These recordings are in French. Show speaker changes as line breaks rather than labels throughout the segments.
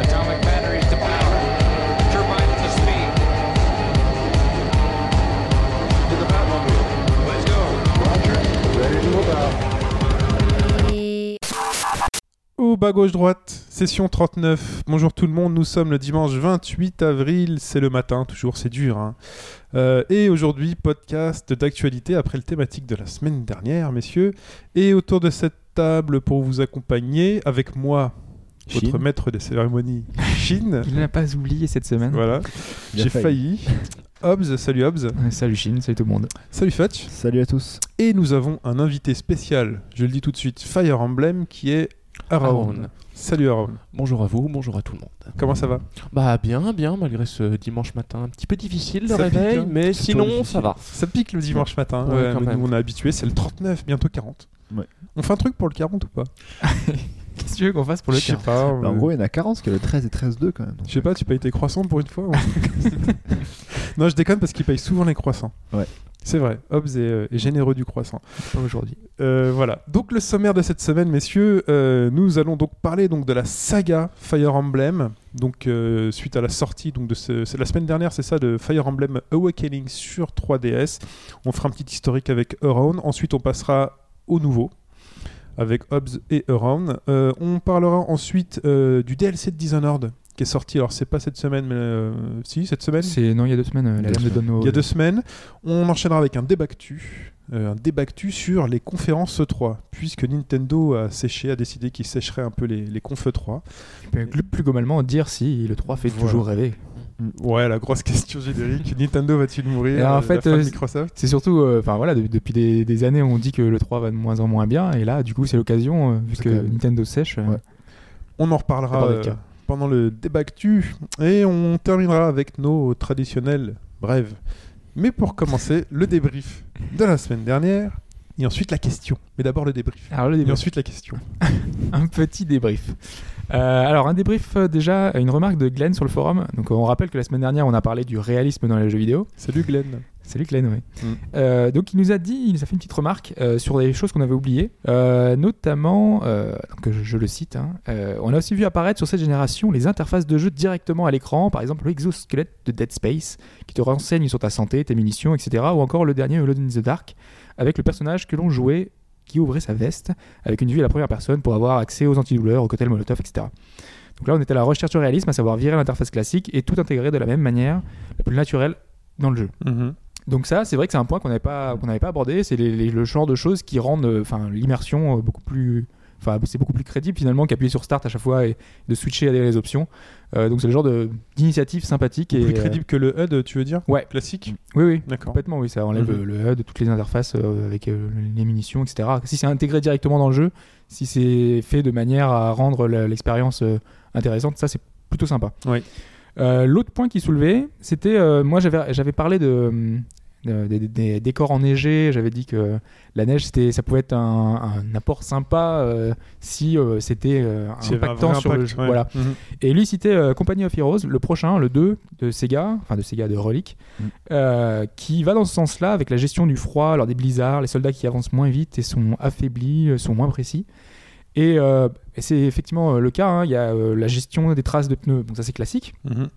Atomic batteries to power. Turbines to speed. To the Batmobile. Let's go.
I, I,
Au bas gauche droite, session 39. Bonjour tout le monde, nous sommes le dimanche 28 avril, c'est le matin, toujours c'est dur. hein. Euh, et aujourd'hui, podcast d'actualité après le thématique de la semaine dernière, messieurs. Et autour de cette table pour vous accompagner, avec moi, votre
Chine.
maître des cérémonies, Chine.
Il ne l'a pas oublié cette semaine.
voilà,
Il a
j'ai failli. Hobbs, salut Hobbs.
Ouais, Salut Chine, salut tout le monde.
Salut Fetch.
Salut à tous.
Et nous avons un invité spécial, je le dis tout de suite, Fire Emblem, qui est
Ah,
Aaron.
Aaron.
Salut Aaron,
Bonjour à vous, bonjour à tout le monde.
comment ça va
Bah bien, bien, malgré ce dimanche matin un petit peu difficile le
Ça pique,
réveil,
hein.
mais
C'est
sinon
toujours
ça va.
Ça pique le dimanche matin,
Ouais,
ouais,
quand
mais
même.
nous on est habitués, c'est le 39, bientôt 40.
Ouais.
On fait un truc pour le 40 ou pas
Qu'est-ce que tu veux qu'on fasse pour le
Je sais
cas
pas.
Bah, en
euh,
gros, il y en a 40 parce qu'il y a le 13 et 13-2 quand même. donc.
je sais pas, tu payes tes croissants pour une fois ou un truc comme ça Non, je déconne parce qu'ils payent souvent les croissants.
Ouais.
C'est vrai, Hobbes est, euh, est généreux du croissant.
Pas aujourd'hui.
Euh, voilà. Donc le sommaire de cette semaine, messieurs, euh, nous allons donc parler donc de la saga Fire Emblem. Donc euh, suite à la sortie donc de ce- c'est la semaine dernière, c'est ça, de Fire Emblem Awakening sur 3DS. On fera un petit historique avec Around. Ensuite, on passera au nouveau avec Hobbs et Around. Euh, on parlera ensuite euh, du DLC de Dishonored qui est sorti. Alors c'est pas cette semaine, mais euh, si cette semaine.
C'est non, il y a deux semaines, euh, la
Deux
lame de
semaines.
Donno.
Il y a deux semaines. On enchaînera avec un débactu. euh, un débactu sur les conférences E3, puisque Nintendo a séché, a décidé qu'il sécherait un peu les, les confs E E3.
Tu peux plus- plus globalement dire si le 3 fait
Voilà.
toujours rêver.
Ouais, la grosse question générique, Nintendo va-t-il mourir
Et en
euh, la
fait,
fin de
euh,
Microsoft
C'est surtout, euh, enfin voilà, de- depuis des, des années, on dit que le 3 va de moins en moins bien, et là, du coup, c'est l'occasion, euh, vu
C'est
que
quand même-
Nintendo sèche. euh,
Ouais.
On en
Ça
reparlera
part des cas.
euh, pendant le débactu, et on terminera avec nos traditionnels brèves. Mais pour commencer, le débrief de la semaine dernière, et ensuite la question. Mais d'abord le débrief.
Alors le
Et
débrief.
ensuite la question.
un petit débrief. Euh, alors un débrief euh, déjà, une remarque de Glenn sur le forum. Donc on rappelle que la semaine dernière on a parlé du réalisme dans les jeux vidéo.
Salut Glenn.
Salut Glenn, ouais.
Mm.
Euh, donc il nous a dit, il nous a fait une petite remarque euh, sur des choses qu'on avait oubliées, Euh, notamment, euh, donc je, je le cite, hein, euh, on a aussi vu apparaître sur cette génération les interfaces de jeu directement à l'écran, par exemple l'exosquelette de Dead Space, qui te renseigne sur ta santé, tes munitions, etc. Ou encore le dernier Alone in the Dark, avec le personnage que l'on jouait qui ouvrait sa veste avec une vue à la première personne pour avoir accès aux antidouleurs, aux cocktails Molotov, etc. Donc là on était à la recherche du réalisme, à savoir virer l'interface classique et tout intégrer de la même manière, la plus naturelle dans le jeu. Donc ça, c'est vrai que c'est un point qu'on n'avait pas qu'on n'avait pas abordé. C'est les- les- le genre de choses qui rendent, euh, enfin, l'immersion euh, beaucoup plus, enfin, c'est beaucoup plus crédible finalement qu'appuyer sur Start à chaque fois et de switcher à des options. Euh, donc c'est le genre de- d'initiative sympathique et
Plus
euh,
crédible que le HUD, tu veux dire
Ouais.
Classique
oui, oui.
D'accord.
Complètement, oui, ça enlève
Mhm.
euh, le HUD, toutes les interfaces euh, avec euh, les munitions, etc. Si c'est intégré directement dans le jeu, si c'est fait de manière à rendre la- l'expérience euh, intéressante, ça c'est plutôt sympa.
Oui.
Euh, L'autre point qui soulevait, c'était, euh, moi j'avais j'avais parlé de, hum, de- des- des décors enneigés, j'avais dit que la neige c'était, ça pouvait être un, un apport sympa euh, si euh, c'était euh,
S'il y avait un
impactant
vrai
sur le
impact,
jeu.
ouais.
Voilà.
Mhm.
Et lui citait euh, Company of Heroes, le prochain, le 2 de Sega, enfin de Sega de Relic,
Mm.
euh, qui va dans ce sens-là avec la gestion du froid lors des blizzards, les soldats qui avancent moins vite et sont affaiblis, euh, sont moins précis. Et, euh, et c'est effectivement euh, le cas, hein, il y a euh, la gestion des traces de pneus, donc ça c'est classique.
Mhm.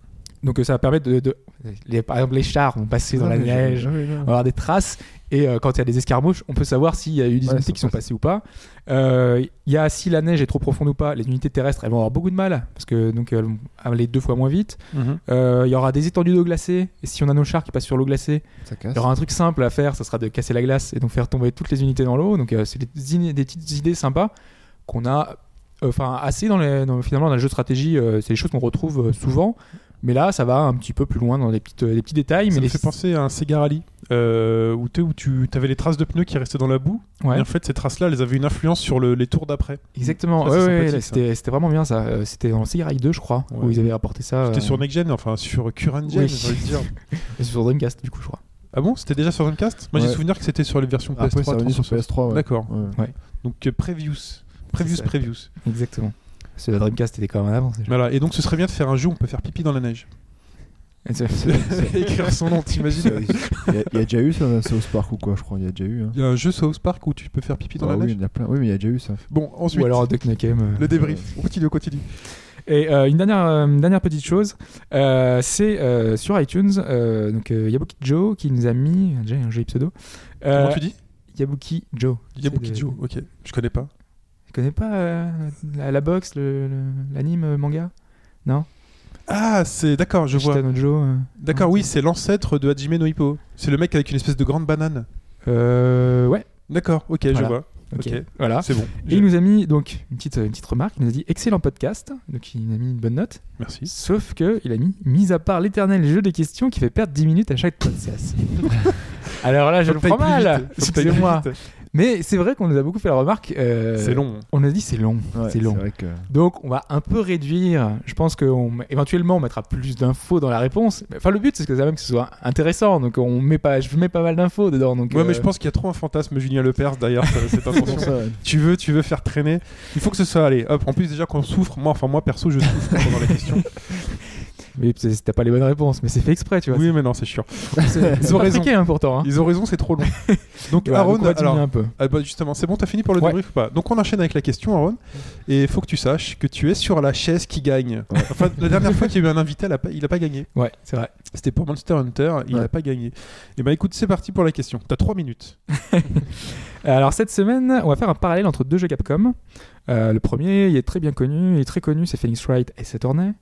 Donc euh, ça va permettre de... de- les- par exemple les chars vont passer dans la neige, on va avoir des traces. Et euh, quand il y a des escarmouches, on peut savoir s'il y a eu des
Ouais,
unités
ça
qui sont
passe.
passées ou pas. Euh, Il y a si la neige est trop profonde ou pas, les unités terrestres elles vont avoir beaucoup de mal parce que donc elles vont aller deux fois moins vite.
Mhm.
Euh, Il y aura des étendues d'eau glacée et si on a nos chars qui passent sur l'eau glacée,
Ça
il
casse.
y aura un truc simple à faire, ça sera de casser la glace et donc faire tomber toutes les unités dans l'eau. Donc euh, c'est des, in- des petites idées sympas qu'on a, euh, enfin assez dans les, dans- finalement dans les jeux de stratégie, euh, c'est des choses qu'on retrouve euh, souvent. Mais là, ça va un petit peu plus loin dans des, petites, des petits détails.
Ça
mais
me
les...
fait penser à un Sega Rally euh, où, t'es- où tu avais les traces de pneus qui restaient dans la boue.
Ouais.
Et en fait, ces traces-là, elles avaient une influence sur le- les tours d'après.
Exactement,
Ça,
ouais,
c'est
ouais,
sympathique,
là,
ça.
c'était c'était vraiment bien ça. Euh, C'était dans Sega Rally 2, je crois,
Ouais.
où ils avaient apporté ça.
C'était
euh,
sur Next Gen, enfin sur Current Gen,
Oui.
j'ai envie de dire.
et sur Dreamcast, du coup, je crois.
Ah bon C'était déjà sur Dreamcast Moi, j'ai
Ouais.
souvenir que c'était sur les
Ah,
versions PS3.
Après, c'est revenu sur
360.
PS3. ouais.
D'accord.
Ouais.
Donc, euh, Previews.
ça.
Previews, previews.
Exactement. Parce que la Dreamcast était quand même en avance déjà.
Voilà. Et donc, ce serait bien de faire un jeu où on peut faire pipi dans la neige.
C'est-
écrire son nom,
Il y,
t'imagines
a, il y a déjà eu ça dans South Park ou quoi, je crois. Il y a déjà eu. Hein.
Il y a un jeu South Park où tu peux faire pipi dans
Ah
la
oui,
neige.
il y en a plein. Oui, mais il y a déjà eu ça.
Bon, ensuite,
Ou alors Duck Nukem. euh.
le débrief. On continue, on continue.
Et euh, une dernière, euh, une dernière petite chose, euh, c'est euh, sur iTunes, euh, donc euh, Yabuki Joe qui nous a mis, j'ai un joli pseudo. Euh,
Comment tu dis
Yabuki Joe.
Yabuki
C'est de-
Joe, ok. Je connais pas.
Tu connais pas euh, la, la boxe, le- le- l'anime euh, manga
Ah, c'est d'accord, je vois.
Shitano Joe. euh.
D'accord, oui, c'est l'ancêtre de Hajime no Hippo. C'est le mec avec une espèce de grande banane.
Euh, ouais,
D'accord, ok, je
Voilà.
vois.
ok.
Ok.
Voilà.
C'est bon.
Et il nous a mis donc une petite, une petite remarque, il nous a dit excellent podcast, donc il nous a mis une bonne note.
Merci.
Sauf que il a mis, mis à part l'éternel jeu des questions qui fait perdre 10 minutes à chaque podcast. Alors là, je le
Faut que
prends
t'ailles plus
mal.
vite. Faut que t'ailles plus
Excusez-moi.
vite.
Mais c'est vrai qu'on nous a beaucoup fait la remarque. euh,
C'est long.
On nous a dit c'est long,
Ouais,
c'est long.
vrai que...
Donc on va un peu réduire. Je pense qu'éventuellement on mettra plus d'infos dans la réponse. Mais, Enfin le but c'est que ça même que ce soit intéressant. Donc on met pas, je mets pas mal d'infos dedans. Donc
Ouais,
euh,
mais je pense qu'il y a trop un fantasme Julien Lepers derrière ce- cette
C'est pour
intention.
ça, ouais.
tu veux, tu veux faire traîner. Il faut que ce soit allez. Hop. En plus déjà qu'on souffre. Moi, enfin moi perso, je souffre pendant les questions.
mais c'est- t'as pas les bonnes réponses, mais c'est fait exprès, tu vois.
Oui, mais non, c'est chiant.
C'est-
Ils
C'est
ont
pas
raison.
friqué, hein, pourtant. hein.
Ils ont raison, c'est trop long. Donc
Voilà, donc,
Aaron,
on va diminuer
alors
un peu.
ah bah, justement, c'est bon, t'as fini pour le
Ouais.
débrief ou pas Donc on enchaîne avec la question, Aaron. Et il faut que tu saches que tu es sur la chaise qui gagne. Enfin, la dernière fois qu'il y a eu un invité, elle a pas- il a pas gagné.
Ouais, c'est vrai.
C'était pour Monster Hunter, il
Ouais.
n'a pas gagné. Et ben écoute, c'est parti pour la question. T'as 3 minutes.
Alors cette semaine, on va faire un parallèle entre deux jeux Capcom. Euh, le premier, il est très bien connu, il est très connu, c'est Phoenix Wright et Saturnet.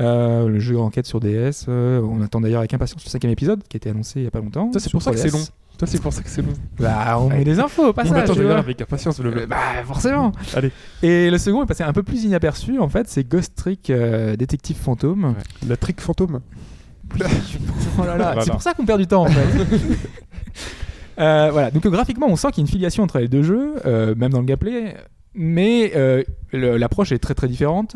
Euh, le jeu enquête sur DS, euh, on attend d'ailleurs avec impatience le cinquième épisode qui a été annoncé il y a pas longtemps.
Ça, c'est
sur
pour ça que c'est
3DS.
long. Toi, c'est pour ça que c'est long.
Bah, on met des infos au
On
passage.
attend
tu
d'ailleurs
vois.
avec impatience le
Euh, bah, forcément.
Allez.
Et le second est passé un peu plus inaperçu en fait, c'est Ghost Trick euh, Détective Fantôme.
La trick fantôme.
Oh là là,
Voilà.
c'est pour ça qu'on perd du temps en fait. Euh, voilà, donc euh, graphiquement, on sent qu'il y a une filiation entre les deux jeux, euh, même dans le gameplay, mais euh, le- l'approche est très très différente.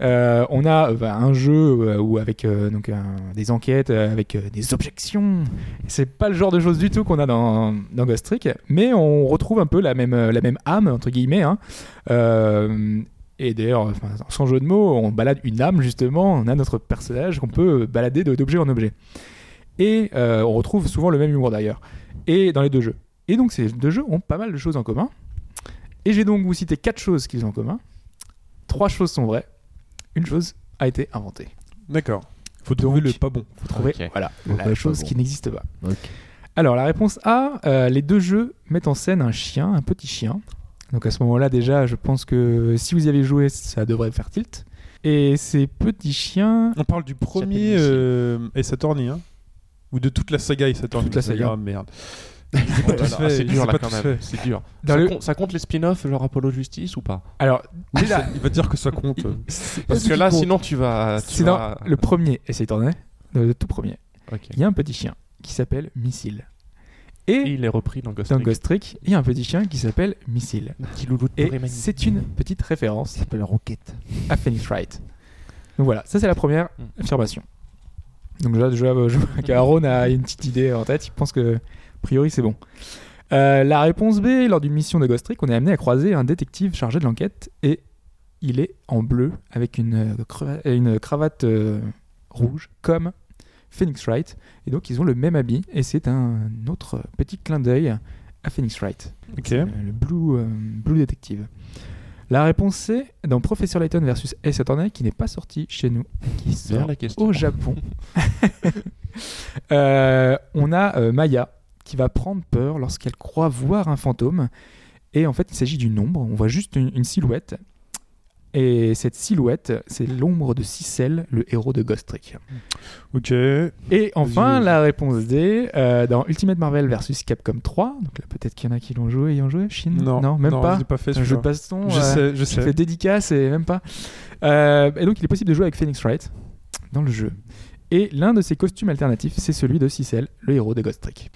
Euh, on a euh, bah, un jeu euh, où avec euh, donc un- des enquêtes, euh, avec euh, des objections. C'est pas le genre de choses du tout qu'on a dans, dans Ghost Trick, mais on retrouve un peu la même la même âme entre guillemets. hein. Euh, et d'ailleurs, enfin, sans jeu de mots, on balade une âme justement. On a notre personnage qu'on peut balader de- d'objet en objet. Et euh, on retrouve souvent le même humour d'ailleurs. Et dans les deux jeux. Et donc ces deux jeux ont pas mal de choses en commun. Et j'ai donc vous cité quatre choses qu'ils ont en commun. Trois choses sont vraies. Une chose a été inventée.
D'accord. Faut
Donc,
trouver le pas bon.
Vous trouvez
Ok.
voilà
Pourquoi
la
pas
chose
bon
qui n'existe pas.
Ok.
Alors la réponse A, euh, les deux jeux mettent en scène un chien, un petit chien. Donc à ce moment-là déjà, je pense que si vous y avez joué, ça devrait faire tilt. Et ces petits chiens,
On parle du premier
Michel.
euh, et Saturni, hein Ou de toute la saga et Saturni.
Toute la saga.
Ah, merde.
Oh là
tous
là,
faits,
c'est
ils
dur
sont
là
pas
quand
tous
même.
faits.
C'est dur.
Dans
Ça,
le-
compte, ça compte les spin-offs genre Apollo Justice ou pas
alors déjà,
Il va dire que ça compte.
Parce que là, sinon tu vas. Tu
c'est dans
vas-
le premier, et c'est dans le- le tout premier.
Ok.
il y a un petit chien qui s'appelle Missile. Et
Et il est repris dans Ghost
dans
Trick.
Ghost Trick, il y a un petit chien qui s'appelle Missile.
Le Petit loulou de
Et
Paris Magnifique.
c'est une petite référence
Ça s'appelle Rocket.
à Phoenix Wright. Donc voilà, ça c'est la première
Mm.
affirmation. Donc là, déjà, euh, je vois qu'Aaron a une petite idée en tête, il pense que, a priori, c'est bon. Euh, la réponse B, lors d'une mission de Ghost Trick, on est amené à croiser un détective chargé de l'enquête et il est en bleu avec une, euh, creva- euh, une cravate euh, rouge comme Phoenix Wright. Et donc ils ont le même habit et c'est un autre petit clin d'œil à Phoenix Wright.
Ok.
C'est, euh, Le Blue, euh, Blue Detective. La réponse C, dans Professor Layton versus Ace Attorney, qui n'est pas sorti chez nous, et qui
Bien
sort
la question.
au Japon. Euh, on a euh, Maya qui va prendre peur lorsqu'elle croit voir un fantôme. Et en fait, il s'agit d'une ombre. On voit juste une, une silhouette. Et cette silhouette, c'est l'ombre de Cicel, le héros de Ghost Trick.
Ok.
Et
Vas-y,
enfin,
vas-y.
la réponse D, euh, dans Ultimate Marvel versus Capcom 3. Donc là, peut-être qu'il y en a qui l'ont joué et y ont joué. Shin
Non,
même
non,
pas.
Je l'ai pas fait.
Un jeu de
celui-là.
baston.
Je
euh,
sais, je
qui fait
sais.
dédicace et même pas. Euh, et donc il est possible de jouer avec Phoenix Wright dans le jeu. Et l'un de ses costumes alternatifs, c'est celui de Cicel, le héros de Ghost Trick.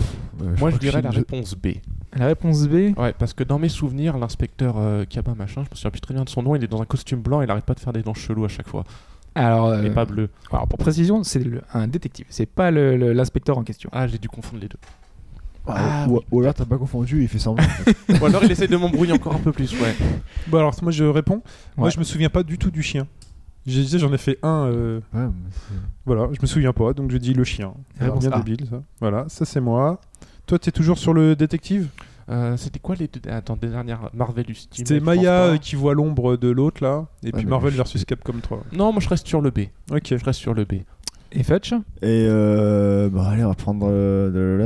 Moi, je dirais la réponse B.
La réponse B,
Ouais, parce que dans mes souvenirs, l'inspecteur euh, Cabin machin, je me souviens plus très bien de son nom, il est dans un costume blanc, il arrête pas de faire des dents cheloues à chaque fois.
alors, euh,
Et pas bleu.
alors, pour précision, c'est le- un détective, c'est pas le- le- l'inspecteur en question.
Ah, j'ai dû confondre les deux.
Ah, ou, ou alors t'as pas confondu, il fait semblant.
Ou alors il essaie de m'embrouiller encore un peu plus, ouais.
Bon alors moi je réponds. Moi
Ouais.
je me souviens pas du tout du chien. Je disais, j'en ai fait un. euh,
Ouais, mais c'est-
voilà, je me souviens pas, donc je dis le chien. Ça a l'air
Réponse
bien
A.
débile, ça. Voilà, ça c'est moi. Toi, t'es toujours sur le détective
Euh, C'était quoi les deux Attends, des dernières Marvelous Team
C'était Maya euh, qui voit l'ombre de l'autre, là. Et puis
mais
Marvel
je-
versus Capcom 3.
Non, moi je reste sur le B.
Ok.
Je reste sur le B.
Et Fetch
Et euh, bah allez, on va prendre. euh, de-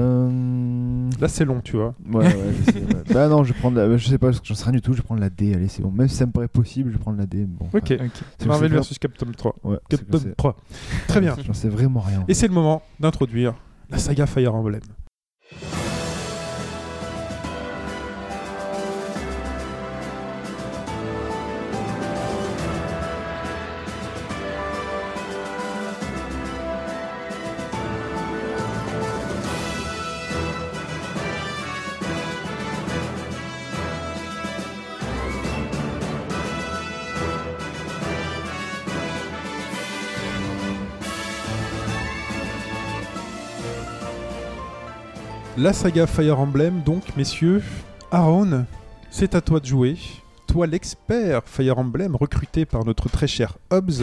de- de-
Là, c'est long, tu vois.
Ouais, ouais, je sais. ouais. bah non, je vais prendre. La... Je sais pas, parce que j'en sais rien du tout. Je vais prendre la D. Allez, c'est bon. Même si ça me paraît possible, je vais prendre la D. mais Bon.
Ok.
Ok.
C'est que
Marvel
c'est
versus Capcom 3.
bien. Ouais, c'est que
Capcom
c'est-
3. Très bien.
J'en sais vraiment rien.
Et c'est le moment d'introduire la saga Fire Emblem. La saga Fire Emblem, donc, messieurs, Aaron, c'est à toi de jouer. Toi, l'expert Fire Emblem, recruté par notre très cher Hobbs.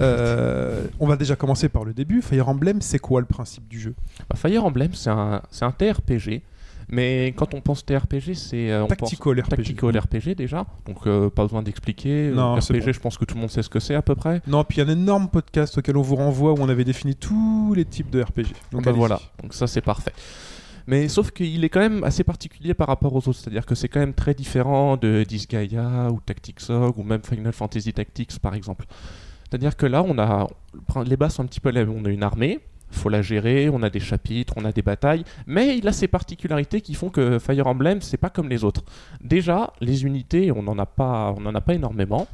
Euh, on va déjà commencer par le début. Fire Emblem, c'est quoi le principe du jeu
Bah, Fire Emblem, c'est un, c'est un TRPG. Mais quand on pense TRPG, c'est. euh, on pense
Tactical RPG.
Tactical RPG déjà. Donc euh, pas besoin d'expliquer.
Non,
Euh,
c'est
RPG, je pense que tout le monde sait ce que c'est à peu près.
Non, puis il y a un énorme podcast auquel on vous renvoie où on avait défini tous les types de RPG. Donc
Bah,
allez-y.
voilà. Donc ça, c'est parfait. Mais sauf qu'il est quand même assez particulier par rapport aux autres. C'est-à-dire que c'est quand même très différent de Disgaea ou Tactics Ogre ou même Final Fantasy Tactics par exemple. C'est-à-dire que là, on a les bases sont un petit peu les mêmes. On a une armée, faut la gérer, on a des chapitres, on a des batailles, mais il a ses particularités qui font que Fire Emblem, c'est pas comme les autres. Déjà, les unités, on n'en a pas, on en a pas énormément.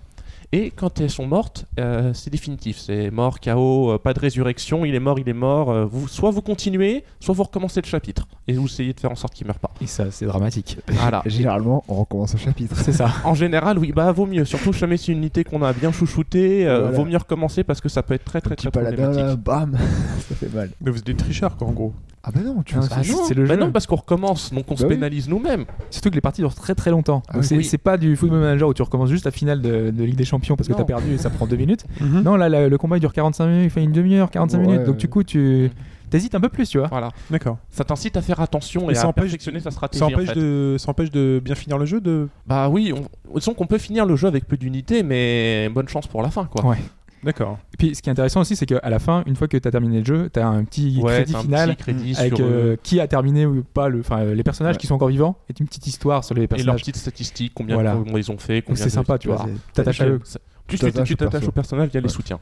Et quand elles sont mortes, euh, c'est définitif. C'est mort, chaos, euh, pas de résurrection, il est mort, il est mort. euh, vous, soit vous continuez, soit vous recommencez le chapitre. Et vous essayez de faire en sorte qu'il meure pas.
Et ça, c'est dramatique.
Voilà.
Et Généralement, on recommence au chapitre.
C'est ça.
En général, oui, bah vaut mieux. Surtout jamais c'est une unité qu'on a bien chouchoutée. euh,
Voilà.
Vaut mieux recommencer parce que ça peut être très très
Petit
très
paladin,
problématique.
là, bam Ça fait mal.
Mais vous êtes des trichards, quoi, en gros.
Ah bah non, tu vois,
Ah,
c'est-
Bah non,
c'est le
bah
jeu.
non, parce qu'on recommence, donc on se
Bah oui.
pénalise nous-mêmes.
Surtout que les parties durent très très longtemps.
Ah
Donc
oui.
c'est
Oui.
c'est pas du football manager où tu recommences juste la finale de, de Ligue des Champions parce que
Non.
t'as perdu et ça prend deux minutes.
Mm-hmm.
Non, là le, le combat il dure 45 minutes, il fait une demi-heure, 45
Ouais,
minutes. Donc
ouais.
du coup, tu t'hésites un peu plus, tu vois.
Voilà.
D'accord.
Ça t'incite à faire attention
Et
et,
ça
à
empêche-
perfectionner ta stratégie.
Ça empêche,
en fait.
de... ça empêche de bien finir le jeu de...
Bah oui, on... disons qu'on peut finir le jeu avec peu d'unités, mais bonne chance pour la fin, quoi.
Ouais.
D'accord.
Et puis ce qui est intéressant aussi, c'est qu'à la fin, une fois que t'as terminé le jeu, t'as un petit crédit
t'as un
final.
petit crédit
Avec
sur
euh,
euh,
qui a terminé ou pas le, enfin euh, les personnages
Ouais.
qui sont encore vivants et une petite histoire sur les
et leurs
personnages.
petites statistiques, combien
Voilà.
comment ils ont fait,
Donc
combien
c'est
de-
sympa, tu vois.
c'est-
T'attaches à eux.
Ça- Plus
Tu
tu
t'attaches
tu
au
t'attaches
perso.
au personnage via les
Ouais.
soutiens.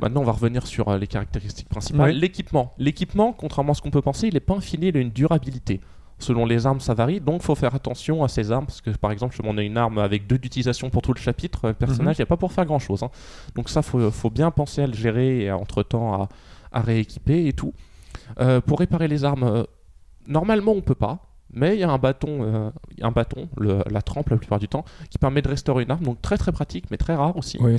Maintenant, on va revenir sur euh, les caractéristiques principales.
Ouais.
L'équipement. L'équipement, contrairement à ce qu'on peut penser, il n'est pas infini, il a une durabilité. Selon les armes, ça varie, donc faut faire attention à ces armes, parce que par exemple, si on a une arme avec deux d'utilisation pour tout le chapitre, euh, le personnage, il n'y a pas pour faire grand-chose. hein. Donc ça, faut, faut bien penser à le gérer et à, entre-temps à, à rééquiper et tout. Euh, pour réparer les armes, euh, normalement, on peut pas, mais il y a un bâton, euh, il y a un bâton le- la trempe la plupart du temps, qui permet de restaurer une arme, donc très très pratique, mais très rare aussi.
Oui,
Donc, euh,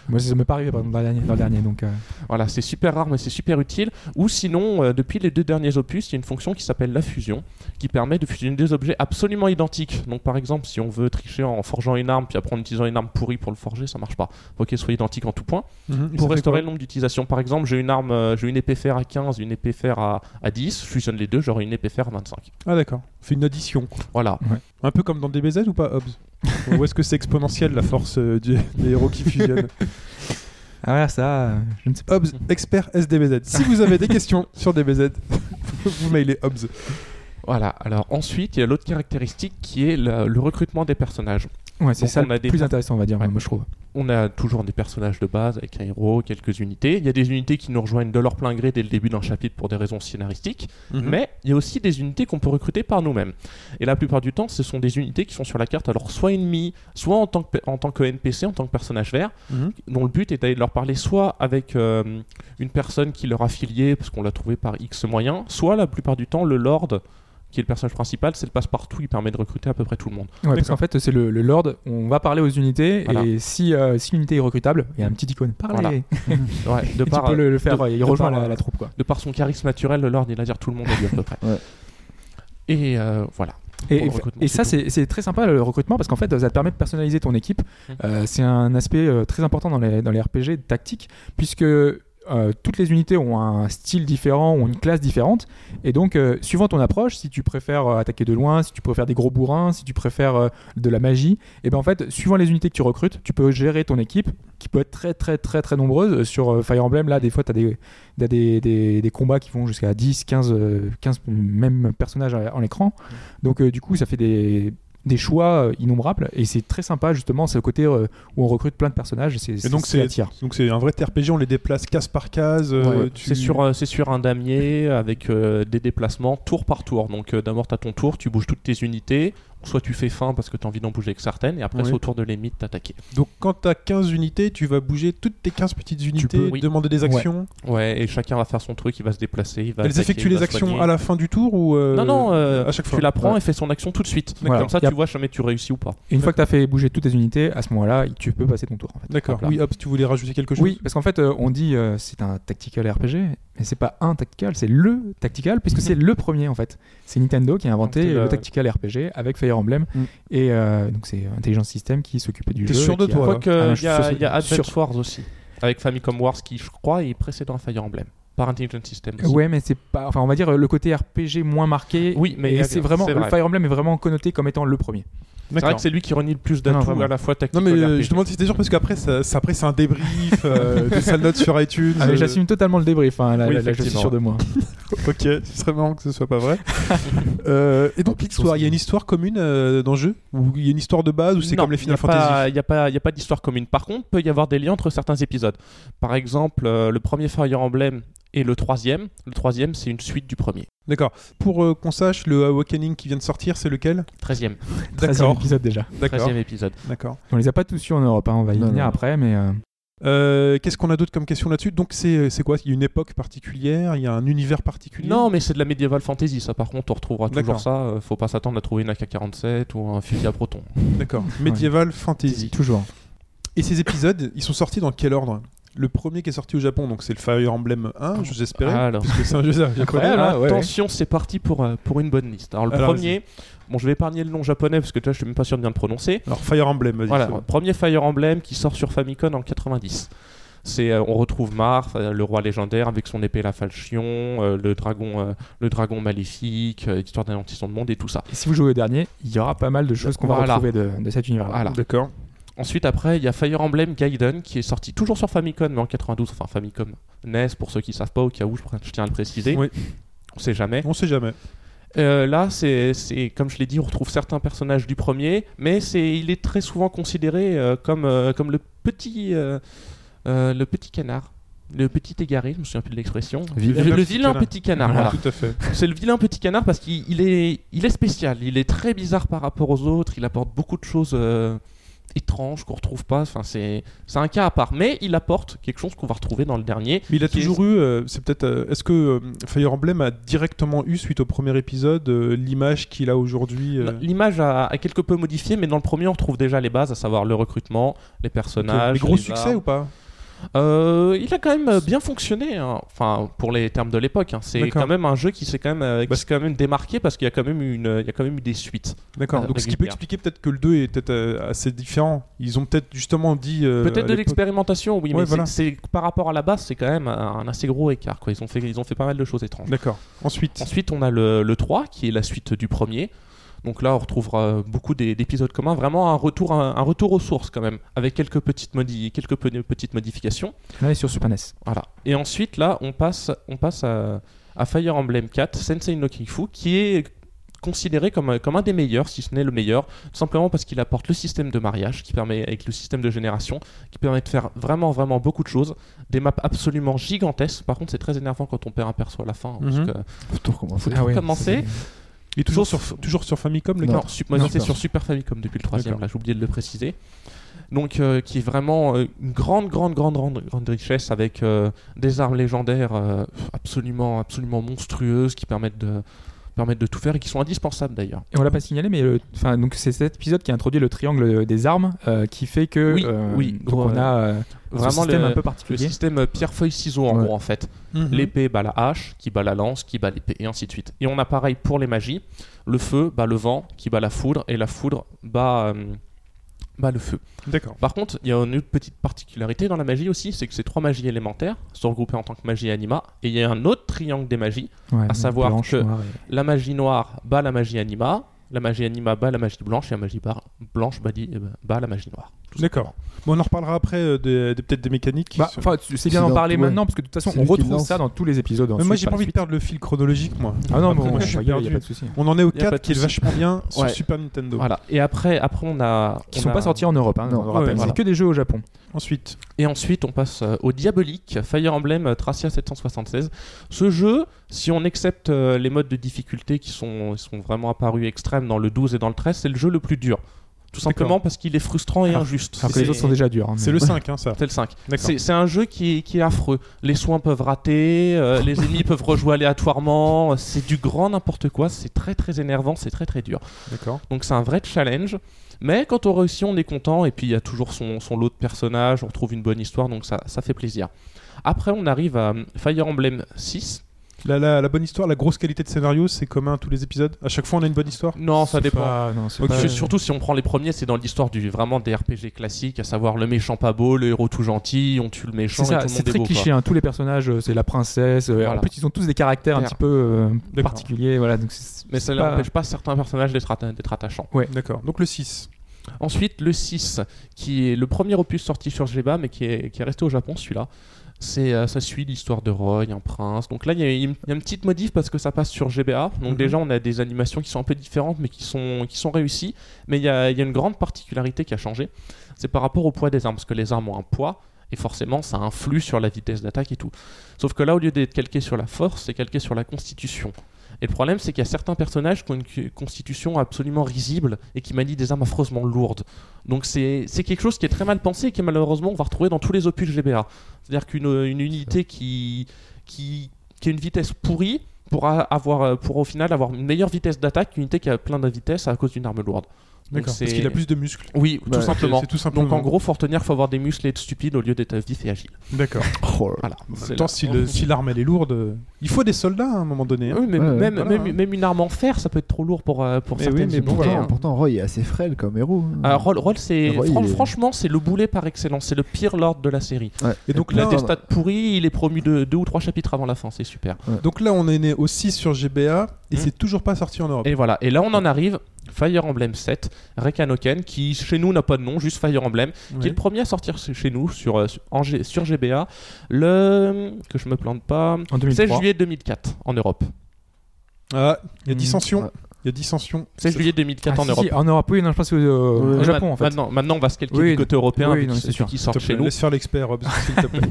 c'est- Moi, ça m'est pas arrivé par exemple, dans le dernier, dans le dernier, donc. euh,
voilà, c'est super rare, mais c'est super utile. Ou sinon, euh, depuis les deux derniers opus, il y a une fonction qui s'appelle la fusion, qui permet de fusionner deux objets absolument identiques. Donc, par exemple, si on veut tricher en forgeant une arme, puis après en utilisant une arme pourrie pour le forger, ça marche pas. Faut qu'elle soit identique en tout point.
Mhm. Et ça fait
Mm-hmm. Pour restaurer
quoi
le nombre d'utilisations, par exemple, j'ai une arme, euh, j'ai une épée fer à 15, une épée fer à, à 10, je fusionne les deux, j'aurai une épée fer à 25.
Ah d'accord. Fait une addition. quoi.
Voilà.
Un peu comme dans DBZ ou pas, Hobbs Ou est-ce que c'est exponentiel la force euh, du- des héros qui fusionnent
Ah ouais, ça, euh, je ne sais pas.
Hobbs, expert SDBZ. Si vous avez des questions sur DBZ, vous mailez Hobbs.
Voilà. Alors, ensuite, il y a l'autre caractéristique qui est le- le recrutement des personnages.
Ouais, c'est
Donc,
ça
on
le
a des
plus
per-
intéressant, on va dire,
Ouais.
moi je trouve.
On a toujours des personnages de base avec un héros, quelques unités. Il y a des unités qui nous rejoignent de leur plein gré dès le début d'un chapitre pour des raisons scénaristiques,
Mhm.
mais il y a aussi des unités qu'on peut recruter par nous-mêmes. Et la plupart du temps, ce sont des unités qui sont sur la carte, alors soit ennemies, soit en tant que, en tant que NPC, en tant que personnage vert,
Mhm.
dont le but est d'aller leur parler soit avec euh, une personne qui leur a affilié, parce qu'on l'a trouvé par X moyen, soit la plupart du temps, le Lord, qui est le personnage principal, c'est le passe-partout, il permet de recruter à peu près tout le monde.
Ouais, parce qu'en fait, c'est le, le Lord, on va parler aux unités,
Voilà.
et si, euh, si l'unité est recrutable, il y a un petit icône. Parlez
Voilà.
Et
Ouais, de
Tu
par,
peux
euh,
le, le faire,
de-
ouais, il
de
rejoint
par,
la,
euh,
la troupe, quoi.
de par son charisme naturel, le Lord il attire tout le monde à lui à peu près.
Ouais.
Et euh, voilà.
Et,
Pour le recrutement,
et ça,
surtout.
c'est c'est très sympa le recrutement parce qu'en fait, ça te permet de personnaliser ton équipe.
Mhm.
Euh, c'est un aspect euh, très important dans les, dans les RPG tactiques puisque euh, toutes les unités ont un style différent, ont une classe différente. Et donc, euh, suivant ton approche, si tu préfères euh, attaquer de loin, si tu préfères des gros bourrins, si tu préfères euh, de la magie, et bien en fait, suivant les unités que tu recrutes, tu peux gérer ton équipe qui peut être très, très, très, très nombreuse. Sur euh, Fire Emblem, là, des fois, tu as des, t'as des, des- des combats qui vont jusqu'à 10, 15, euh, 15 même personnages à- en écran. Donc euh, du coup, ça fait des, des choix euh, innombrables et c'est très sympa justement ce côté euh, où on recrute plein de personnages. C'est
Et donc
ce qui
c'est
attire.
donc c'est un vrai TRPG, on les déplace case par case. euh,
Ouais,
tu-
C'est sur, euh, c'est sur un damier avec euh, des déplacements tour par tour. Donc euh, d'abord, tu as ton tour, tu bouges toutes tes unités. Soit tu fais fin parce que tu as envie d'en bouger avec certaines, et après,
Oui.
c'est au tour de l'élite t'attaquer.
Donc quand t'as 15 unités, tu vas bouger toutes tes 15 petites unités,
peux, oui.
demander des
Ouais.
actions.
Ouais, et chacun va faire son truc, il va se déplacer, il va.
Elles
attaquer,
effectuent
il va
les actions
soigner.
à la fin du tour ou euh,
Non, non, euh,
à chaque fois.
tu la prends
Ouais.
et fais son action tout de suite.
Voilà.
Comme ça,
Y a-
tu vois jamais tu réussis ou pas.
Et une fois que tu as fait bouger toutes tes unités, à ce moment-là, tu peux passer ton tour. en fait.
D'accord.
Hop là.
Oui, hop, tu voulais rajouter quelque chose.
Oui, parce qu'en fait, euh, on dit euh, c'est un tactical RPG, mais c'est pas un tactical, c'est le tactical, puisque c'est le premier en fait. C'est Nintendo qui a inventé
Donc, c'est
le...
le-
tactical RPG avec Fire Emblem,
Mm.
et euh, donc c'est Intelligence System qui s'occupait du
T'es
jeu.
sûr
et
de
qui
toi, hein.
a-
là
Quoique,
Ah,
il y a,
je-
il y a
sur-
Advance Wars aussi, avec Famicom Wars qui, je crois, est précédent à Fire Emblem, par Intelligent System.
Ah
aussi.
Ouais, mais c'est pas. Enfin, on va dire euh, le côté RPG moins marqué.
Oui, mais
Et
il y a-
c'est vraiment.
c'est vrai.
Le Fire Emblem est vraiment connoté comme étant le premier.
C'est vrai
D'accord.
que c'est lui qui renie le plus
Non,
d'atouts
vraiment.
à la fois tactique
Non mais
et
euh,
RPG.
je demande si t'es sûr parce qu'après ça, ça- après c'est un débrief, euh, des sales notes sur iTunes.
Ah, mais
euh,
J'assume totalement le débrief. Hein, là,
Oui,
là, là, je suis
effectivement.
sûr de moi.
Ok, ce serait marrant que ce soit pas vrai. Euh, et donc l'histoire, il y a une histoire commune euh, dans le jeu Ou il y a une histoire de base ou c'est
Non,
comme les
y a
Final Fantasy
pas- Il n'y a pas, il y a pas d'histoire commune. Par contre, peut y avoir des liens entre certains épisodes. Par exemple, euh, le premier Fire Emblem et le troisième. Le troisième, c'est une suite du premier.
D'accord. Pour euh, qu'on sache, le Awakening qui vient de sortir, c'est lequel
Treizième.
13
D'accord.
épisode déjà.
D'accord.
Treizième épisode.
D'accord.
On les a pas tous su en Europe. hein, on va y
Non,
venir
non.
après, mais. euh,
Euh, Qu'est-ce qu'on a d'autre comme question là-dessus Donc c'est c'est quoi Il y a une époque particulière, il y a un univers particulier.
Non, mais c'est de la medieval fantasy, ça. Par contre, on retrouvera
D'accord.
toujours ça. Euh, faut pas s'attendre à trouver une AK-47 ou un fusil à proton.
D'accord. Medieval fantasy.
Toujours.
Et ces épisodes, ils sont sortis dans quel ordre Le premier qui est sorti au Japon, donc c'est le Fire Emblem 1, je vous espérais,
Alors.
parce que c'est un jeu japonais.
Incroyable, hein, ouais, ouais.
Attention, c'est parti pour, euh, pour une bonne liste. Alors, le
Alors,
premier, bon, je vais épargner le nom japonais parce que là, je suis même pas sûr de bien le prononcer.
Alors Fire Emblem, vas-y.
Voilà,
c'est bon.
premier Fire Emblem qui sort sur Famicom en 90. C'est, euh, on retrouve Marth, euh, le roi légendaire, avec son épée la falchion, euh, le dragon, euh, le dragon maléfique, euh, histoire d'un anti-son de monde et tout ça.
Et si vous jouez au dernier, il y aura pas mal de choses qu'on va
Voilà.
retrouver de, de cet univers.
Voilà.
D'accord.
Ensuite, après, il y a Fire Emblem Gaiden qui est sorti toujours sur Famicom, mais en 92, enfin Famicom NES pour ceux qui savent pas, au cas où je, pr- je tiens à le préciser.
Oui.
On sait jamais.
On sait jamais.
Euh, là, c'est, c'est- comme je l'ai dit, on retrouve certains personnages du premier, mais c'est, il est très souvent considéré euh, comme, euh, comme le petit, euh, euh, le petit canard, le petit égaré. Je me souviens plus de l'expression.
Vive
le,
le
le
petit
vilain
canard.
petit canard.
Voilà,
voilà.
Tout à fait.
C'est le vilain petit canard parce qu'il il est, il est spécial. Il est très bizarre par rapport aux autres. Il apporte beaucoup de choses euh, étranges qu'on retrouve pas. Enfin, c'est, c'est un cas à part, mais il apporte quelque chose qu'on va retrouver dans le dernier.
Mais il a
Qui est-
toujours eu, euh, c'est peut-être, euh, est-ce que euh, Fire Emblem a directement eu suite au premier épisode euh, l'image qu'il a aujourd'hui euh,
L'image a, a quelque peu modifié, mais dans le premier, on retrouve déjà les bases, à savoir le recrutement, les personnages.
Les gros
les
succès
armes.
ou pas
Euh, Il a quand même euh, bien fonctionné, hein. enfin pour les termes de l'époque. hein. C'est
D'accord.
quand même un jeu qui s'est quand même, euh, qui
Bah,
s'est quand même démarqué parce qu'il y a quand même eu une, euh, il y a quand même eu des suites.
D'accord.
Euh,
Donc ce qui
régulière.
peut expliquer peut-être que le 2 est peut-être euh, assez différent. Ils ont peut-être justement dit. euh, à
Peut-être de
l'époque-
l'expérimentation, oui,
Ouais,
mais
voilà.
c'est, c'est- par rapport à la base, c'est quand même un, un assez gros écart. Quoi. Ils ont fait, ils ont fait pas mal de choses étranges.
D'accord. Ensuite.
Ensuite, on a le, le 3 qui est la suite du premier. Donc là, on retrouvera beaucoup des- d'épisodes communs. Vraiment un retour, un, un retour aux sources quand même, avec quelques petites modi- quelques pe- petites modifications.
Là, il est sur Super E NES.
Voilà. Et ensuite, là, on passe, on passe à, à Fire Emblem 4, Sensei no Kifu, qui est considéré comme, un- comme un des meilleurs, si ce n'est le meilleur, simplement parce qu'il apporte le système de mariage, qui permet, avec le système de génération, qui permet de faire vraiment, vraiment beaucoup de choses. Des maps absolument gigantesques. Par contre, c'est très énervant quand on perd un perso à la fin. hein, parce
Mhm.
que-
Faut tout recommencer.
Ah
tout recommencer.
Et toujours sur,
Sauf-
toujours sur Famicom, le
Non.
gars
Non, sup- moi,
Non,
j'étais
super.
sur Super Famicom depuis le troisième,
D'accord.
là, j'ai oublié de le préciser. Donc, euh, qui est vraiment euh, une grande, grande, grande, grande, grande richesse avec euh, des armes légendaires euh, absolument, absolument monstrueuses qui permettent de permettent de tout faire et qui sont indispensables d'ailleurs.
Et on l'a pas signalé, mais le- enfin, donc c'est cet épisode qui introduit le triangle des armes euh, qui fait que
Oui,
euh,
oui.
donc
Gros,
on a euh,
Vraiment
ce système
le-
un peu
Le
particulier.
système euh, pierre-feuille-ciseau en
Ouais.
gros en fait.
Mhm.
L'épée bat la hache, qui bat la lance, qui bat l'épée, et ainsi de suite. Et on a pareil pour les magies. Le feu bat le vent, qui bat la foudre, et la foudre bat, euh, bat le feu.
D'accord.
Par contre, il y a une autre petite particularité dans la magie aussi, c'est que ces trois magies élémentaires sont regroupées en tant que magie anima, et il y a un autre triangle des magies.
Ouais,
à savoir
blanche,
que-
noire et-
La magie noire bat la magie anima, la magie anima bat la magie blanche, et la magie bar- blanche bat, dit- bat la magie noire.
D'accord. Bon, on en reparlera après euh, des- des- peut-être des mécaniques.
Bah,
sur-
enfin, c'est bien
C'est
d'en
dans-
parler
ouais.
maintenant parce que de toute façon,
C'est
on
lui qui
retrouve
lance.
ça dans tous les épisodes.
Mais
ensuite,
moi, j'ai
par
pas
la
envie de
suite.
perdre le fil chronologique, moi.
Ah non,
Après,
bon,
moi,
on
je suis
va y aller, y a
perdu.
pas de souci.
On en est au
Y a pas
4
de
qui est
souci.
vachement bien sur
Ouais.
Super Nintendo.
Voilà. Et après, après on a.
Qui
on
sont
a-
pas sortis en Europe, hein,
Non,
on le rappelle.
ouais,
voilà.
C'est que des jeux au Japon.
Ensuite,
Et ensuite, on passe euh, au diabolique Fire Emblem euh, Tracia 776. Ce jeu, si on accepte euh, les modes de difficulté qui sont, sont vraiment apparus extrêmes dans le 12 et dans le 13, c'est le jeu le plus dur. Tout simplement parce qu'il est frustrant et
Alors-
injuste.
Alors que les
C'est-
autres sont déjà durs. hein,
c'est le
mais-
5, hein, ça.
c'est le 5.
D'accord.
C'est c'est un jeu qui est, qui est affreux. Les soins peuvent rater, euh, les ennemis peuvent rejouer aléatoirement. euh, C'est du grand n'importe quoi. C'est très très énervant, c'est très très dur.
D'accord.
Donc c'est un vrai challenge. Mais quand on réussit, on est content. Et puis il y a toujours son, son lot de personnages. On trouve une bonne histoire. Donc ça, ça fait plaisir. Après, on arrive à euh, Fire Emblem 6.
La, la- la bonne histoire, la grosse qualité de scénario, c'est commun à tous les épisodes. À chaque fois, on a une bonne histoire.
Non, ça
C'est
dépend.
pas- non, c'est
Ok.
pas-
Parce que surtout si on prend les premiers, c'est dans l'histoire du vraiment des RPG classiques, à savoir le méchant pas beau, le héros tout gentil, on tue le méchant
C'est
et tout
ça,
le monde
c'est
est
très
beau, quoi.
cliché. hein. Tous les personnages, euh, c'est la princesse. euh, En
Voilà.
plus, ils ont tous des caractères un
Clair.
petit peu euh,
D'accord.
particuliers. Voilà, donc c'est-
Mais ça
c'est pas-
n'empêche pas certains personnages d'être atta- d'être attachants.
D'accord. Donc le 6.
Ensuite, le 6, qui est le premier opus sorti sur GBA, mais qui est, qui est resté au Japon, celui-là. C'est, euh, ça suit l'histoire de Roy, un prince. Donc là, il y, a une- il y a une petite modif parce que ça passe sur GBA. Donc
Mhm.
déjà, on a des animations qui sont un peu différentes, mais qui sont, qui sont réussies. Mais il y, a, il y a une grande particularité qui a changé. C'est par rapport au poids des armes, parce que les armes ont un poids, et forcément, ça influe sur la vitesse d'attaque et tout. Sauf que là, au lieu d'être calqué sur la force, c'est calqué sur la constitution. Et le problème, c'est qu'il y a certains personnages qui ont une cu- constitution absolument risible et qui manient des armes affreusement lourdes. Donc c'est c'est quelque chose qui est très mal pensé et qui malheureusement on va retrouver dans tous les opus GBA. C'est-à-dire qu'une euh, une unité qui, qui, qui a une vitesse pourrie pourra avoir, euh, pourra au final avoir une meilleure vitesse d'attaque qu'une unité qui a plein de vitesse à cause d'une arme lourde. Donc
D'accord.
c'est- Bah,
Parce qu'il a plus de muscles.
Oui,
Ouais.
tout simplement.
C'est tout simplement.
Donc en gros, faut retenir, faut avoir des muscles et être stupide au lieu d'être vif et agile.
D'accord.
Voilà.
En même
C'est
temps,
là.
si le- si l'arme elle est lourde, euh, il faut des soldats à un moment donné. hein.
Ah Oui, mais
Ouais, ouais.
même,
Voilà,
même,
hein.
même une arme en fer, ça peut être trop lourd pour, euh, pour
Mais oui,
certaines
mais bon,
unités,
Pourtant,
Ouais,
hein.
pourtant, Roy est assez frêle comme héros. hein.
Euh, Roll, Roll, c'est
Roll,
fran-
il est-
franchement c'est le boulet par excellence, c'est le pire lord de la série.
Ouais.
Et donc
Il a
là,
Non,
des
non.
stats pourris, il est promu de deux ou trois chapitres avant la fin, c'est super.
donc là, on est né au 6 sur GBA et
Mhm.
c'est toujours pas sorti en Europe.
Et voilà, et là on en arrive Fire Emblem 7, Rekanoken, qui chez nous n'a pas de nom, juste Fire Emblem, qui est
Ouais.
le premier à sortir chez chez nous sur, euh, sur- en G- sur GBA le que je me plante pas
En
16
2003.
juillet 2004 en Europe.
Ah, il y a
Mm,
Mmh.
dissension.
ouais.
Il y a dissension.
16 juillet 2004
Ah,
en
si,
Europe.
si, en Europe, oui, non, je pense que, euh,
Et
au
ma-
Japon en fait.
Maintenant, maintenant, on va se calquer
Oui,
du côté européen,
oui,
vu
non,
que
c'est
c'est ceux
sûr.
S'il
qui
te
sortent
plaît,
chez nous.
Laisse faire l'expert, Rob, s'il te plaît.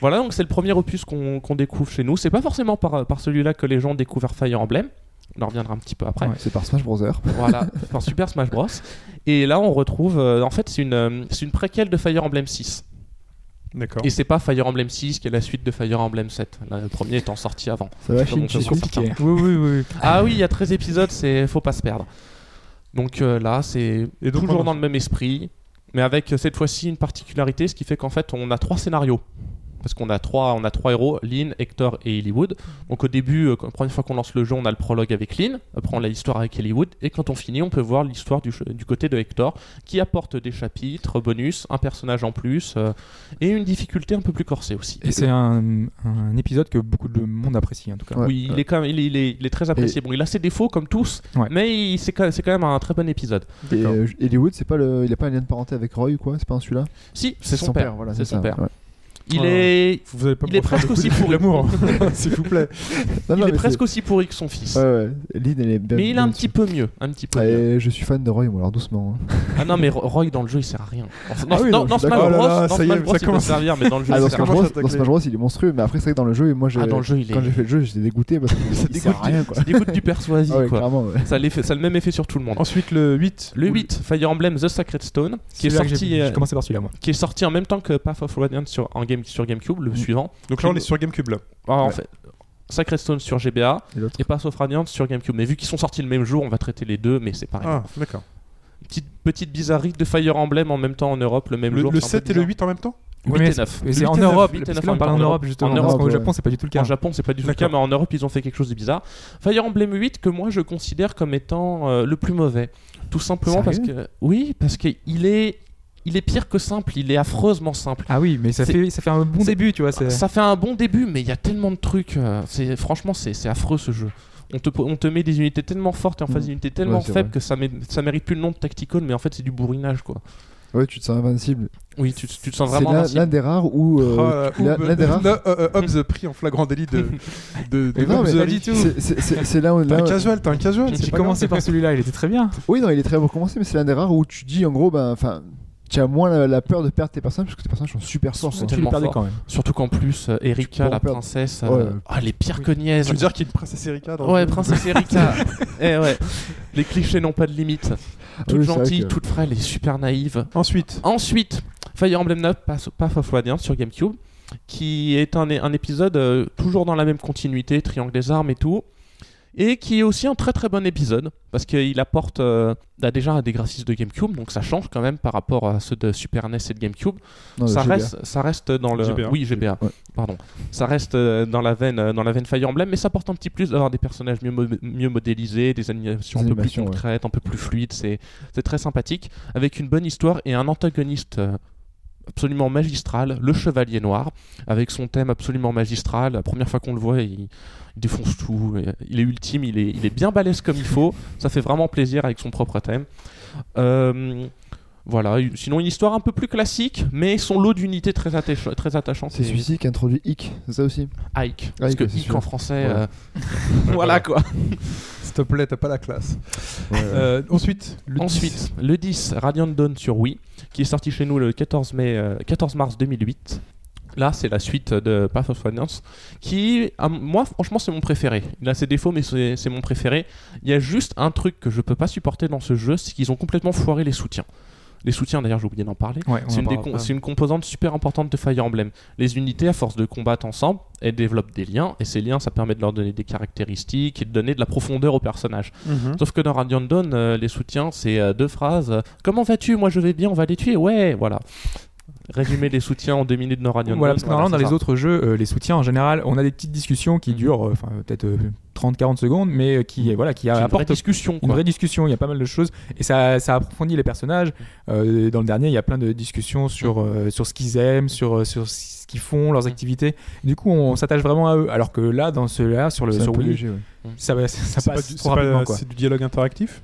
Voilà, donc c'est le premier opus qu'on qu'on découvre chez nous. C'est pas forcément par, par celui-là que les gens ont découvert Fire Emblem. On en reviendra un petit peu après.
Ouais.
C'est par Smash Bros.
Voilà, par Super Smash Bros. Et là, on retrouve. euh, en fait, c'est une, euh, c'est une préquelle de Fire Emblem 6.
D'accord.
Et c'est pas Fire Emblem 6 qui est la suite de Fire Emblem 7. Là, le premier étant sorti avant.
Ça va,
Comme on
Shinji.
fait sur certains.
Oui, oui, oui.
Ah oui, il y a 13 épisodes, c'est faut pas se perdre. Donc euh, là, c'est
Et donc,
toujours
on-
dans le même esprit, mais avec euh, cette fois-ci une particularité, ce qui fait qu'en fait on a trois scénarios. Parce qu'on a trois, on a trois héros, Lynn, Hector et Hollywood. Donc au début, euh, quand- la première fois qu'on lance le jeu, on a le prologue avec Lynn, après on a l'histoire avec Hollywood, et quand on finit, on peut voir l'histoire du, ch- du côté de Hector, qui apporte des chapitres, bonus, un personnage en plus, euh, et une difficulté un peu plus corsée aussi.
Et c'est un, un épisode que beaucoup de monde apprécie en tout cas.
Ouais.
Oui, il est, quand même, il, est, il est- il est très apprécié. Bon, il a ses défauts comme tous,
Ouais.
mais il- c'est quand, c'est quand même un très bon épisode.
Et
D'accord.
euh, Hollywood, c'est pas le... il a pas un lien de parenté avec Roy ou quoi C'est pas un celui-là
Si, c'est son, père.
voilà,
c'est son
ça,
père.
ouais.
Il
Oh.
est,
Vous avez pas
il est presque aussi pourri.
l'amour, s'il vous plaît.
Non, non,
il est
mais
presque aussi pourri que son fils.
c'est- Ouais, ouais. Lynn, elle est bien-
mais il est
bien
un
dessus.
petit peu mieux, un petit peu.
Ah,
mieux.
et je suis fan de Roy, moi, alors doucement. hein.
Ah non, mais Ro- Roy dans le jeu il sert à rien. Enfin, Dans,
Ah oui,
dans-
non,
dans
je suis
Smash
d'accord.
Bros,
Oh là là,
dans
ça y est,
Smash Bros,
ça
il peut
commence.
servir, mais dans le jeu
Ah, dans
il sert à
Smash,
rien.
Bros,
à
dans
tacler.
Smash Bros, il est monstrueux, mais après, c'est vrai que dans le jeu, moi, j'ai-
Ah, dans le jeu il
quand j'ai
est.
fait le jeu, j'étais dégoûté parce que ça
dégoûte.
dégoûte rien, quoi.
Ça dégoûte du perso à vie,
Ah ouais,
quoi.
clairement, ouais.
Ça, a l'effet- ça a le même effet sur tout le monde.
Ensuite, le 8.
Le 8, Fire Emblem The Sacred Stone, qui est,
Celui-là que j'ai-
sorti, euh,
J'ai commencé par celui-là moi.
qui est sorti en même temps que Path of Radiant sur, en game, sur GameCube, le suivant.
Donc là, on est sur Gamecube. Là.
Alors, en
Ouais.
fait, Sacrestone sur GBA
Et l'autre
et Pass of Radiant sur GameCube. Mais vu qu'ils sont sortis le même jour, on va traiter les deux, mais c'est pareil.
Ah, d'accord.
Petite, petite bizarrerie de Fire Emblem en même temps en Europe le même
Le,
jour.
le
c'est un peu
7 et le
bizarre.
8 en même temps
Huit
mais
et
c'est-
neuf.
mais c'est
Huit
en
et neuf,
Europe,
huit et
parce que
neuf,
là, on
en
parle en
Europe.
Europe justement,
En Europe, euh,
parce qu'au
ouais.
Japon c'est pas du tout le cas.
En Japon, c'est pas du tout le cas,
D'accord.
mais en Europe, ils ont fait quelque chose de bizarre. Fire Emblem 8 que moi je considère comme étant euh, le plus mauvais. Tout simplement parce que oui, parce qu'il est il est pire que simple, il est affreusement simple.
Ah oui, mais ça
C'est-
fait, ça fait un bon
c'est-
début, tu vois. c'est-
Ça fait un bon début, mais il y a tellement de trucs. euh, c'est franchement, c'est c'est affreux ce jeu. On te, on te met des unités tellement fortes et en
Mhm.
face des unités tellement
Ouais, c'est
faibles
vrai.
que ça, mé- ça mérite plus le nom de tactical, mais en fait c'est du bourrinage quoi.
Ouais, tu te sens invincible.
Oui, tu, tu te sens
C'est
vraiment.
l'un
invincible.
l'un des rares où. euh,
Oh là,
l'un- l'un des rares.
Hobbes- euh, euh, Hobbes pris en flagrant délit de. de, de
Mais non, mais
Hobbes-
pas du tout.
c'est- c'est- C'est c'est là où.
T'as
là
un
où-
casual, t'as un casual. c'est
J'ai
pas
commencé par celui-là, il était très bien.
Oui, non, il est très bon pour commencer, mais c'est l'un des rares où tu dis en gros, ben, enfin, tu as moins la, la peur de perdre tes personnages parce que tes personnages sont super forts.
C'est
quoi.
Tu le
tellement
perdais
fort.
quand même.
Surtout qu'en plus, euh, Erika,
peux en
la
perdre.
princesse,
Ouais.
euh, ah, elle est pire que
grave.
niaise.
Tu veux dire qu'il y a une princesse Erika dans
Ouais,
le-
Princesse Erika. eh ouais. Les clichés n'ont pas de limite.
Ah
Toute
oui, c'est vrai
gentille,
que-
toute frêle et super naïve.
Ensuite,
Ensuite, Fire Emblem 9 passe au Path of Radiance sur GameCube, qui est un, un épisode euh, toujours dans la même continuité, Triangle des Armes et tout. Et qui est aussi un très très bon épisode, parce qu'il apporte euh, bah, déjà des graphismes de GameCube, donc ça change quand même par rapport à ceux de Super NES et de GameCube
non,
ça
j'ai bien.
reste, ça reste dans le
GBA.
oui GBA
Ouais.
pardon ça reste euh, dans la veine euh, dans la veine Fire Emblem mais ça porte un petit plus d'avoir des personnages mieux, mo- mieux modélisés des animations
Des
un peu plus
animations, ouais.
concrètes un peu plus fluides c'est c'est très sympathique avec une bonne histoire et un antagoniste euh, absolument magistral le chevalier noir avec son thème absolument magistral la première fois qu'on le voit il, il défonce tout et, euh, il est ultime il est, il est bien balèze comme il faut ça fait vraiment plaisir avec son propre thème Euh, voilà, une- sinon une histoire un peu plus classique, mais son lot d'unités très, attache- très attachantes.
C'est
Et-
celui-ci qui introduit Ick, c'est ça aussi
Ike. Parce
Ike,
que
c'est
Ike
sûr.
en français.
Voilà.
euh, voilà quoi.
s'il te plaît, t'as pas la classe. Euh, ensuite, le dix.
Ensuite, le 10, Radiant Dawn sur Wii, qui est sorti chez nous le 14, mai, euh, 14 mars 2008. Là, c'est la suite de Path of Finance, qui, à m- moi, franchement, c'est mon préféré. Il a ses défauts, mais c'est c'est mon préféré. Il y a juste un truc que je peux pas supporter dans ce jeu, c'est qu'ils ont complètement foiré les soutiens. Les soutiens, d'ailleurs, j'ai oublié d'en parler.
Ouais, on
C'est
en
une, des
parlera
com-
après.
c'est une composante super importante de Fire Emblem. Les unités, à force de combattre ensemble, elles développent des liens, et ces liens, ça permet de leur donner des caractéristiques et de donner de la profondeur au personnage.
Mhm.
Sauf que dans Radiant Dawn, euh, les soutiens, c'est euh, deux phrases. euh, Comment vas-tu Moi je vais bien, on va les tuer. Ouais, voilà. Résumer les soutiens en deux minutes dans Radiant
Voilà,
Dawn.
parce que normalement, dans
c'est
les
ça.
autres jeux, euh, les soutiens en général, on a des petites discussions qui durent euh, enfin, euh, peut-être euh, 30-40 secondes, mais euh, qui, euh, voilà, qui
C'est une vraie
apportent
discussion.
une
quoi.
vraie discussion. Il y a pas mal de choses et ça, ça approfondit les personnages. Euh, dans le dernier, il y a plein de discussions sur, euh, sur ce qu'ils aiment, sur, euh, sur ce qu'ils font, leurs activités. Du coup, on s'attache vraiment à eux. Alors que là, dans celui-là, sur le
C'est un
sur
peu
Wii,
léger, ouais.
ça, va- ça
C'est pas
passe
du- c'est
trop
pas-
rapidement. quoi.
c'est du dialogue interactif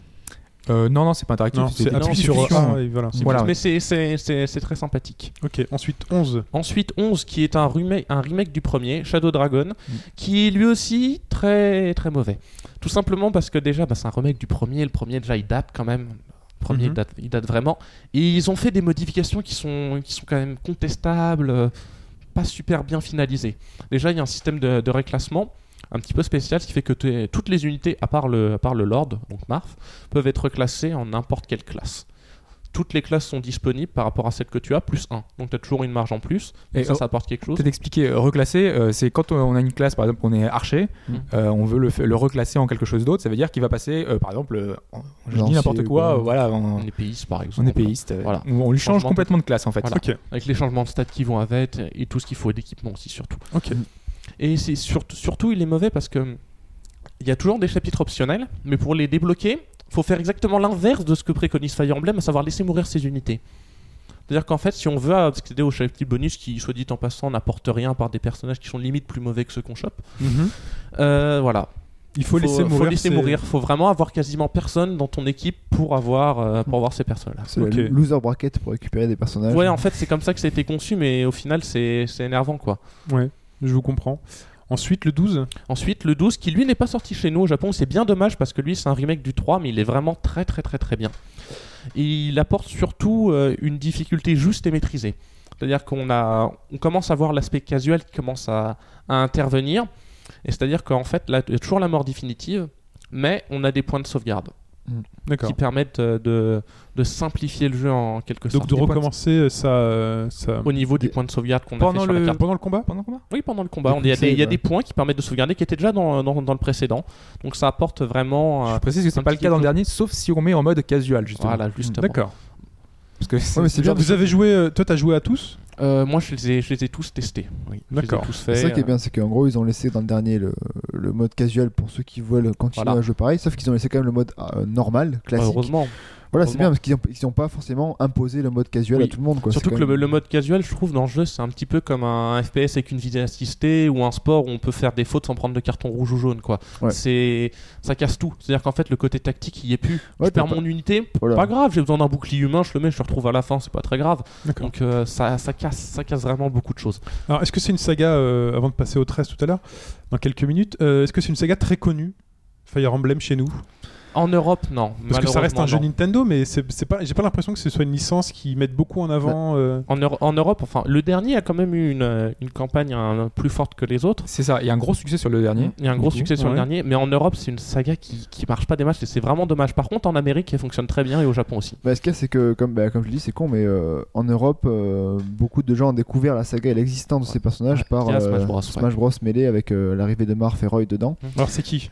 Euh, non, non, c'est pas interactif.
Non,
des
c'est appuyé
discussions.
sur A et voilà.
C'est voilà.
Mais c'est- c'est c'est- c'est très sympathique.
Ok, ensuite 11.
Ensuite, 11, qui est un remake, un remake du premier, Shadow Dragon, qui est lui aussi très très mauvais. Tout simplement parce que déjà, bah, c'est un remake du premier. Le premier, déjà, il date quand même. Le premier,
Mhm.
il, date, il date vraiment. Et ils ont fait des modifications qui sont, qui sont quand même contestables, euh, pas super bien finalisées. Déjà, il y a un système de, de réclassement un petit peu spécial, ce qui fait que t'es- toutes les unités, à part, le, à part le Lord, donc Marth, peuvent être classées en n'importe quelle classe. Toutes les classes sont disponibles par rapport à celle que tu as, plus 1. Donc tu as toujours une marge en plus. Et
Et
ça,
oh,
ça apporte quelque chose.
Peut-être expliquer, euh, reclasser, euh, c'est quand on a une classe, par exemple, qu'on est archer,
Mm.
euh, on veut le, fa- le reclasser en quelque chose d'autre, ça veut dire qu'il va passer, euh, par exemple, euh, en- je dis
Lancier
n'importe
ou
quoi, euh,
quoi.
voilà, en,
En épéiste, par
en
exemple.
épéiste, euh,
Mmh. Voilà.
on, on lui change
Changement
complètement de classe en fait.
Voilà.
Ok.
Avec les changements de stats qui vont avec et tout ce qu'il faut, et l'équipement aussi surtout.
Ok.
Et c'est sur- surtout, il est mauvais parce que il y a toujours des chapitres optionnels, mais pour les débloquer, faut faire exactement l'inverse de ce que préconise Fire Emblem, à savoir laisser mourir ses unités. C'est-à-dire qu'en fait, si on veut accéder au chapitre bonus qui, soit dit en passant, n'apporte rien par des personnages qui sont limite plus mauvais que ceux qu'on chope, euh, voilà.
Mhm. Il faut, laisser mourir.
Faut laisser
ses-
mourir. Faut vraiment avoir quasiment personne dans ton équipe pour avoir, euh, pour avoir ces personnes-là.
C'est
Ok.
le loser bracket pour récupérer des personnages.
Ouais, en fait, c'est comme ça que ça a été conçu, mais au final, c'est c'est énervant, quoi.
Ouais, je vous comprends. Ensuite, le 12.
Ensuite, le 12, qui lui n'est pas sorti chez nous au Japon, c'est bien dommage parce que lui, c'est un remake du 3, mais il est vraiment très, très, très, très bien. Et il apporte surtout euh, une difficulté juste et maîtrisée. C'est-à-dire qu'on a, on commence à voir l'aspect casual qui commence à, à intervenir. Et c'est-à-dire qu'en fait, là, il y a toujours la mort définitive, mais on a des points de sauvegarde.
D'accord.
qui permettent euh, de, de simplifier le jeu en quelque
Donc
sorte.
de
Des points de-
recommencer euh, sa, euh, sa-
au niveau du point de sauvegarde qu'on a fait
Pendant
sur la
le-
carte.
pendant le combat.
Pendant le combat
Oui, pendant le combat,
Des
on- il y, a des- il y a
quick-save,
des points qui permettent de sauvegarder qui étaient déjà dans, dans, dans le précédent. Donc ça apporte vraiment. euh,
Je précise que c'est
un
pas le
petit
cas dans le
détour.
dernier, sauf si on met en mode casual, justement.
Voilà, justement.
D'accord.
Parce que c'est-
Ouais, mais c'est bien.
Vous avez joué. euh, toi, t'as joué à tous.
Euh, moi, je les ai, je les ai tous testés. Oui. Je les ai
D'accord.
tous
C'est ça
faits,
qui est bien, c'est qu'en gros, ils ont laissé dans le dernier le, le mode casual pour ceux qui veulent continuer
Voilà.
à jouer pareil, sauf qu'ils ont laissé quand même le mode euh, normal,
euh,
classique.
Heureusement.
voilà, c'est
heureusement.
bien parce qu'ils n'ont pas forcément imposé le mode casual
Oui.
à tout le monde. Quoi.
Surtout
C'est
que
quand
le,
même-
le mode casual, je trouve, dans le jeu, c'est un petit peu comme un FPS avec une visée assistée ou un sport où on peut faire des fautes sans prendre de carton rouge ou jaune, quoi.
Ouais.
C'est, ça casse tout. C'est-à-dire qu'en fait, le côté tactique, il y est plus.
Ouais, bah,
je perds
t'as pas- Oh
mon unité,
Voilà.
pas grave. J'ai besoin d'un bouclier humain, je le mets, je le retrouve à la fin, c'est pas très grave.
D'accord.
Donc euh, ça, ça casse, ça casse vraiment beaucoup de choses.
Alors, est-ce que c'est une saga, euh, avant de passer au 13 tout à l'heure, dans quelques minutes, euh, est-ce que c'est une saga très connue Fire Emblem chez nous
En Europe, non.
Parce que ça reste un jeu
malheureusement, non.
Nintendo, mais c'est c'est pas, j'ai pas l'impression que ce soit une licence qui mette beaucoup en avant.
Bah.
euh,
En, Euro- en Europe, enfin, le dernier a quand même eu une, euh, une campagne hein, plus forte que les autres.
C'est ça, il y a un gros succès sur le dernier.
Il y a un gros
Mmh. Du coup,
succès sur le
ouais.
dernier, mais en Europe, c'est une saga qui, qui marche pas des matchs et c'est vraiment dommage. Par contre, en Amérique, elle fonctionne très bien et au Japon aussi.
Bah, ce qu'il y a, c'est que, comme, bah, comme je dis, c'est con, mais euh, en Europe, euh, beaucoup de gens ont découvert la saga et l'existence de ces personnages
Ouais,
par euh,
via Smash Bros, ouais.
Smash Bros mêlé avec euh, l'arrivée de Marth et Roy dedans.
Alors, c'est qui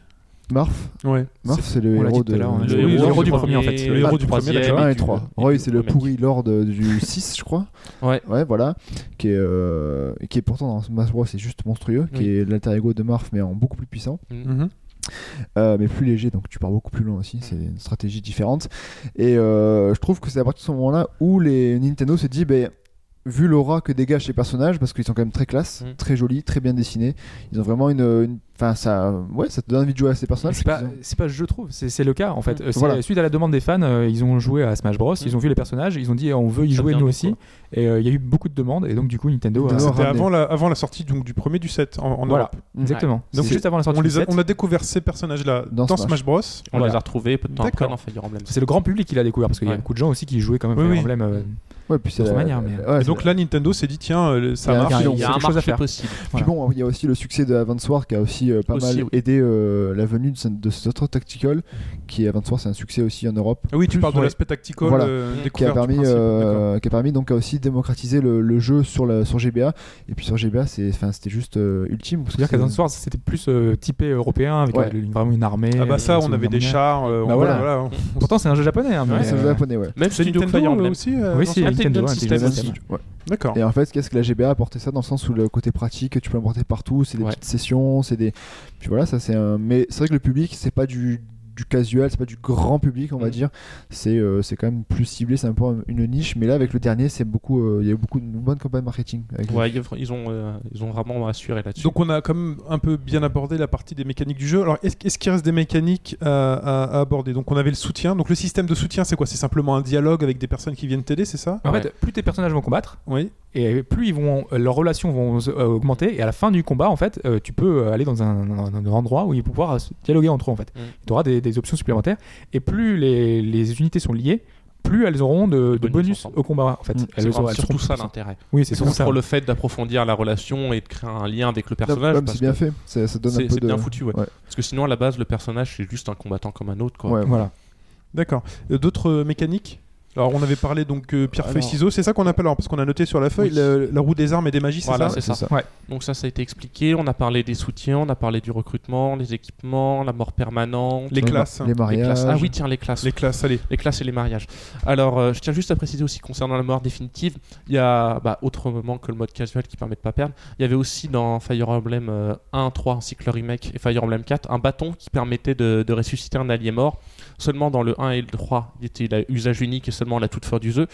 Mm.
Marth,
Ouais.
Marth c'est le
on l'a
héros
dit tout à
de.
l'heure, on
hein.
Le
a dit-
héros
le héros
du
du premier, en
premier,
fait.
le
Le
héros
héros
du
du premier,
troisième.
d'accord.
Un
et
et
du-
3.
et
Roy,
du
c'est le
premier.
pourri lord euh, du 6, je crois.
Ouais.
Ouais, voilà. Qui est, euh, qui est pourtant dans Smash Bros, c'est juste monstrueux. Qui
Oui.
est l'alter ego de Marth, mais en beaucoup plus puissant.
Mhm.
Euh, mais plus léger, donc tu pars beaucoup plus loin aussi. C'est une stratégie différente. Et euh, je trouve que c'est à partir de ce moment-là où les Nintendo se dit, ben. Vu l'aura que dégagent ces personnages, parce qu'ils sont quand même très classe,
Mm.
très jolis, très bien dessinés, ils ont vraiment une. une- Enfin, ça. Ouais, ça te donne envie de jouer à ces personnages.
C'est
parce
pas,
qu'ils ont-
c'est pas je trouve, c'est c'est le cas en fait.
Mm.
Euh, c'est-
Voilà.
Suite à la demande des fans, euh, ils ont joué à Smash Bros,
Mm.
ils ont vu les personnages, ils ont dit on veut y
Ça
jouer
vient
nous
de
aussi.
quoi
Et euh, il y a eu beaucoup de demandes et donc du coup Nintendo.
Nintendo
a-
a
C'était
ramené.
avant la, avant la sortie donc, du premier du 7 en, en
Voilà,
Europe.
exactement.
Donc,
Donc juste avant la sortie
On,
du
les a,
set.
on a découvert ces personnages-là dans,
Dans
Smash.
Smash.
Bros.
On
Voilà.
les a retrouvés peu de temps après
D'accord.
dans Fire Emblem.
C'est le grand public qui l'a découvert parce qu'il y
Ouais.
a beaucoup de gens aussi qui jouaient quand même
Oui,
Fire
oui.
Emblem, euh,
Ouais, puis c'est
D'autres
la-
manières, mais-
ouais,
Et
c'est
donc là, Nintendo s'est dit tiens, euh, ça
Il y a un
marche.
filon.
Il y
c'est
a un
quelque chose à
marché
faire.
possible.
Puis
Voilà.
bon, il y a aussi le succès de Advance War qui a aussi euh, pas
Aussi,
mal
oui.
aidé euh, la venue de, ce- de cet autre tactical qui Advance War c'est un succès aussi en Europe
Ah oui, tu
Plus,
parles de
ouais.
l'aspect tactical
Voilà.
euh,
Qui
qui
a
a
découvert du
permis
principe,
euh,
d'accord.
qui a permis donc à aussi démocratiser le, le jeu sur la, sur GBA et puis sur GBA c'est enfin c'était juste euh, ultime parce que
C'est-à-dire
c'est-
qu'Advance Wars, c'était plus euh, typé européen, avec
Ouais.
euh, une- vraiment une armée.
Ah bah ça,
euh,
on avait des
armée.
chars. euh, on-
voilà.
voilà, on-
Pourtant, c'est un jeu japonais. hein,
Ouais,
mais,
c'est un jeu
euh,
japonais ouais
Même
C'est
Studio
Nintendo
Fire Emblem.
aussi euh,
Oui,
dans
c'est
ce-
Nintendo,
Nintendo
hein,
System
c'est-
aussi.
Ouais.
D'accord.
Et en fait, qu'est-ce que la GBA a apporté ça dans le sens où le côté pratique, tu peux l'emporter partout, c'est des
Ouais.
petites sessions, c'est des. Puis voilà, ça c'est un. Mais c'est vrai que le public, c'est pas du, du casual, c'est pas du grand public, on va
Mhm.
dire. C'est euh, c'est quand même plus ciblé, c'est un peu un- une niche. Mais là, avec le dernier, c'est beaucoup. euh, Il y a eu beaucoup de bonnes campagnes marketing. avec-
Ouais, ils- ils ont, euh, ils ont vraiment assuré là-dessus.
Donc on a quand même un peu bien abordé la partie des mécaniques du jeu. Alors est-ce est-ce qu'il reste des mécaniques à, à- à aborder Donc on avait le soutien. Donc le système de soutien c'est quoi C'est simplement un dialogue avec des personnes qui viennent t'aider, c'est ça
En
Ouais.
fait, plus tes personnages vont combattre,
Oui.
et plus ils vont, leurs relations vont euh, augmenter, et à la fin du combat, en fait, euh, tu peux euh, aller dans un, un- un endroit où ils vont pouvoir euh, se dialoguer entre eux, en fait.
Mm.
Tu auras des, des options supplémentaires, et plus les, les unités sont liées, plus elles auront de, de
Bonus
bonus
ensemble.
au combat, en fait.
Mm.
Elles
c'est
auront-
vraiment
elles
surtout
seront-
ça l'intérêt.
Oui, c'est surtout
Outre
ça.
le fait d'approfondir la relation et de créer un lien avec le personnage.
Ouais, mais
parce
c'est bien
que
fait, ça, ça donne un
c'est-
peu
c'est
de.
bien foutu, ouais.
Ouais.
Parce que sinon, à la base, le personnage, c'est juste un combattant comme un autre. Quoi.
Ouais.
Voilà.
D'accord. Euh, D'autres euh, mécaniques alors on avait parlé donc euh, pierre feuille
Alors-
ciseaux, c'est ça qu'on appelle alors parce qu'on a noté sur la feuille
Oui.
le- la roue des armes et des magies, c'est
Voilà,
ça
c'est ça.
Ouais.
Donc ça, ça a été expliqué. On a parlé des soutiens, on a parlé du recrutement, les équipements, la mort permanente,
Les
Ouais,
classes.
Les
les
mariages.
classes. Ah oui, tiens, les classes.
Les classes, allez.
les classes et les mariages. Alors, euh, je tiens juste à préciser aussi concernant la mort définitive, il y a bah, autrement que le mode casual qui permet de pas perdre. Il y avait aussi dans Fire Emblem euh, 1, 3, ainsi que le remake et Fire Emblem 4, un bâton qui permettait de, de ressusciter un allié mort. Seulement dans le 1 et le 3, il était à usage unique et seulement à la toute fin du jeu.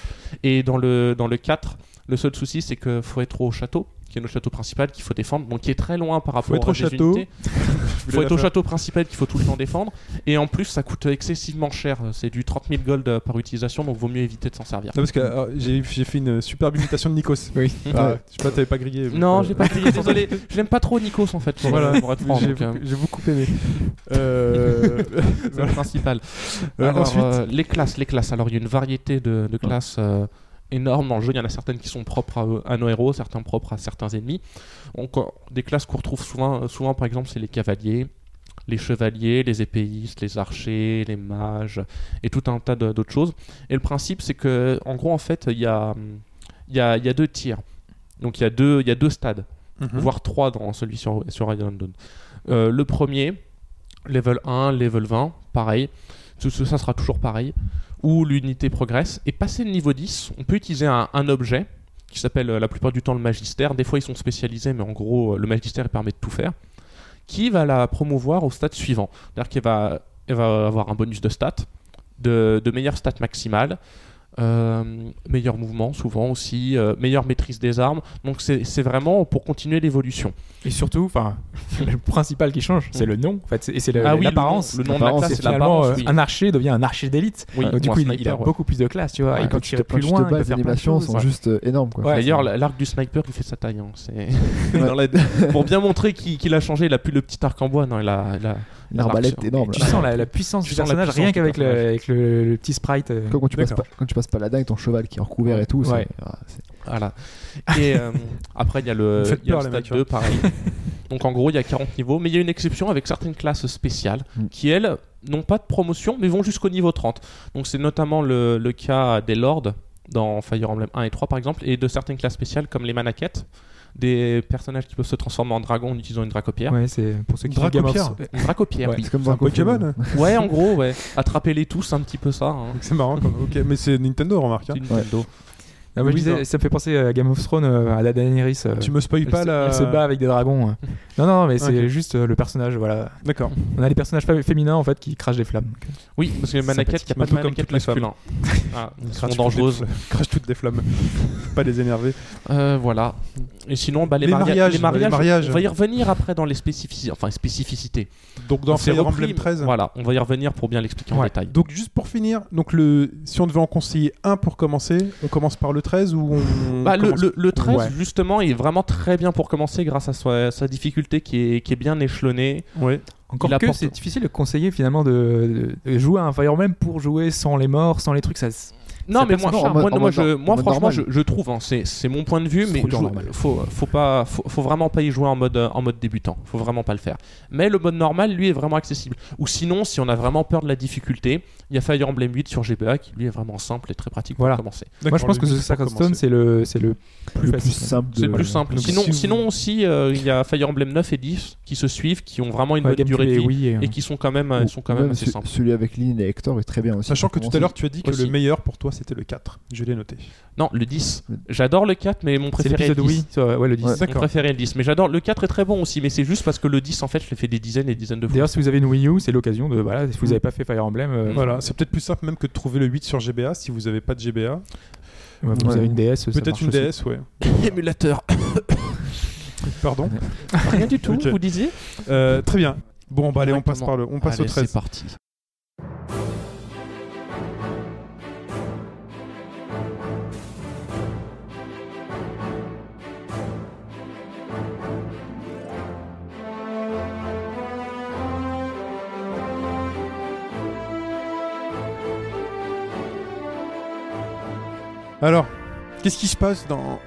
Et dans le, dans le 4, le seul souci, c'est que faut être au château qui est notre château principal qu'il faut défendre, donc qui est très loin par rapport
être au
à des
château.
unités.
voulais
faut
la
être au
faire.
château principal qu'il faut tout le temps défendre. Et en plus, ça coûte excessivement cher. C'est du 30 000 gold euh, par utilisation, donc vaut mieux éviter de s'en servir.
Non, parce que alors, j'ai j'ai fait une superbe imitation de Nikos.
Oui.
Ah, Je sais pas, t'avais pas grillé. mais-
Non, j'ai pas payé, Euh, désolé. Je l'aime pas trop, Nikos, en fait. Pour,
Voilà.
euh, pour être franc,
J'ai
donc, euh,
j'ai beaucoup aimé.
euh, c'est le
Voilà.
principal.
Euh,
Alors,
ensuite-
euh, les classes, les classes. Alors, il y a une variété de, de classes euh, énorme dans le jeu. Il y en a certaines qui sont propres à, à nos héros, certains propres à certains ennemis. Donc, euh, des classes qu'on retrouve souvent, souvent par exemple, c'est les cavaliers, les chevaliers, les épéistes, les archers, les mages et tout un tas de- d'autres choses. Et le principe, c'est que, en gros, en fait, il y a, hum, il y a- il y a deux tiers. Donc il y, a deux- il y a deux stades,
Mhm.
voire trois dans celui sur, sur Island Dawn. Euh, le premier, level 1, level 20, pareil. Tout ce- ça sera toujours pareil. Où l'unité progresse. Et passé le niveau 10, on peut utiliser un, un objet qui s'appelle euh, la plupart du temps le magistère. Des fois, ils sont spécialisés, mais en gros, euh, le magistère il permet de tout faire. Qui va la promouvoir au stade suivant. C'est-à-dire qu'elle va, elle va avoir un bonus de stats, de, de meilleures stats maximales, euh, meilleur mouvement souvent aussi, euh, meilleure maîtrise des armes. Donc c'est c'est vraiment pour continuer l'évolution.
Et surtout, enfin, le principal qui change, c'est le nom, en fait, c'est- et c'est le-
Ah oui,
l'apparence.
le nom- le nom de la
L'apparence,
classe,
c'est
c'est
Finalement,
l'apparence.
euh,
oui.
un archer devient un archer d'élite.
Oui,
Donc, du
ou un
coup, il- il
sniper,
a
ouais.
beaucoup plus de classe, tu vois.
Ouais,
et quand
ah, tu
il
te
irait plus
planches, tu te
loin, il
bats,
peut
les
faire plein de
animations
choses.
sont juste euh, énormes quoi.
Ouais,
D'ailleurs,
c'est-
la- l'arc du sniper, il fait sa taille. hein. C'est-
Ouais.
Dans la- Pour bien montrer qu'il qu'il a changé, il a plus le petit arc en bois. Non, il a, il a-
Une arbalète
Marc-
énorme.
Tu
là.
sens la, la puissance
Tu
du
sens la
personnage
puissance
rien
du
qu'avec le,
personnage.
avec le, le petit sprite. euh.
Comme quand tu, passes
D'accord.
pas, quand tu passes pas la dingue, ton cheval qui est recouvert et tout. c'est-
Ouais.
ah, c'est-
Voilà. Et euh, après, il y a le,
Vous faites
il y a
peur,
le
les mecs, hein.
stade 2, pareil. Donc en gros, il y a 40 niveaux, mais il y a une exception avec certaines classes spéciales
Mm.
qui, elles, n'ont pas de promotion, mais vont jusqu'au niveau 30. Donc c'est notamment le, le cas des lords dans Fire Emblem 1 et 3, par exemple, et de certaines classes spéciales comme les manaquettes, des personnages qui peuvent se transformer en dragon en utilisant une dracopière.
Ouais, c'est pour ceux qui font Game of
Dracopierre.
Thrones.
Une dracopière,
Ouais.
oui.
c'est comme
C'est un
Draco Fury.
Pokémon. hein.
Ouais, en gros, ouais. Attrapez-les tous, un petit peu ça. hein.
Donc c'est marrant. Comme... ok, Mais c'est Nintendo, remarque. hein.
C'est Nintendo.
Non, moi, je
Oui,
disais,
non.
ça me fait penser à Game of Thrones, euh, à la Daenerys. euh,
Tu me spoil
elle
pas
se-
la.
elle se bat avec des dragons. euh. Non, non, non, mais c'est
Ok.
juste euh, le personnage. Voilà.
D'accord.
On a les personnages fé- féminins en fait qui crachent des flammes. Donc, euh,
Oui, parce que les manaquettes, il n'y a pas
Un
de
peu comme
manaquettes
toutes les femmes.
masculins. Ah, elles sont
Crache
dangereuses.
toutes des fl- Crache toutes des flammes. Faut pas les énerver.
Euh, voilà. Et sinon, bah, les,
Les
maria-
mariages, bah, les mariages.
On va y revenir après dans les spécifici- enfin, spécificités.
Donc dans
On s'est
Fire
repris,
Emblem
mais
13.
Voilà, on va y revenir pour bien l'expliquer en
Ouais.
détail.
Donc juste pour finir, donc le si on devait en conseiller un pour commencer, on commence par le 13 ou on
Bah, le,
commence-
le- le 13,
Ouais.
justement, est vraiment très bien pour commencer grâce à sa, sa difficulté qui est, qui est bien échelonnée.
Ouais.
Encore
Il
que
apporte-
c'est difficile de conseiller finalement de, de- de jouer à un Fire Emblem pour jouer sans les morts, sans les trucs. Ça, s-
Non,
Ça
mais
perd
moi,
son charme.
moi,
En mode-
moi,
en mode-
je-
en
moi,
mode
franchement,
normal.
je, je trouve, hein, c'est c'est mon point de vue,
C'est
mais
trop
je-
normal.
faut, faut, pas, faut, faut vraiment pas y jouer en mode, en mode débutant. Faut vraiment pas le faire. Mais le mode normal, lui, est vraiment accessible. Ou sinon, si on a vraiment peur de la difficulté, il y a Fire Emblem 8 sur GBA qui, lui, est vraiment simple et très pratique
Voilà.
pour commencer.
moi je pense que
le
ce
huit, c'est pour
Sacred Stone
commencer.
c'est le c'est le plus
le plus
facile.
simple.
C'est
de-
plus simple.
Donc,
Sinon,
si vous-
sinon aussi, euh, il y a Fire Emblem 9 et 10 qui se suivent, qui ont vraiment une
Ouais,
bonne
GameCube
durée de
et
vie
Wii, euh,
et qui sont quand même, elles sont quand même
Même
assez
ce-
simples.
Celui avec Lynn et Hector est très bien aussi.
Sachant
pour
que tout à
commencer.
l'heure tu as dit que
Aussi.
le meilleur pour toi c'était le 4. Je l'ai noté.
Non, le 10. J'adore le 4, mais mon
c'est
préféré est le
l'épisode
10.
Wii. ça, Ouais, le 10.
Ouais.
Mon préféré est le 10. Mais j'adore. Le 4 est très bon aussi, mais c'est juste parce que le 10, en fait, je l'ai fait des dizaines et des dizaines de fois.
D'ailleurs, si vous avez une Wii U, c'est l'occasion de. Voilà, si vous n'avez pas fait Fire Emblem, euh,
Voilà, c'est peut-être plus simple même que de trouver le 8 sur GBA si vous avez pas de GBA.
vous
Ouais.
avez une DS, ça
Peut-être
marche
une
aussi.
DS, ouais.
Émulateur.
Pardon.
Rien du tout,
Ok.
vous disiez
Euh, très bien. Bon, bah allez, on passe
Exactement.
par le on passe
Allez,
au 13.
C'est parti.
Alors, qu'est-ce qui se passe dans,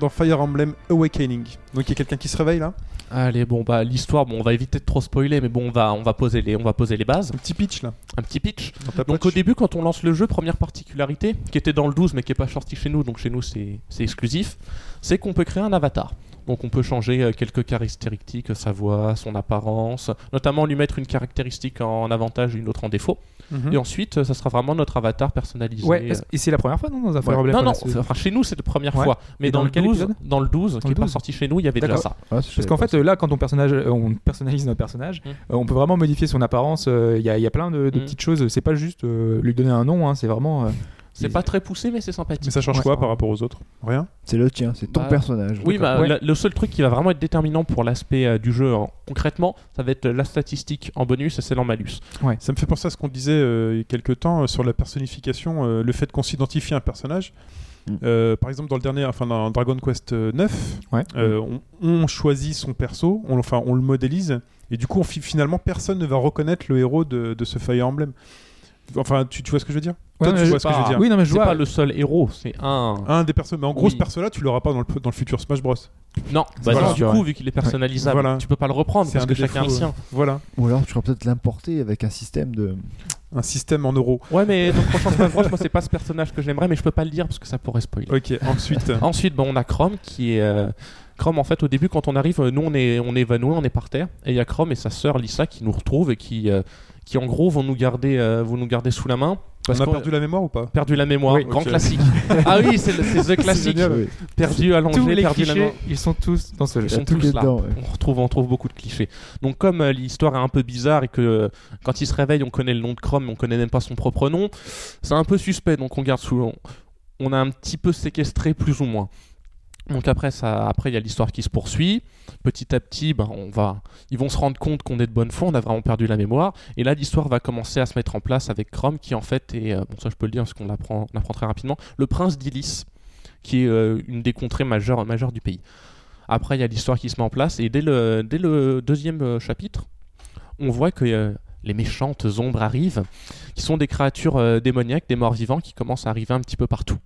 dans Fire Emblem Awakening Donc il y a quelqu'un qui se réveille là
Allez, bon, bah, l'histoire, bon, on va éviter de trop spoiler, mais bon, on va, on va, poser, les, on va poser les bases.
Un petit pitch là.
Un petit pitch.
dans ta
Donc,
patch.
au début, quand on lance le jeu, première particularité, qui était dans le 12, mais qui n'est pas sorti chez nous, donc chez nous, c'est c'est exclusif, c'est qu'on peut créer un avatar. Donc, on peut changer euh, quelques caractéristiques, euh, sa voix, son apparence, notamment lui mettre une caractéristique en avantage et une autre en défaut.
Mhm.
Et ensuite, euh, ça sera vraiment notre avatar personnalisé.
Hmm. Ouais, est-ce- et c'est la première fois non, dans un Fire
Ouais.
Emblem
Non,
on
non,
a ce-
enfin, chez nous c'est la première
Ouais.
fois. Mais
Et
dans,
dans
le
quel
12,
épisode
dans le 12, qui
le
est pas
12.
sorti chez nous, il y avait déjà
D'accord.
ça.
Ah, je
Parce
savais
qu'en
pas.
fait, euh, là, quand on, personnage, euh, on personnalise notre personnage,
Mm.
euh, on peut vraiment modifier son apparence. euh, Il y, a- il y a plein de, de
Mm.
petites choses. C'est pas juste euh, lui donner un nom, hein, c'est vraiment. euh,
C'est
il-
pas très poussé, mais c'est
Mais
sympathique.
ça change
Ouais.
quoi par rapport aux autres Rien
c'est le tien, c'est ton
Bah,
personnage.
Oui, bah,
Ouais.
la- le seul truc qui va vraiment être déterminant pour l'aspect euh, du jeu hein, concrètement, ça va être la statistique en bonus et celle en malus.
Ça me fait penser à ce qu'on disait euh, il y a quelques temps euh, sur la personnification, euh, le fait qu'on s'identifie à un personnage.
Mm.
Euh, par exemple, dans le dernier, enfin dans Dragon Quest euh, 9,
Ouais.
euh, on, on choisit son perso, on, enfin on le modélise, et du coup, on fi- finalement, personne ne va reconnaître le héros de, de ce Fire Emblem. Enfin, tu, tu vois ce que je veux dire
Ouais,
Toi,
mais
tu
je-
vois ce que je veux dire.
Oui, non, mais je
C'est
vois. Ah.
pas le seul héros, c'est un.
Un des personnages, mais en gros,
Oui.
ce perso-là, tu l'auras pas dans le, dans le futur Smash Bros.
Non, bah,
Voilà.
du coup, vu qu'il est personnalisable,
Voilà.
tu peux pas le reprendre
C'est
parce
un
que
des
chacun a le
défauts,
sien.
Voilà,
Ou alors tu pourrais peut-être l'importer avec un système de.
un système en euros.
Ouais, mais donc, franchement, Smash Bros, moi, c'est pas ce personnage que j'aimerais, mais je peux pas le dire parce que ça pourrait spoiler.
Ok, ensuite.
Ensuite, bon, on a Chrome qui est. euh, Chrome, en fait, au début, quand on arrive, euh, nous, on est, on est évanouis, on est par terre. Et il y a Chrome et sa sœur Lisa qui nous retrouvent et qui, euh, qui en gros, vont nous garder, euh, vont nous garder sous la main. Parce
on a
qu'on-
perdu la mémoire ou pas
perdu la mémoire.
Oui,
Grand
ok.
classique. ah oui, c'est le- c'est The Classic.
génial.
Oui.
Perdu,
Tous
allongé,
les
perdu la mémoire.
clichés, ils sont tous dans ce
Ils
y a
jeu.
sont
tout
tous
qui est
là.
dedans, ouais.
On retrouve, on retrouve beaucoup de clichés. Donc comme euh, l'histoire est un peu bizarre et que euh, quand il se réveille, on connaît le nom de Chrome, mais on connaît même pas son propre nom, c'est un peu suspect. Donc on garde sous, on, on a un petit peu séquestré plus ou moins. Donc après ça, après il y a l'histoire qui se poursuit. Petit à petit, ben, on va, ils vont se rendre compte qu'on est de bonne foi, on a vraiment perdu la mémoire. Et là l'histoire va commencer à se mettre en place avec Chrome qui en fait est, euh, bon ça je peux le dire parce qu'on l'apprend, on l'apprend très rapidement, le prince d'Ilis, qui est euh, une des contrées majeures, majeures du pays. Après, il y a l'histoire qui se met en place. Et dès le, dès le deuxième euh, chapitre, on voit que euh, les méchantes ombres arrivent, qui sont des créatures euh, démoniaques, des morts vivants, qui commencent à arriver un petit peu partout.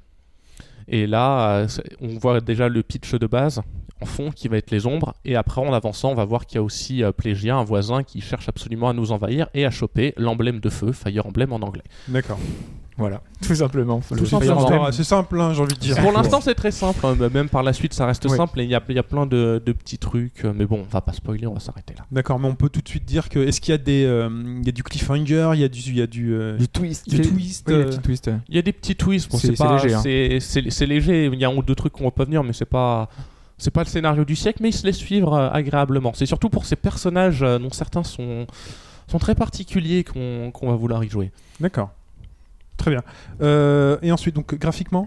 Et là, euh, c'est- on voit déjà le pitch de base, en fond, qui va être les ombres. Et après, en avançant, on va voir qu'il y a aussi euh, Plégia, un voisin, qui cherche absolument à nous envahir et à choper l'emblème de feu, Fire Emblem en anglais.
D'accord.
Voilà, tout simplement. Faut
Tout
le-
simplement.
Fire Emblem.
C'est simple, hein, j'ai envie de dire.
Pour l'instant, c'est très simple. hein, mais Même par la suite, ça reste
Oui.
simple. Et il y a, il y a plein de, de petits trucs. euh, Mais bon, on va pas spoiler, on va s'arrêter là.
D'accord, mais on peut tout de suite dire que est-ce qu'il y a des, euh, il y a du cliffhanger, il y a du, il y a du, euh,
Du twist.
du
Il y a-
twist.
Oui, le
euh,
petit twist. ouais.
Il y a des petits twists, bon,
C'est-
c'est
c'est
pas-
léger, hein.
c'est- c'est c'est léger. Il y a un ou deux trucs qu'on va pas venir, mais c'est pas c'est pas le scénario du siècle, mais il se laisse suivre euh, agréablement. C'est surtout pour ces personnages euh, dont certains sont sont très particuliers qu'on qu'on va vouloir y jouer.
D'accord. Très bien. Euh, et ensuite, donc graphiquement,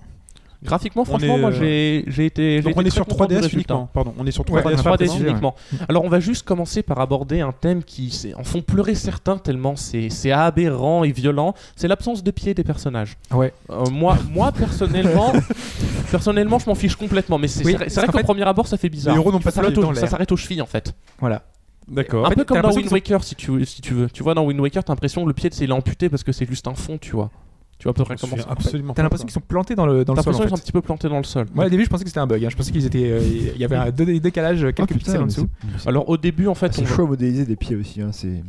Graphiquement, franchement,
est,
moi
euh,
j'ai j'ai été j'ai
donc on
été
est
très
sur
content
3DS
du résultat.
uniquement. Pardon, on est sur 3DS,
Ouais,
Enfin,
pas
3DS
possible,
uniquement. Alors on va juste commencer par aborder un thème qui c'est- en font pleurer certains tellement c'est c'est aberrant et violent. C'est l'absence de pied des personnages.
Ouais.
Euh, moi, moi personnellement, personnellement, je m'en fiche complètement. Mais c'est
Oui,
c'est vrai, c'est vrai
en
qu'au
fait,
premier abord, ça fait bizarre.
les héros n'ont
Tu
pas de
flottes
pied
au-
dans
ça
l'air.
s'arrête aux chevilles en fait.
Voilà.
D'accord.
Un
fait,
peu comme
t'as
dans
l'impression
Wind Waker si tu, si tu veux. Tu vois, dans Wind Waker, t'as l'impression que le pied c'est amputé parce que c'est juste un fond, tu vois. Tu vois à peu près
Je me
comment
souviens
ça.
Absolument.
T'as
pas,
l'impression qu'ils sont plantés dans le, dans
T'as
le sol. en
l'impression qu'ils sont un
fait.
petit peu plantés dans le sol.
Moi, au début, je pensais que c'était un bug. hein. Je pensais qu'ils étaient, euh, il y avait un dé- décalage euh,
Ah,
quelques
putain,
pixels en
mais
dessous.
c'est-
Alors au début, en fait, on
Ah,
C'est
va-
chaud à modéliser des pieds aussi. hein, C'est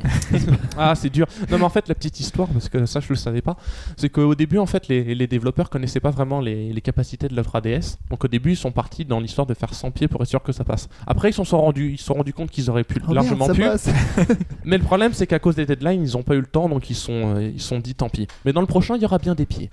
Ah, c'est dur. Non, mais en fait, la petite histoire, parce que ça, je le savais pas, c'est qu'au début, en fait, les, les développeurs connaissaient pas vraiment les, les capacités de la 3DS. Donc, au début, ils sont partis dans l'histoire de faire 100 pieds pour être sûr que ça passe. Après, ils se sont rendus, ils se sont rendus compte qu'ils auraient pu
Oh, merde,
largement
ça
pu.
passe.
Mais le problème, c'est qu'à cause des deadlines, ils ont pas eu le temps, donc ils sont, euh, ils sont dit tant pis. Mais dans le prochain, il y aura bien des pieds.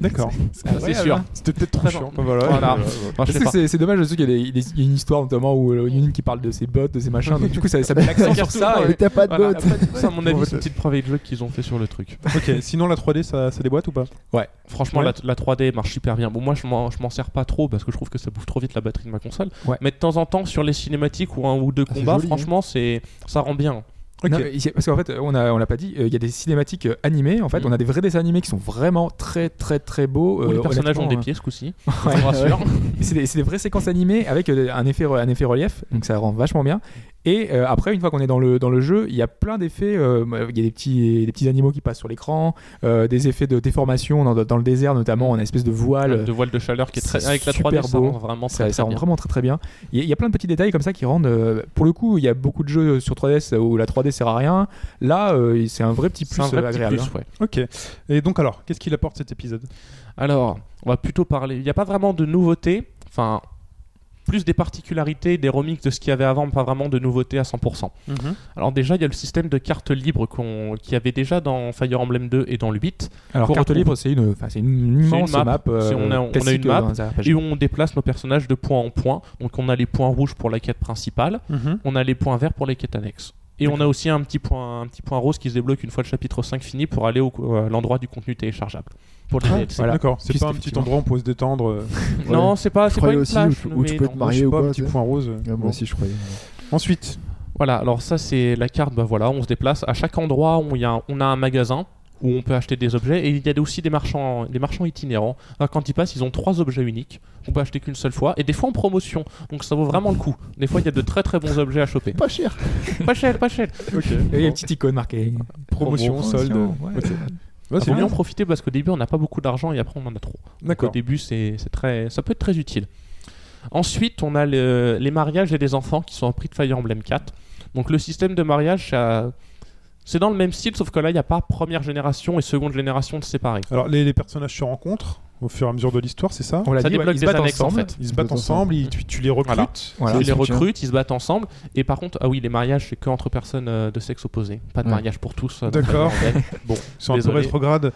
D'accord.
Ah
Ça, c'est sûr.
C'était peut-être trop
Très
chiant.
bon.
Voilà.
Voilà.
Euh,
Enfin, je
bah, Je
sais
sais que
pas.
c'est- c'est dommage, je sais qu'il y, a des- il y a une histoire notamment où euh, Yunin qui parle de ses bottes, de ses machins, donc du coup ça, ça met l'accent sur ça.
Mais t'as pas de
Voilà.
bottes.
Ça, à mon avis, c'est une petite preuve de jeu qu'ils ont fait sur le truc.
ok. Sinon, la 3D, ça, ça déboîte ou pas
Ouais.
Franchement,
Ouais.
la, la 3D marche super bien. Bon, moi, je m'en, je m'en sers pas trop parce que je trouve que ça bouffe trop vite la batterie de ma console.
Ouais.
Mais de temps en temps, sur les cinématiques ou un ou deux
Ah, c'est
combats,
joli, hein.
franchement, c'est, ça rend bien.
Ok.
Non, mais ici- parce qu'en fait, on a, on l'a pas dit, euh, il y a des cinématiques euh, animées. En fait,
Mhm.
on a des vrais dessins animés qui sont vraiment très très très beaux.
Ou
euh,
les personnages ont
honnêtement,
des
euh,
pieds ce coup-ci.
Ouais.
je vous rassure. Euh,
C'est des, c'est des vraies séquences animées avec euh, un effet, re- un effet relief, donc ça rend vachement bien. Et euh, après, une fois qu'on est dans le, dans le jeu, il y a plein d'effets. euh, Il y a des petits, des petits animaux qui passent sur l'écran, euh, des effets de déformation dans, dans le désert, notamment. On a une espèce de voile.
Ah, De voile de chaleur qui est très
c'est
avec la
super
3D, ça
beau.
rend vraiment
Ça,
très,
ça
très
rend
bien.
vraiment très très bien. Il y, a- il y a plein de petits détails comme ça qui rendent. euh, pour le coup, il y a beaucoup de jeux sur 3DS où la 3D sert à rien. Là, euh, c'est un vrai petit
C'est
plus
un vrai
euh,
petit
agréable.
plus,
hein.
ouais.
Ok. Et donc alors, qu'est-ce qu'il apporte cet épisode
Alors, on va plutôt parler. Il n'y a pas vraiment de nouveautés. Enfin, plus des particularités, des remixes de ce qu'il y avait avant, mais pas vraiment de nouveautés à 100%. Alors, déjà, il y a le système de cartes libres qu'on, qu'il y avait déjà dans Fire Emblem 2 et dans le 8.
Alors,
Pour
carte
retrouver-
libre, c'est une, enfin, c'est une immense
map.
map.
C'est- on a- on a une
classique,
map
dans un RPG.
et où on déplace nos personnages de point en point. Donc on a les points rouges pour la quête principale,
Mhm.
on a les points verts pour les quêtes annexes. Et on a aussi un petit point, un petit point rose qui se débloque une fois le chapitre 5 fini pour aller au- euh, à l'endroit du contenu téléchargeable. Pour
Ah,
le DLC.
Voilà.
D'accord. C'est
Juste
pas un petit
effectivement.
endroit où on peut se détendre. euh,
Non, c'est pas, c'est pas
croyais
une
aussi
plage.
où tu- où tu
mais
peux
non.
te
je
marier
sais
ou
pas,
quoi
petit
tu sais.
point rose.
Ah,
Bon.
Moi aussi, je croyais.
Ensuite,
Voilà, alors ça c'est la carte, bah voilà, on se déplace. À chaque endroit, on, y a, on a un magasin où on peut acheter des objets et il y a aussi des marchands, des marchands itinérants. Alors, quand ils passent, ils ont trois objets uniques. On peut acheter qu'une seule fois et des fois en promotion. Donc ça vaut vraiment le coup. Des fois, il y a de très très bons objets à choper.
Pas cher.
Pas cher, pas cher.
ok.
Et il y a une
Bon.
petite icône marquée.
Promotion,
Promotion,
solde.
ouais.
Ok. Ouais,
Il
c'est
vaut mieux en
bien.
profiter parce qu'au début on n'a pas beaucoup d'argent et après on en a trop. Donc, Au
D'accord.
début c'est c'est très, ça peut être très utile. Ensuite on a le- les mariages et les enfants qui sont en prix de Fire Emblem 4. Donc le système de mariage ça- c'est dans le même style sauf que là il n'y a pas première génération et seconde génération de séparés.
Alors, les, les personnages se rencontrent au fur et à mesure de l'histoire, c'est ça
On l'a
Ça
dit, ouais,
débloque
ils se
des
battent
annexes en
ensemble.
fait.
Ils se battent
Ils se battent
ensemble, ils- tu, tu les recrutes.
Voilà.
Voilà.
C'est
Ils les
switch, hein.
recrutent, ils se battent ensemble. Et par contre, ah oui, les mariages, c'est que entre personnes euh, de sexe opposé. Pas de
Ouais.
mariage pour tous. euh, dans
D'accord.
Fire Emblem.
Bon, ils sont un peu
Désolé.
rétrogrades.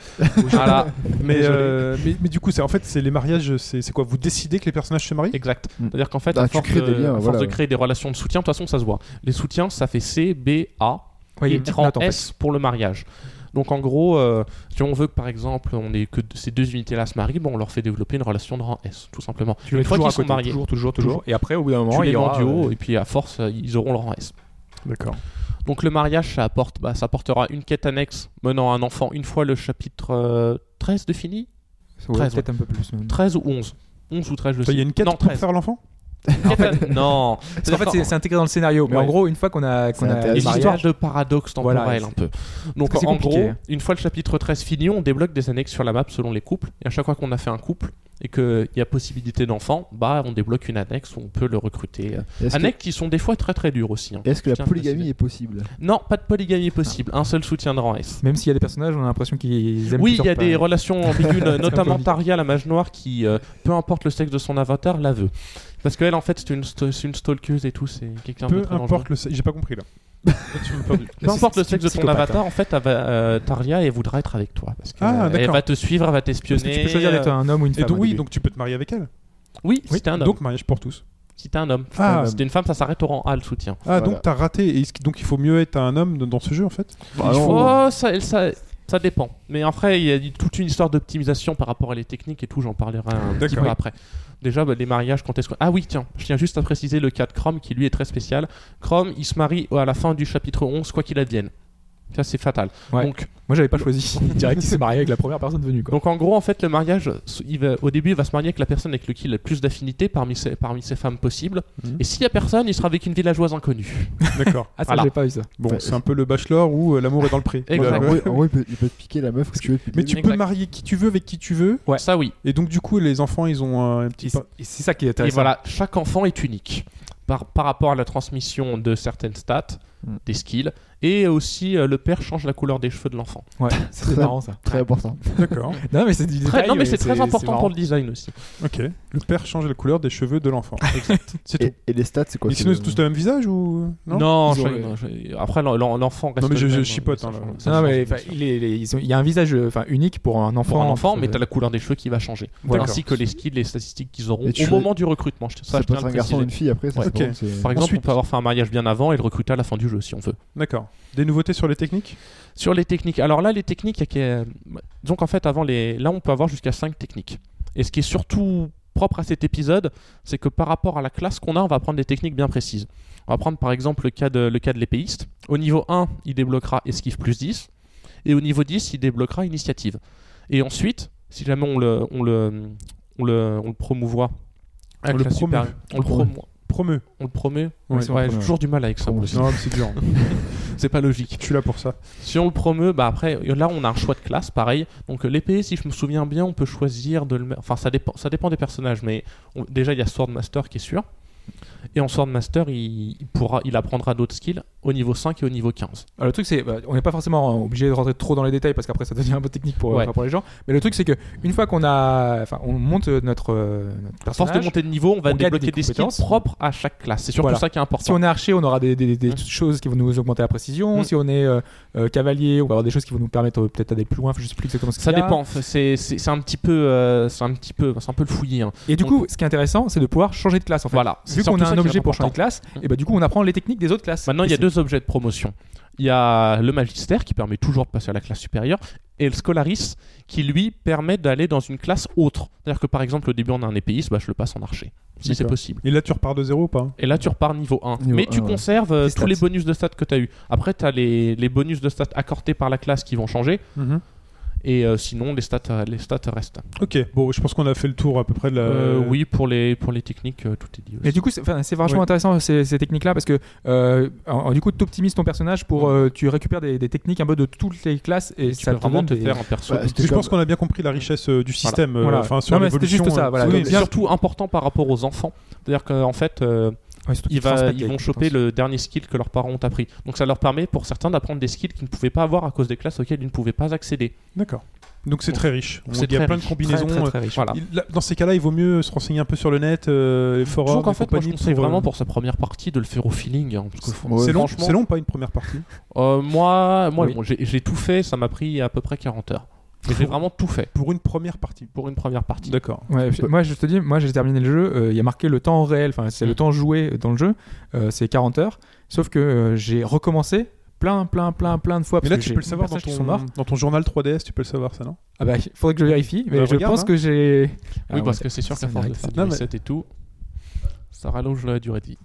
voilà,
Mais,
Désolé.
euh, mais, mais du coup, c'est en fait, c'est les mariages, c'est c'est quoi Vous décidez que les personnages se marient
exact.
Mm.
C'est-à-dire qu'en fait,
Bah,
à
tu
force,
crées
de,
des liens,
à force
voilà,
de
ouais.
créer des relations de soutien, de toute façon, ça se voit. Les soutiens, ça fait C, B, A.
Ouais, il y a
et
une petite
30
note, en fait.
S pour le mariage. Donc en gros, euh, si on veut que par exemple on ait que d- ces deux unités-là se marient, bon, on leur fait développer une relation de rang S, tout simplement.
Tu le mets
Une fois
toujours à
qu'ils sont
côté,
mariés,
toujours, toujours, toujours. Et après, au bout d'un moment, il
tu
y
les mets en
aura
duo,
euh,
et puis à force, euh, ils auront le rang S.
D'accord.
Donc le mariage, ça apporte, bah, ça apportera une quête annexe menant à un enfant une fois le chapitre euh, 13 de fini
ouais,
13,
peut-être un peu plus. même.
13 ou 11 11 ou 13, je
Il y a
sais.
une quête
non,
pour
13.
faire l'enfant
Quête annexe- non.
Parce qu'en fait, c'est- c'est intégré dans le scénario. Mais
Ouais.
en gros, une fois qu'on a, qu'on
C'est
a le
Il y a
intéressant.
des histoires
mariage,
de paradoxe temporel
Voilà,
un peu.
Parce
Donc
que c'est
en gros,
compliqué.
une fois le chapitre 13 fini, on débloque des annexes sur la map selon les couples. Et à chaque fois qu'on a fait un couple et qu'il y a possibilité d'enfant, bah on débloque une annexe où on peut le recruter.
Est-ce que,
Annexes qui sont des fois très très dures aussi. hein.
est-ce que
Je
la
tiens à le
polygamie
préciser.
est possible
Non, pas de polygamie possible. Un seul soutien de rang S.
même s'il y a des personnages, on a l'impression qu'ils aiment
Oui, il
plusieurs
y a des
pa-
relations ambiguës,
un peu
notamment
vite.
Taria, la mage noire, qui, euh, peu importe le sexe de son avatar, la veut. Parce qu'elle, en fait, c'est une, sto- c'est une stalkeuse et tout, c'est quelqu'un de
Peu
très dangereux.
importe le. J'ai pas compris là.
Peu importe le
Bah, C'est- c'est
sexe de ton
psychopathe,
avatar, en fait, elle va- euh, Taria, elle voudra être avec toi. Parce que,
Ah,
euh, elle
d'accord.
va te suivre, elle va
Parce que
t'espionner.
tu peux choisir d'être
euh,
un homme ou une
Et
femme.
donc,
au
oui,
début.
donc tu peux te marier avec elle.
Oui, si t'es un homme.
Donc mariage pour tous.
Si t'es un homme.
Ah,
Si t'es une femme, ça s'arrête au rang A, le soutien.
Ah,
Voilà.
donc t'as raté. Et est-ce que- donc il faut mieux être un homme dans ce jeu en fait
Bah
Il
non.
faut- oh, ça, ça, ça dépend. Mais après, il y a toute une histoire d'optimisation par rapport à les techniques et tout, j'en parlerai un petit
D'accord.
peu après. Déjà, bah, les mariages, quand est-ce que... Ah oui, tiens, je tiens juste à préciser le cas de Chrome qui lui est très spécial. Chrome, il se marie à la fin du chapitre 11, quoi qu'il advienne. Ça, c'est fatal.
Ouais.
Donc,
Moi, j'avais pas choisi. Direct, il s'est marié avec la première personne venue. Quoi.
donc, en gros, en fait, le mariage, il va- au début, il va se marier avec la personne avec laquelle il a le plus d'affinité parmi ses, parmi ses femmes possibles.
Mhm.
Et s'il n'y a personne, il sera avec une villageoise inconnue.
D'accord.
Ah, ça,
voilà.
j'ai pas eu ça.
Bon,
Ouais.
c'est un peu le bachelor où euh, l'amour est dans le pré.
Exact.
En
Voilà.
gros, en gros, il peut, il peut te piquer la meuf que tu veux depuis le
Mais
début.
tu peux
Exact.
marier qui tu veux avec qui tu veux.
Ouais.
Ça, oui.
Et donc du coup, les enfants, ils ont un petit.
Et
pa-
c'est- et c'est ça qui est
Et
intéressant.
voilà, chaque enfant est unique par, par rapport à la transmission de certaines stats,
Mm.
des skills, et aussi euh, le père change la couleur des cheveux de l'enfant.
Ouais, c'est très
Très-
marrant ça.
Très important.
D'accord.
Non, mais c'est du
Très-
détail,
non mais
ouais,
c'est très important
marrant.
pour le design aussi.
Ok. Le père change la couleur des cheveux de l'enfant. C'est tout.
Et, et les stats, c'est quoi
Mais
c'est
sinon,
le-
c'est tous le même visage ou non
Non,
Ils
je-
ont-
non, je- après l'en- l'en- l'enfant reste.
Non, mais
le
je- je
même,
chipote,
ça
hein,
change-
là.
ça
Non,
change
mais
pas.
enfin, il, est- il est- ils ont- il y a un visage euh, enfin, unique pour un enfant. Euh,
pour un enfant,
Ça-
mais t'as la couleur des cheveux qui va changer.
D'accord.
Ainsi que les skills, les statistiques qu'ils auront
Et tu
au
choisis-
moment du recrutement. Je-
Ça,
Ça, je
peut
tiens à
être
le
un garçon ou
préciser.
une fille après. Ça,
Ouais.
c'est
Ok.
bon, c'est-
Par exemple,
Ensuite.
on peut avoir fait un mariage bien avant et le recruter à la fin du jeu si on veut.
D'accord. Des nouveautés sur les techniques
Sur les techniques, alors là, les techniques, il y a qu'à- disons qu'en fait, avant les... là, on peut avoir jusqu'à 5 techniques. Et ce qui est surtout propre à cet épisode, c'est que par rapport à la classe qu'on a, on va prendre des techniques bien précises. On va prendre par exemple le cas de, le cas de l'épéiste. Au niveau 1, il débloquera esquive plus 10. Et au niveau 10, il débloquera initiative. Et ensuite, si jamais on le, on le, on le, on le promouvoit, avec
le
Ah,
promeut.
la super- on le
Promeut.
promou-
Promeux.
on le promeut.
Ouais,
Ouais,
c'est vrai,
j'ai toujours du mal avec
Ah,
ça. moi aussi.
Non, mais c'est dur.
C'est pas logique.
Je suis là pour ça.
Si on le promeut, bah après, là on a un choix de classe, pareil. Donc euh, l'épée, si je me souviens bien, on peut choisir de le mettre. Enfin, ça dépend, ça dépend des personnages, mais on- déjà il y a Swordmaster qui est sûr. Et en Swordmaster, il, il pourra, il apprendra d'autres skills au niveau 5 et au niveau 15.
Alors, le truc, c'est bah, on n'est pas forcément euh, obligé de rentrer trop dans les détails parce qu'après ça devient un peu technique pour, euh,
Ouais.
enfin, pour les gens. Mais le truc, c'est que une fois qu'on a, enfin, on monte notre, euh, notre
À force de
personnage.
monter de niveau, on va
on gagne
débloquer
des
des, skills
compétences.
propres à chaque classe. C'est surtout
Voilà.
ça qui est important.
Si on est archer, on aura des, des- des
Mm.
choses qui vont nous augmenter la précision.
Mm.
Si on est euh, euh, cavalier, on va avoir des choses qui vont nous permettre euh, peut-être d'aller plus loin. Enfin, Je sais plus exactement ce qu'il
Ça
y a.
dépend. Enfin, C'est c'est- c'est un petit peu, euh, c'est un petit peu, c'est un peu le fouillis. hein.
Et du coup, ce qui est intéressant, c'est de pouvoir changer de classe en fait.
Voilà.
Vu
C'est
qu'on
surtout
a
ça
un
qui est
objet pour changer de
important.
classe,
Mm.
et bah du coup on apprend les techniques des autres classes.
Maintenant, il y a
Et
deux objets de promotion. Il y a le magistère qui permet toujours de passer à la classe supérieure et le scolaris qui lui permet d'aller dans une classe autre. C'est-à-dire que par exemple, au début, on a un épéiste, bah, je le passe en archer, si c'est
D'accord.
possible.
Et là, tu repars de zéro ou pas
Et là, tu repars niveau 1.
Niveau
Mais tu
1, ouais.
conserves euh,
Tes
tous les
stats.
Mm-hmm. bonus de stats que tu as eu. Après, tu as les, les bonus de stats accordés par la classe qui vont changer. Et euh, sinon, les stats, les stats restent.
Ok, bon, je pense qu'on a fait le tour à peu près de la.
Euh, oui, pour les, pour les techniques, euh, tout est dit. aussi.
Mais du coup, c'est enfin, c'est vachement
Ouais.
intéressant ces, ces techniques-là parce que euh, en- en- du coup, tu optimises ton personnage pour euh, tu récupères des, des techniques un peu de toutes les classes et
tu
ça
peux
te
vraiment
donne
te
des-
faire un perso.
Bah,
Je pense qu'on a bien compris la richesse euh, du système. euh,
Voilà.
Enfin, sur
Non, mais c'était
l'évolution,
juste ça,
euh,
voilà.
oui,
Donc,
bien
C'est
bien-
surtout important par rapport aux enfants. C'est-à-dire qu'en fait, euh,
Ouais, surtout
ils,
qu'ils
va-
transmettent
ils
les
vont choper
compétences.
le dernier skill que leurs parents ont appris. Donc ça leur permet pour certains d'apprendre des skills qu'ils ne pouvaient pas avoir à cause des classes auxquelles ils ne pouvaient pas accéder.
D'accord. Donc c'est
Donc,
très riche. On-
c'est
Il y a
très
plein de
riche.
combinaisons.
Très, très, très
euh,
riche.
Voilà.
il- là, dans ces cas-là, il vaut mieux se renseigner un peu sur le net, euh, les forums,
Donc en
les
fait, moi, je
compagnies
conseille
pour, euh,
vraiment pour sa première partie de le faire au feeling. hein, parce que faut-
Ouais.
C'est long,
franchement-
c'est long, pas une première partie.
Euh, moi, moi
Oui.
bon, j'ai j'ai tout fait, ça m'a pris à peu près 40 heures. Mais J'ai vraiment tout fait
Pour une première partie.
pour une première partie.
D'accord.
Ouais, je- moi je te dis, moi j'ai terminé le jeu, euh, il y a marqué le temps réel, enfin c'est
Mm.
le temps joué dans le jeu, euh, c'est 40 heures, sauf que euh, j'ai recommencé plein, plein, plein, plein de fois.
Mais
parce
là,
que
tu
j'ai
peux le savoir
des
dans
personnages qui sont morts.
ton, dans ton journal 3DS, tu peux le savoir, ça, non
Ah bah, il faudrait que je vérifie, mais
Bah,
je
regarde,
pense
hein.
que j'ai.
Oui,
Ah,
parce
ouais.
que c'est sûr
ça
qu'à force de
m'arrête,
faire
ça.
des
Non, mais-
resets et tout, ça rallonge la durée de vie.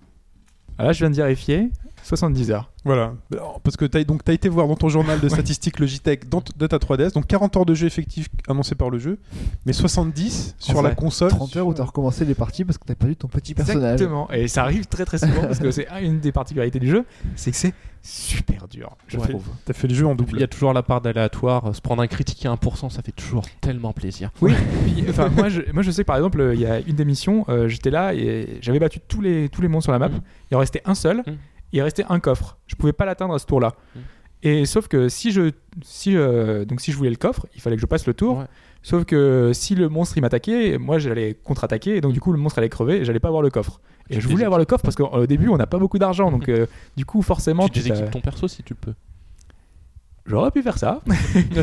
Ah, là je viens de vérifier, 70 heures.
Voilà. Alors, Parce que tu as, été voir dans ton journal de statistiques Logitech dans t- de ta 3DS, donc 40 heures de jeu effectif annoncé par le jeu, mais 70 sur la
vrai.
console.
30 heures où t'as
sur-
recommencé les parties parce que t'as perdu ton petit personnage.
Exactement, et ça arrive très très souvent parce que c'est une des particularités du jeu, c'est que c'est super dur, je
Ouais.
trouve.
T'as fait le jeu en
Puis il y
double.
a toujours la part d'aléatoire. euh, Se prendre un critique à 1%, ça fait toujours tellement plaisir.
Oui, puis, enfin, moi, je, moi je sais que, par exemple, euh, il y a une des missions, euh, j'étais là et j'avais battu tous les, tous les monstres sur la map.
Mhm.
Il en restait un seul,
Mhm.
il restait un coffre. Je pouvais pas l'atteindre à ce tour-là.
Mhm.
Et sauf que si je, si, euh, donc si je voulais le coffre, il fallait que je passe le tour.
Ouais.
Sauf que si le monstre il m'attaquait, moi j'allais contre-attaquer et donc du coup le monstre allait crever et j'allais pas avoir le coffre. Et
Tu
je voulais
dés-
avoir le coffre parce qu'au début on n'a pas beaucoup d'argent donc euh, du coup forcément
Tu
tu t'as-
déséquipes ton perso si tu peux.
j'aurais pu faire ça.
il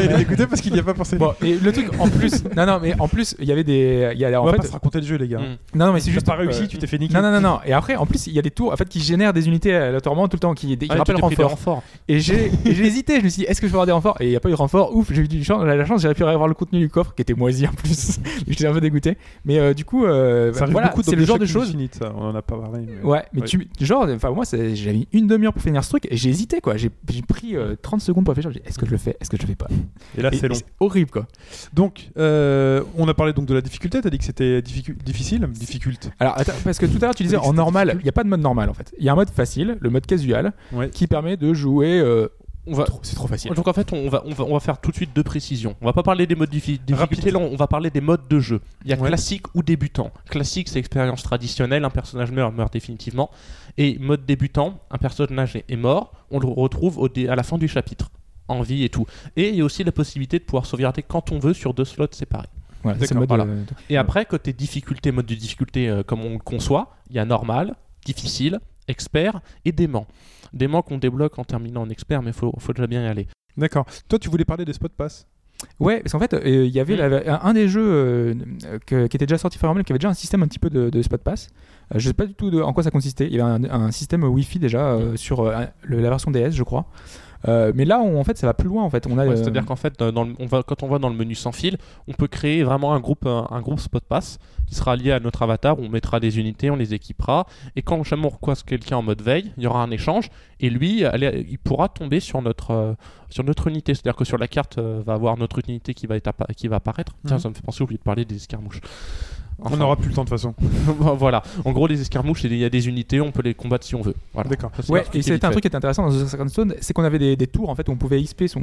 est dégoûté parce qu'il n'y a pas pensé.
bon, et le truc en plus, non non mais en plus il y avait des, il y a
On
en
va
fait,
pas se raconter le jeu, les gars.
Mm.
non non mais c'est
T'as
juste
pas réussi,
euh,
tu t'es fait niquer.
Non, non, non, non. Et après, en plus, il y a des tours en fait, qui génèrent des unités aléatoirement tout le temps, qui, qui
Ah,
rappellent
tu t'es pris des
renfort.
renforts.
Et j'ai et j'ai hésité, je me suis dit, est-ce que je vais avoir des renforts Et il n'y a pas eu de renfort, ouf, j'ai eu du chance, la chance, j'aurais pu avoir le contenu du coffre, qui était moisi en plus. J'étais un peu dégoûté. Mais euh, du coup, euh,
Ça arrive
voilà,
beaucoup dans
c'est le
les
genre de
Shock
choses.
Infinite, ça. On en a pas parlé. mais-
Ouais, mais
Ouais.
tu. Genre, enfin, moi, c'est- j'avais mis une demi-heure pour finir ce truc et j'ai hésité, quoi. J'ai j'ai pris euh, 30 secondes pour réfléchir. J'ai dit, Est-ce que je le fais Est-ce que je le fais pas
Et là,
Et-
Bah, c'est
et
long.
horrible, quoi.
Donc, euh, on a parlé donc de la difficulté. T'as dit que c'était difficu- difficile, difficult.
Alors, attends, parce que tout à l'heure, tu disais en normal, il n'y a pas de mode normal en fait. Il y a un mode facile, le mode casual,
Ouais.
qui permet de jouer. euh,
On va...
trop- c'est trop facile.
Donc en fait, on va, on, va, on va faire tout de suite deux précisions. On va pas parler des modes diffi- difficulté,
Rapide.
là, on va parler des modes de jeu. Il y a
Ouais.
classique ou débutant. Classique, c'est expérience traditionnelle, un personnage meurt, meurt définitivement. Et mode débutant, un personnage est est mort, on le retrouve au dé- à la fin du chapitre, en vie et tout. Et il y a aussi la possibilité de pouvoir sauvegarder quand on veut sur deux slots séparés.
Voilà, c'est le
D'accord,
mode
voilà.
euh,
Et après, côté difficulté, mode de difficulté euh, comme on le conçoit, il y a normal, difficile, expert et dément. Dément qu'on débloque en terminant en expert, mais faut, faut déjà bien y aller.
D'accord. Toi, tu voulais parler des spots pass.
Ouais, parce qu'en fait, euh, il y avait
Mm.
la- un, un des jeux euh, que- qui était déjà sorti Fire Emblem, qui avait déjà un système un petit peu de, de spot pass. Euh, je sais pas du tout de- en quoi ça consistait. Il y avait un, un système Wi-Fi déjà
Mm.
euh, sur euh, le- la version DS, je crois. Euh, mais là, on- en fait, ça va plus loin. En fait, on a.
Ouais,
euh,
C'est-à-dire qu'en fait, dans- dans le- on va, quand on va dans le menu sans fil, on peut créer vraiment un groupe, un, un groupe spot pass qui sera lié à notre avatar. où On mettra des unités, on les équipera. Et quand jamais on requoise quelqu'un en mode veille, il y aura un échange. Et lui, elle est- il pourra tomber sur notre, euh, sur notre unité. C'est-à-dire que sur la carte, euh, va avoir notre unité qui va, être appa- qui va apparaître. Tiens,
Mhm.
ça me fait penser, j'ai oublié de parler des escarmouches.
On
Enfin,
n'aura plus le temps de toute façon.
bon, voilà. En gros, les escarmouches, il y a des unités, on peut les combattre si on veut. Voilà.
D'accord.
Ça, c'est
Ouais,
leur
et
truc
c'était un
vite
truc qui était intéressant dans The Second Stone, c'est qu'on avait des, des tours en fait où on pouvait XP son,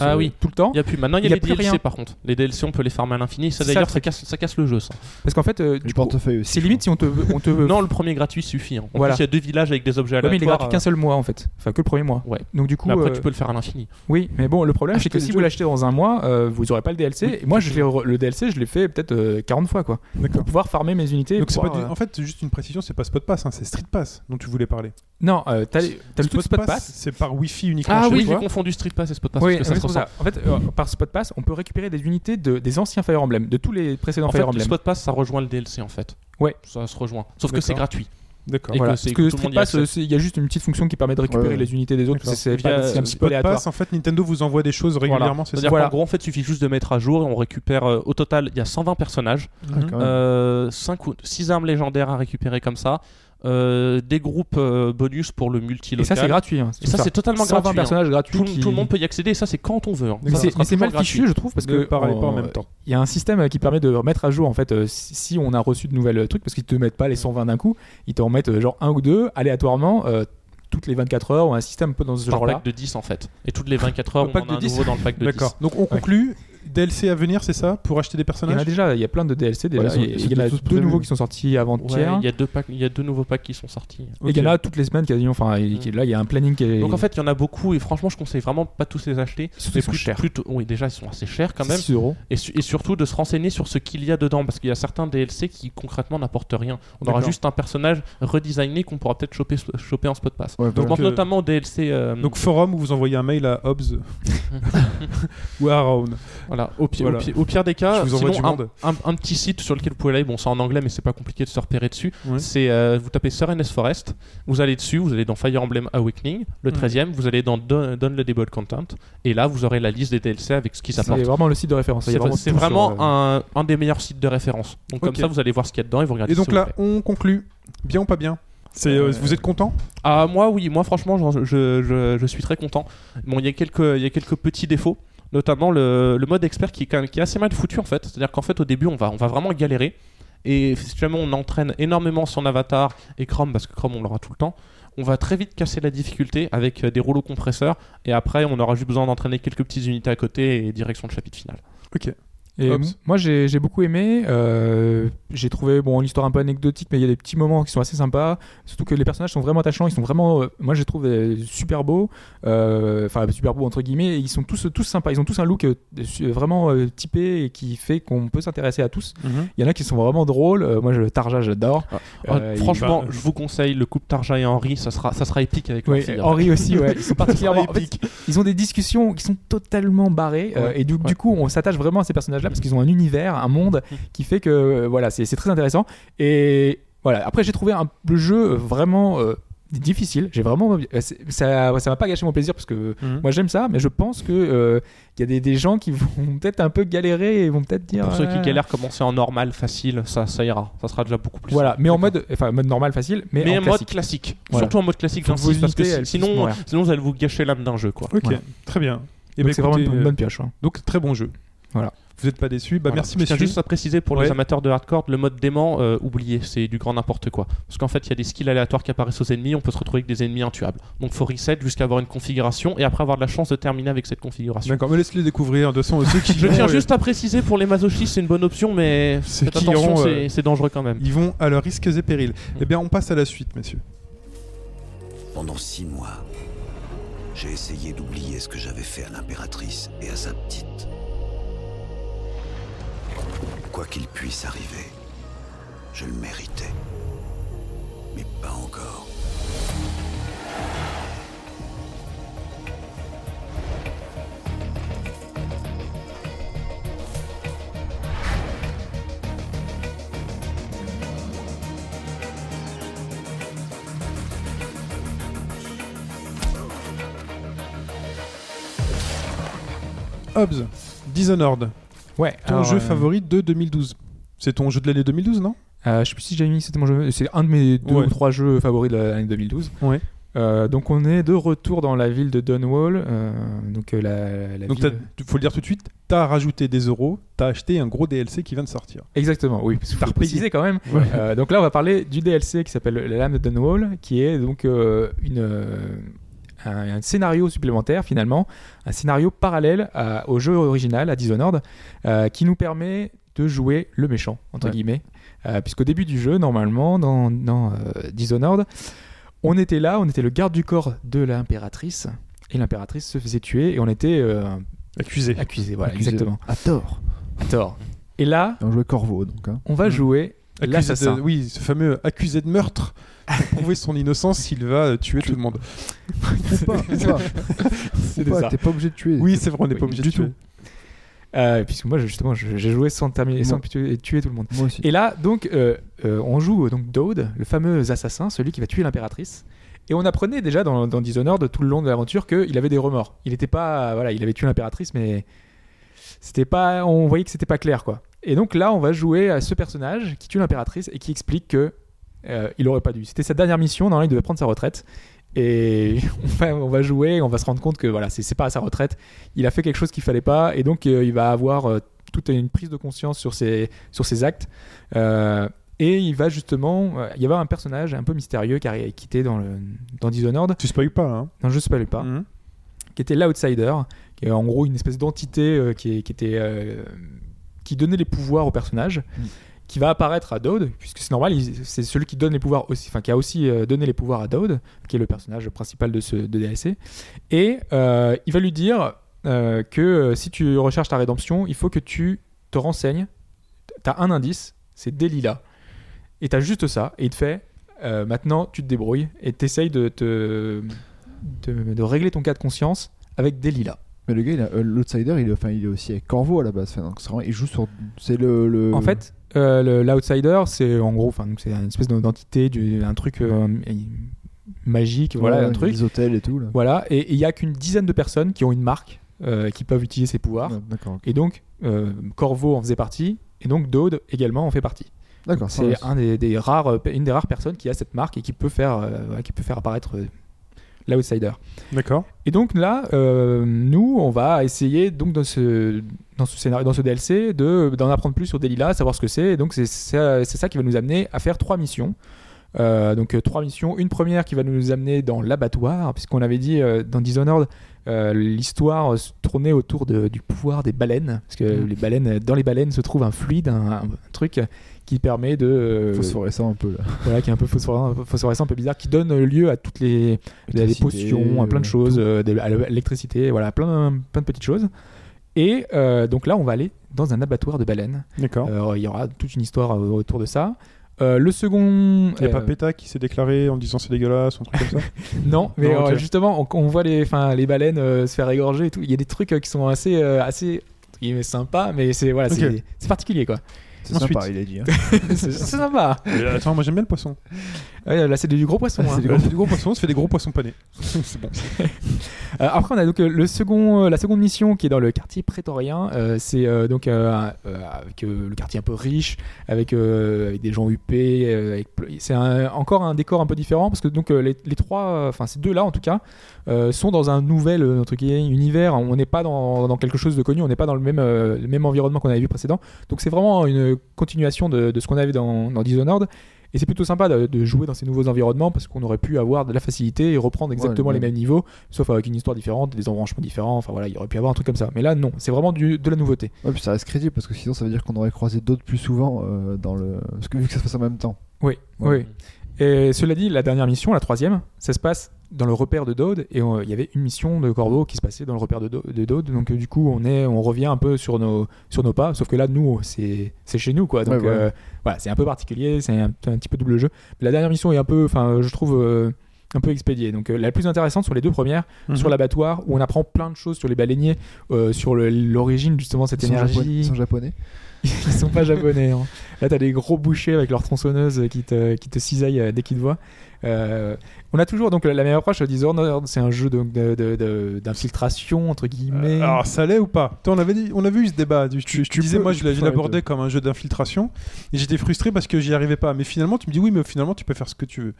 Ah
son-
oui.
tout le temps.
fait. Il y a plus. Maintenant, il y a,
Il y a
les
plus
DLC
rien.
par contre. Les DLC, on peut les farmer à l'infini. Ça
C'est ça,
d'ailleurs,
le
ça casse, ça casse le jeu, ça.
Parce qu'en fait, euh,
Du
du coup,
portefeuille aussi.
c'est limite si on te, on te
Non, le premier gratuit suffit. hein. En
Voilà.
plus, il y a deux villages avec des objets
Ouais, mais il est
aléatoires.
gratuit qu'un seul mois en fait, enfin que le premier mois.
euh. Ouais.
Donc du coup,
Mais après,
euh,
tu peux le faire à l'infini.
Oui, mais bon, le problème, c'est que
Acheter
si
le
vous
jeu.
l'achetez dans un mois, euh, vous n'aurez pas le DLC. Et moi, je l'ai re- le DLC, je l'ai fait peut-être euh, 40 fois, quoi.
D'accord.
Pour pouvoir farmer mes unités.
Donc c'est
pour
pas
pouvoir,
du-
euh,
en fait, c'est juste une précision, c'est pas Spot Pass, hein, c'est Street Pass dont tu voulais parler.
Non, euh, t'as les- t'as le tout Spot Pass.
c'est par Wi-Fi uniquement
Ah
chez
oui, j'ai
toi.
confondu Street Pass et Spot Pass.
oui,
parce que
oui,
ça
c'est
se
pour
ressemble.
ça. En fait, euh, par Spot Pass, on peut récupérer des unités de, des anciens Fire Emblem, de tous les précédents
En fait,
Fire
le
Emblem.
Spot Pass, ça rejoint le DLC en fait.
Ouais.
Ça se rejoint. Sauf que
D'accord.
c'est gratuit.
D'accord.
Et
Voilà.
que c'est-
Parce
que
que
tout le
Street
monde y
Pass,
accède.
c'est- il y a juste une petite fonction qui permet de récupérer
Ouais.
les unités des autres.
D'accord.
C'est
Via,
pas-
euh,
c'est un petit peu
Spot
aléatoire.
Pass, en fait, Nintendo vous envoie des choses régulièrement, c'est ça
C'est-à-dire
Voilà.
qu'en gros, en fait, il suffit juste de mettre à jour et on récupère. euh, au
Mhm.
total, il y a 120 personnages,
Ah, quand même.
euh, 5 ou 6 armes légendaires à récupérer comme ça. euh, des groupes euh, bonus pour le multi
Et ça, c'est gratuit. hein.
Et ça,
bizarre.
c'est totalement
120
gratuit. hein.
personnages gratuits.
Tout,
qui-
tout le monde peut y accéder, et ça c'est quand on veut. hein.
Mais
Ça, ça
c'est-
sera
mais c'est mal
toujours gratuit.
fichu, je trouve, parce
Ne
que
parlez pas en
euh,
même temps.
Il y a un système euh, qui permet de remettre à jour, en fait, euh, si si on a reçu de nouvelles euh, trucs, parce qu'ils te mettent pas les 120 d'un coup, ils t'en mettent euh, genre un ou deux aléatoirement euh, toutes les 24 heures. On a un système un peu dans ce
Par
genre-là.
pack de 10 en fait. Et toutes les 24 heures,
Au
on
pack
en
de
a un
10.
nouveau dans le pack de 10.
D'accord. Donc on conclut. DLC à venir, c'est ça Pour acheter des
Il y en a
personnages
déjà, il y a plein de DLC déjà.
Ouais, ils sont-
Il y a-
ils sont
il y en a
tous
deux
prévus.
nouveaux qui sont sortis
Ouais,
avant-hier.
il y a deux packs- il y a deux nouveaux packs qui sont sortis.
Et il y en a toutes les semaines quasiment. Enfin, il-
Mm.
là, il y a un planning qui est.
Donc en fait, il y en a beaucoup et franchement, je conseille vraiment pas tous les acheter.
Surtout,
Mais
ils sont
plutôt-
chers.
plutôt- oui, déjà ils sont assez chers quand même.
6 euros.
Et, su- et surtout de se renseigner sur ce qu'il y a dedans, parce qu'il y a certains DLC qui concrètement n'apportent rien. On aura
D'accord.
juste un personnage redesigné qu'on pourra peut-être choper, choper en spot pass.
Ouais,
Je
voilà.
pense
euh,
notamment au DLC. euh,
Donc forum où vous envoyez un mail à Hobbs ou à Aaron.
voilà, au, pi-
voilà.
au pi- au pire des cas,
Je vous envoie
sinon,
du
un,
monde.
un- un petit site sur lequel vous pouvez aller. Bon, c'est en anglais, mais c'est pas compliqué de se repérer dessus.
Ouais.
C'est euh, vous tapez Serenes Forest, vous allez dessus, vous allez dans Fire Emblem Awakening, le
Mm.
13 e vous allez dans Don- Downloadable Content, et là vous aurez la liste des DLC avec ce qu'ils
C'est
apportent.
vraiment le site de référence. Il y
C'est
a
vraiment, c'est
tout sur,
vraiment
euh,
un, un des meilleurs sites de référence. Donc comme
Ok.
ça, vous allez voir ce qu'il y a dedans et vous regardez.
Et donc
si ça vous
là,
plaît.
on conclut. Bien ou pas bien C'est, euh,
Euh,
Vous êtes content
Ah, moi oui, moi franchement, j'en- je, je- je suis très content. Bon, il y a quelques, il y a quelques petits défauts, notamment le, le mode expert qui est, quand même- qui est assez mal foutu en fait. C'est-à-dire qu'en fait, au début, on va, on va vraiment galérer. Et si jamais on entraîne énormément son avatar et Chrome, parce que Chrome on l'aura tout le temps, on va très vite casser la difficulté avec euh, des rouleaux compresseurs. Et après, on aura juste besoin d'entraîner quelques petites unités à côté et direction le chapitre final.
Et
Hobbs.
m- moi j'ai j'ai beaucoup aimé. euh, j'ai trouvé bon l'histoire un peu anecdotique, mais il y a des petits moments qui sont assez sympas. Surtout que les personnages sont vraiment attachants. Ils sont vraiment, euh, moi je les trouve euh, super beaux. euh, Enfin super beaux entre guillemets. Et ils sont tous tous sympas. Ils ont tous un look euh, su- vraiment euh, typé et qui fait qu'on peut s'intéresser à tous. Il y en a qui sont vraiment drôles. euh, moi je, Tarja j'adore.
Mhm. Ah,
Euh,
franchement,
va-
je vous conseille le couple Tarja et Henri, ça sera, ça sera épique avec
il-
leur
ouais,
fille. hein.
Henri aussi, ouais. Ils sont particulièrement.
Ça
en
sera
fait,
épique.
ils ont des discussions qui sont totalement barrées euh,
Ouais,
et du, du
ouais. Mm.
coup on s'attache vraiment à ces personnages là parce qu'ils ont un univers un monde qui fait que euh, voilà c'est c'est très intéressant et voilà après j'ai trouvé un, le jeu euh, vraiment euh, difficile j'ai vraiment euh, c'est- ça ça m'a pas gâché mon plaisir parce que
Mm.
moi j'aime ça mais je pense que euh, il y a des, des gens qui vont peut-être un peu galérer et vont peut-être dire
Pour ceux qui
ah.
galèrent, commencer en normal, facile, ça, ça ira. Ça sera déjà beaucoup plus.
voilà
simple.
mais en mode enfin mode normal facile mais,
mais,
en
en mode
classique.
classique.
Voilà.
Surtout en mode classique,
Faut que
j'insiste,
vos
parce que
unités,
si-
elles puissent
sinon,
mourir.
sinon, vous allez vous gâcher l'âme d'un jeu, quoi.
Ok,
Voilà.
très bien. Eh ben, Et
Donc, c'est vraiment une bonne
bonne...
pioche hein.
donc très bon jeu.
Voilà.
Vous n'êtes pas déçu Bah
Voilà.
merci
Je tiens
messieurs.
juste à préciser pour
Ouais.
les amateurs de hardcore, le mode dément, euh, oubliez, c'est du grand n'importe quoi. Parce qu'en fait, il y a des skills aléatoires qui apparaissent aux ennemis, on peut se retrouver avec des ennemis intuables. Donc faut reset jusqu'à avoir une configuration et après avoir de la chance de terminer avec cette configuration.
D'accord, mais laisse-les découvrir. De toute façon, ceux qui
Je
vont,
tiens
euh,
juste à préciser pour les masochistes, c'est une bonne option, mais
Ceux
faites
qui
attention,
iront,
c'est
euh,
c'est dangereux quand même.
Ils vont à leurs risques et périls.
Mm.
Eh bien, on passe à la suite, messieurs.
Pendant six mois, j'ai essayé d'oublier ce que j'avais fait à l'impératrice et à sa petite. Quoi qu'il puisse arriver, je le méritais. Mais pas encore.
Hobbs, Dishonored,
ouais
ton
alors,
jeu
euh,
favori de 2012. C'est ton jeu de l'année 2012, non
Euh, je sais plus si j'ai mis, c'était mon jeu. C'est un de mes deux
Ouais.
ou trois jeux favoris de l'année 2012.
Ouais.
Euh, donc on est de retour dans la ville de Dunwall. euh, donc euh, la, la
Donc,
ville-
il faut le dire tout de suite, t'as rajouté des euros, t'as acheté un gros DLC qui vient de sortir.
Exactement, oui. Parce qu'il
T'as
faut
repayé.
préciser quand même. Euh, donc là, on va parler du DLC qui s'appelle La Lame de Dunwall, qui est donc euh, une, euh, un, un scénario supplémentaire finalement, un scénario parallèle à- au jeu original, à Dishonored, euh, qui nous permet de jouer le méchant, entre
Ouais.
guillemets. Euh, Puisqu'au début du jeu, normalement, dans, dans, euh, Dishonored, on était là, on était le garde du corps de l'impératrice, et l'impératrice se faisait tuer, et on était euh,
Accusé.
accusé, voilà,
Bah, Accusé. hein.
exactement,
À tort.
à tort. Hmm. Et là,
Et on jouait Corvo, donc. hein.
on va
Mhm.
jouer
Accusé de,
l'assassin.
oui, ce fameux accusé de meurtre. Pour prouver son innocence, il va euh, tuer tout le monde.
Ou pas, ou pas. Ou
C'était
pas,
ça.
T'es pas obligé de tuer.
Oui, c'est vrai, on n'est
Oui,
pas obligé
du
de tuer.
tout. Euh, puisque moi, je- justement, je- j'ai joué sans terminer, sans
Moi.
tuer, tuer tout le monde.
Moi aussi.
Et là, donc, euh, euh, on joue euh, donc Daud, le fameux assassin, celui qui va tuer l'impératrice. Et on apprenait déjà dans, dans Dishonored tout le long de l'aventure qu'il avait des remords. Il était pas, voilà, il avait tué l'impératrice, mais c'était pas, on voyait que c'était pas clair, quoi. Et donc là, on va jouer à ce personnage qui tue l'impératrice et qui explique que Euh, il aurait pas dû. C'était sa dernière mission, normalement il devait prendre sa retraite. Et on va, on va jouer, on va se rendre compte que voilà, c'est c'est pas à sa retraite. Il a fait quelque chose qu'il fallait pas, et donc euh, il va avoir euh, toute une prise de conscience sur ses, sur ses actes. Euh, et il va justement, euh, il y avait un personnage un peu mystérieux qui a quitté dans, le, dans Dishonored.
Tu spoil pas, hein
Non, je ne spoil pas
Mhm.
qui était l'outsider, qui est en gros une espèce d'entité euh, qui, est- qui était euh, qui donnait les pouvoirs au personnage,
Mm.
qui va apparaître à Dode, puisque c'est normal, il- c'est celui qui donne les pouvoirs aussi, enfin qui a aussi euh, donné les pouvoirs à Dode, qui est le personnage principal de ce de DLC, et euh, il va lui dire euh, que euh, si tu recherches ta rédemption, il faut que tu te renseignes. T'as un indice, c'est des lilas, et t'as juste ça, et il te fait euh, maintenant tu te débrouilles et t'essayes de te de, de régler ton cas de conscience avec des lilas.
Mais le gars, il a- euh, l'outsider, il, est- enfin, il est aussi avec Corvo à la base. Enfin, donc, c'est vraiment- il joue sur. C'est le, le-
En fait, euh, le- l'outsider, c'est en gros, enfin, donc c'est une espèce d'identité, du- un truc euh, magique, voilà,
Ouais,
un truc.
Les hôtels et tout. Là.
Voilà, et et il y a qu'une dizaine de personnes qui ont une marque euh, qui peuvent utiliser ses pouvoirs.
Ouais, D'accord. ok.
Et donc, euh, Corvo en faisait partie, et donc Dode également en fait partie.
D'accord. ça
C'est
va.
un des, des rares, euh, une des rares personnes qui a cette marque et qui peut faire, euh, voilà, qui peut faire apparaître euh, l'outsider.
D'accord.
Et donc là, euh, nous, on va essayer donc dans ce dans ce scénario, dans ce DLC, de d'en apprendre plus sur Delilah, savoir ce que c'est. Et donc c'est ça, c'est ça qui va nous amener à faire trois missions. Euh, donc euh, trois missions. Une première qui va nous amener dans l'abattoir, puisqu'on avait dit euh, dans Dishonored, euh, l'histoire euh, se tournait autour de- du pouvoir des baleines, parce que les baleines, euh, dans les baleines se trouve un fluide, un, un truc qui permet de euh,
Phosphorescent un peu là.
voilà, qui est un peu phosphorescent, phosphorescent, un peu bizarre, qui donne lieu à toutes les, à des potions, à plein de choses, euh, des- à l'électricité, voilà, plein, plein de petites choses. Et euh, donc là, on va aller dans un abattoir de baleines.
D'accord.
Euh, il y aura toute une histoire euh, autour de ça. Euh, le second,
Il n'y a pas
euh,
PETA qui s'est déclaré en disant c'est dégueulasse, un truc comme ça
non, mais
Non,
euh,
ok.
justement, on, on voit les, enfin, les baleines euh, se faire égorger et tout. Il y a des trucs euh, qui sont assez, euh, assez entre guillemets, sympas, mais c'est voilà,
Ok.
c'est- c'est particulier quoi.
C'est
Ensuite.
sympa, il a dit. hein.
c'est c'est sympa.
Mais Attends, moi j'aime bien le poisson.
Ouais, là, c'est du gros poisson. hein.
C'est du
Euh, du gros poisson, on se fait des gros poissons panés. c'est bon.
Euh, après, on a donc euh, le second, euh, la seconde mission qui est dans le quartier prétorien. Euh, c'est euh, donc euh, un- euh, avec euh, le quartier un peu riche, avec, euh, avec des gens huppés. euh, avec ple- c'est un- encore un décor un peu différent parce que donc euh, les, les trois, euh, enfin ces deux-là en tout cas, euh, sont dans un nouvel euh, entre guillemets, univers. On n'est pas dans, dans quelque chose de connu, on n'est pas dans le même, euh, le même environnement qu'on avait vu précédent. Donc c'est vraiment une continuation de, de ce qu'on avait dans, dans Dishonored. Et c'est plutôt sympa de, de jouer dans ces nouveaux environnements parce qu'on aurait pu avoir de la facilité et reprendre exactement
ouais.
les mêmes niveaux sauf avec une histoire différente, des embranchements différents. Enfin voilà, il y aurait pu avoir un truc comme ça. Mais là, non, c'est vraiment du, de la nouveauté.
Ouais, puis ça reste crédible parce que sinon ça veut dire qu'on aurait croisé d'autres plus souvent euh, dans le. Parce que vu que ça se passe en même temps.
Oui,
Ouais.
oui. Et cela dit, la dernière mission, la troisième, ça se passe dans le repère de Dode et on- il y avait une mission de Corbeau qui se passait dans le repère de, Do- de Dode. Donc euh, du coup, on est, on revient un peu sur nos, sur nos pas. Sauf que là, nous, c'est, c'est chez nous, quoi. Donc
Ouais, voilà.
euh, voilà, c'est un peu particulier, c'est un, un petit peu double jeu. Mais la dernière mission est un peu, enfin, euh, je trouve. euh, un peu expédiée. Donc euh, la plus intéressante sur les deux premières,
Mhm.
sur l'abattoir où on apprend plein de choses sur les baleiniers, euh, sur le- l'origine justement de cette
Ils sont japonais.
énergie,
Ils sont japonais.
ils sont pas japonais. hein. Là, t'as des gros bouchers avec leurs tronçonneuses qui te, qui te cisaillent euh, dès qu'ils te voient. Euh, on a toujours donc la même approche. euh, Dishonored, c'est un jeu donc de- de- de- d'infiltration entre guillemets.
Alors, ça l'est ou pas Toi, on avait dit, on avait eu ce débat. Tu, tu- tu disais,
peux-
moi, je
tu
l'ai-
peux
je
faire les
l'abordais comme un jeu d'infiltration. Et j'étais frustré parce que j'y arrivais pas. Mais finalement, tu me dis, oui, mais finalement, tu peux faire ce que tu veux.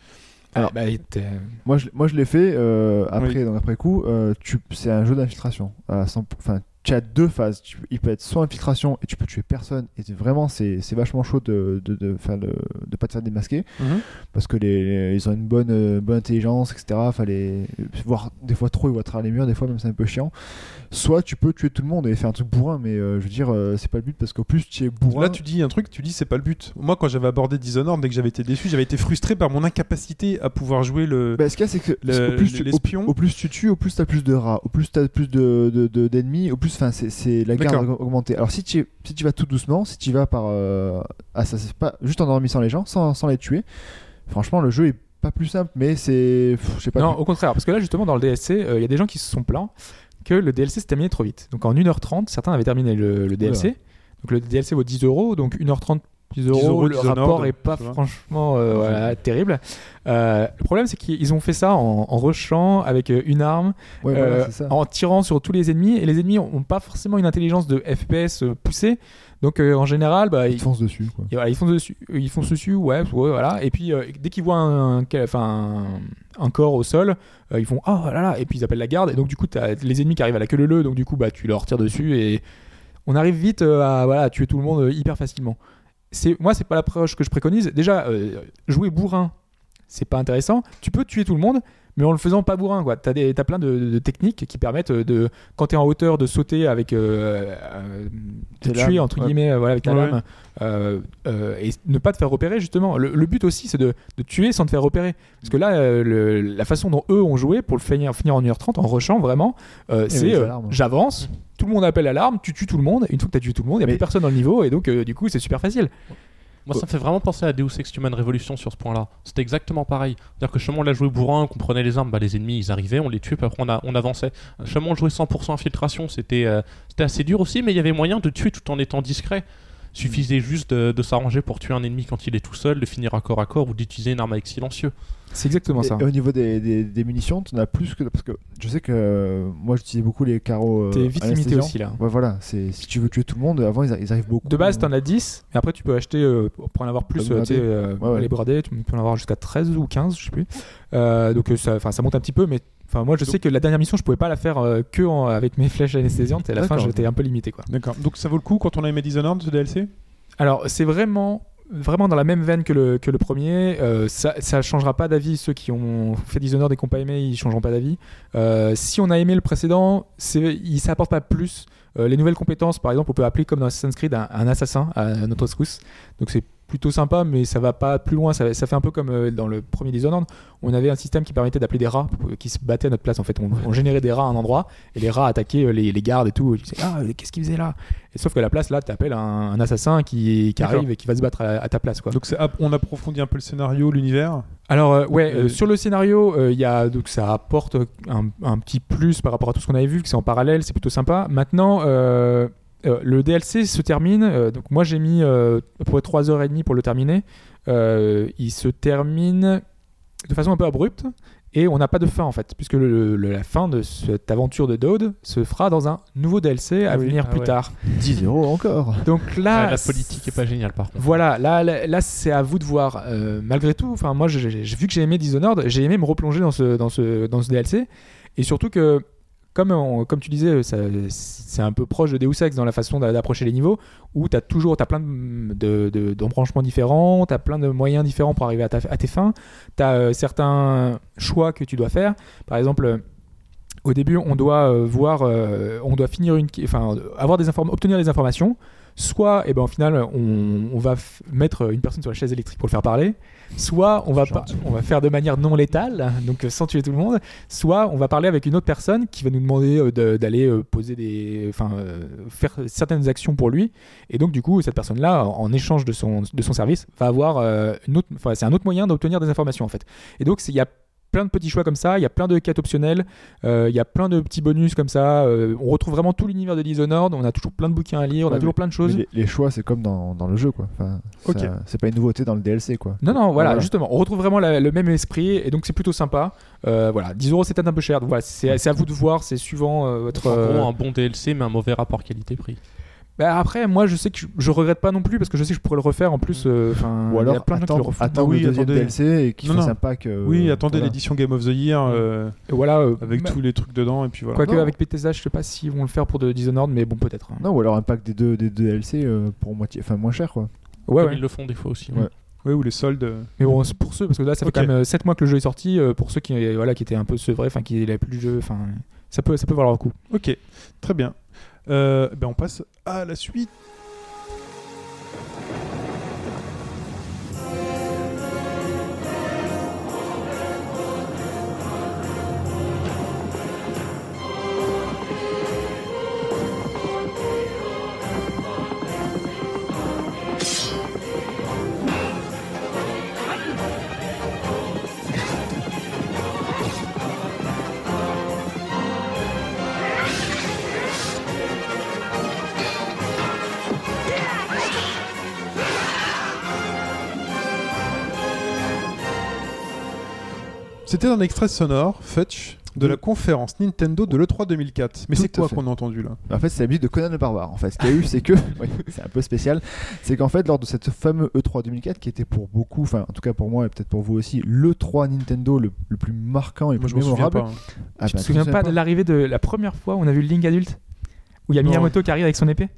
Ah, bah, t'es-
Moi, je, moi, je l'ai fait euh, après, donc après coup. euh, tu, c'est un jeu d'infiltration. à 100 Enfin, tu as deux phases. Tu- il peut être soit infiltration et tu peux tuer personne. Et c'est- vraiment, c'est, c'est vachement chaud de de, de, faire le- de pas te faire démasquer
Mhm.
parce que les, les- ils ont une bonne euh, bonne intelligence, etc. Enfin, les, voir des fois trop, ils voient à travers les murs. Des fois, même c'est un peu chiant. Soit tu peux tuer tout le monde et faire un truc bourrin, mais euh, je veux dire, euh, c'est pas le but parce qu'en plus, tu es bourrin.
Là, tu dis un truc, tu dis, c'est pas le but. Moi, quand j'avais abordé Dishonored, dès que j'avais été déçu, j'avais été frustré par mon incapacité à pouvoir jouer le.
Bah, ce qu'il y a, c'est que
Le-
c'est qu'au plus tu-
l'espion.
Hein
au, au plus tu tues, au plus t'as plus de rats, au plus t'as plus de de- de- d'ennemis, au plus, enfin, c'est- c'est la garde
D'accord.
aug- augmentée. Alors si tu si tu vas tout doucement, si tu vas par euh, ah ça c'est pas juste en endormissant les gens, sans, sans les tuer. Franchement, le jeu est pas plus simple, mais c'est pff, je sais pas.
non, au contraire, parce que là justement dans le DLC, euh, il y a des gens qui se sont plaints que le DLC s'est terminé trop vite. Donc en 1h30, certains avaient terminé le, le DLC. Donc le DLC vaut 10 euros, donc 1h30 10 euros,
euros,
le
Dishonored,
rapport est pas
tu vois.
franchement euh, voilà, terrible. Euh, le problème c'est qu'ils ont fait ça en, en rushant avec euh, une arme,
Ouais, voilà,
euh,
c'est ça.
en tirant sur tous les ennemis et les ennemis ont pas forcément une intelligence de FPS euh, poussée. Donc euh, en général, bah,
Ils
ils,
te foncent dessus, quoi.
et voilà, ils font dessus, ils font dessus, ouais, ouais, voilà. Et puis euh, dès qu'ils voient un, un- enfin, un corps au sol, euh, ils font oh là là, et puis ils appellent la garde. Et donc du coup, t'as les ennemis qui arrivent à la queue leu leu, donc du coup, bah tu leur tires dessus et on arrive vite euh, à voilà, tuer tout le monde euh, hyper facilement. C'est moi, c'est pas l'approche que je préconise. Déjà, euh, jouer bourrin, c'est pas intéressant. Tu peux tuer tout le monde. Mais en le faisant pas bourrin, quoi. T'as, des, t'as plein de, de techniques qui permettent euh, de, quand t'es en hauteur, de sauter avec, euh, euh, de
Tes
tuer
lames,
entre
ouais.
guillemets, euh, voilà, avec ta
Ouais.
lame. Euh, euh, et ne pas te faire repérer justement. Le, le but aussi c'est de, de tuer sans te faire repérer. Parce que là, euh, le- la façon dont eux ont joué pour le finir, finir en 1h30, en rushant vraiment, euh, c'est
Eh les
euh,
alarmes.
j'avance, tout le monde appelle l'alarme, tu tues tout le monde, et une fois que tu as tué tout le monde, il n'y a
Mais-
plus personne dans le niveau, et donc euh, du coup c'est super facile.
Moi, ça me fait vraiment penser à Deus Ex Human Revolution sur ce point-là. C'était exactement pareil. C'est-à-dire que chemin on l'a joué bourrin, qu'on prenait les armes, bah, les ennemis, ils arrivaient, on les tuait, puis après on, a- on avançait. Chemin on jouait 100% infiltration, c'était euh, c'était assez dur aussi, mais il y avait moyen de tuer tout en étant discret.
Mm.
Suffisait juste de, de s'arranger pour tuer un ennemi quand il est tout seul, de finir à corps à corps ou d'utiliser une arme avec silencieux.
C'est exactement
Et-
ça.
Et au niveau des, des, des munitions, t'en as plus que. Parce que je sais que euh, moi j'utilisais beaucoup les carreaux. euh,
T'es vite limité
anesthésiants.
aussi là.
Ouais, voilà, c'est si tu veux tuer tout le monde, avant ils, a- ils arrivent beaucoup.
De base, t'en as 10, mais après, tu peux acheter, euh, pour en avoir plus,
Les
euh, tu sais,
bradés.
euh,
Ouais, ouais.
les bradés, tu peux en avoir jusqu'à 13 ou 15, je sais plus. Euh, donc, euh, ça, enfin, ça monte un petit peu, mais enfin, moi, je sais que la dernière mission, je pouvais pas la faire euh, que en- avec mes flèches anesthésiantes, et à la fin,
D'accord.
j'étais un peu limité, quoi.
D'accord. Donc ça vaut le coup quand on a aimé Dishonored ce DLC
Alors, c'est vraiment vraiment dans la même veine que le, que le premier Euh, ça, ça changera pas d'avis ceux qui ont fait Dishonored et qui n'ont pas aimé ils changeront pas d'avis Euh, si on a aimé le précédent c'est, il, ça apporte pas plus Euh, les nouvelles compétences par exemple on peut appeler comme dans Assassin's Creed un, un assassin à, à notre secousse donc c'est plutôt sympa mais ça va pas plus loin ça, ça fait un peu comme euh, dans le premier Dishonored on avait un système qui permettait d'appeler des rats pour- qui se battaient à notre place en fait on, on générait des rats à un endroit et les rats attaquaient euh, les, les gardes et tout et tu disais ah qu'est-ce qu'ils faisaient là et sauf que à la place, là, t'appelles un, un assassin qui, qui
D'accord.
arrive et qui va se battre à, à ta
Bah.
place. Quoi.
Donc c'est ap- on approfondit un peu le scénario, l'univers.
Alors, euh, ouais,
Euh,
euh, sur le scénario, euh, il y a, donc, ça apporte un, un petit plus par rapport à tout ce qu'on avait vu, que c'est en parallèle, c'est plutôt sympa. Maintenant, euh, euh, le DLC se termine. euh, donc, moi, j'ai mis euh, pour 3h30 pour le terminer. Euh, il se termine de façon un peu abrupte. Et on n'a pas de fin en fait, puisque le- le- la fin de cette aventure de Dode se fera dans un nouveau DLC à
Ah oui,
venir
ah
plus
ouais.
tard.
10 euros encore.
Donc là,
Ah, la politique est pas géniale par contre.
Voilà, là, là, là, c'est à vous de voir. Euh, malgré tout, enfin, moi, j'ai j'ai- vu que j'ai aimé Dishonored, j'ai aimé me replonger dans ce, dans ce, dans ce DLC. Et surtout que, comme, on- comme tu disais, ça- c'est un peu proche de Deus Ex dans la façon d'a- d'approcher les niveaux, où tu as toujours t'as plein de- de- de- d'embranchements différents, tu as plein de moyens différents pour arriver à, ta- à tes fins, tu as certains choix que tu dois faire. Par exemple, euh, au début, on doit euh, voir, euh, on doit finir une, enfin, euh, avoir des inform- obtenir des informations. Soit, eh ben, au final, on, on va f- mettre une personne sur la chaise électrique pour le faire parler. Soit, on va, pas- on va faire de manière non létale, donc euh, sans tuer tout le monde. Soit, on va parler avec une autre personne qui va nous demander euh, de- d'aller euh, poser des, enfin, euh, faire certaines actions pour lui. Et donc, du coup, cette personne-là, en en échange de son, de son service, va avoir euh, une autre, enfin, c'est un autre moyen d'obtenir des informations en fait. Et donc, c'est- il y a plein de petits choix comme ça, il y a plein de quêtes optionnelles. Euh, Il y a plein de petits bonus comme ça. euh, on retrouve vraiment tout l'univers de Dishonored. On a toujours plein de bouquins à lire. on a
Ouais,
toujours plein de
Mais
choses.
les, les choix, c'est comme dans, dans le jeu, quoi. Enfin, ça-
Ok.
C'est pas une nouveauté dans le DLC, quoi.
Non, non, voilà,
Voilà.
justement. On retrouve vraiment la- le même esprit. Et donc, c'est plutôt sympa. Euh, voilà, 10 euros, c'est peut-être un peu cher. donc voilà, c'est c'est à vous de voir. C'est suivant euh, votre.
En
euh,
gros, un bon DLC, mais un mauvais rapport qualité-prix.
bah, après, moi, je sais que je, je regrette pas non plus parce que je sais que je pourrais le refaire en plus. euh, Enfin,
Ou
il y a
alors
plein de gens qui le
attendre,
refont.
attendre
Oui,
le deuxième
attendez.
DLC et qu'il
Non,
fasse
non.
un pack. euh,
oui, attendez
voilà.
l'édition Game of the Year euh,
Et voilà. euh,
avec
bah,
tous les trucs dedans et puis voilà.
Quoique,
Non.
avec PTSH, je sais pas s'ils vont le faire pour de Dishonored, mais bon, peut-être. hein.
Non, ou alors un pack des deux, des deux DLC euh, pour moitié, enfin moins cher, quoi.
Ouais,
Comme
ouais.
ils le font des fois aussi.
Ouais.
oui.
Ouais, ou les soldes.
Mais bon, c'est pour ceux, parce que là, ça
Ok.
fait quand même 7 mois que le jeu est sorti. euh, pour ceux qui, euh, voilà, qui étaient un peu sevrés, enfin, qui n'avaient plus le jeu, enfin, ça peut, ça peut valoir le coup.
Ok, très bien. Euh, ben on passe à la suite. C'était un extrait sonore, Fetch, de
Oui.
la conférence Nintendo de l'E3 2004. Mais
Tout
c'est
à
quoi
fait.
qu'on a entendu là
En fait, c'est la musique de Conan le Barbare. En fait, ce qu'il y a eu, c'est que, oui, c'est un peu spécial, c'est qu'en fait, lors de cette fameuse E E3 2004, qui était pour beaucoup, enfin, en tout cas pour moi et peut-être pour vous aussi, l'E3 Nintendo le, le plus marquant et le
Moi,
plus
je me souviens
mémorable.
pas. hein.
Ah,
tu
bah,
te souviens pas de l'arrivée de la première fois où on a vu le Link adulte Où il y a
Non.
Miyamoto qui arrive avec son épée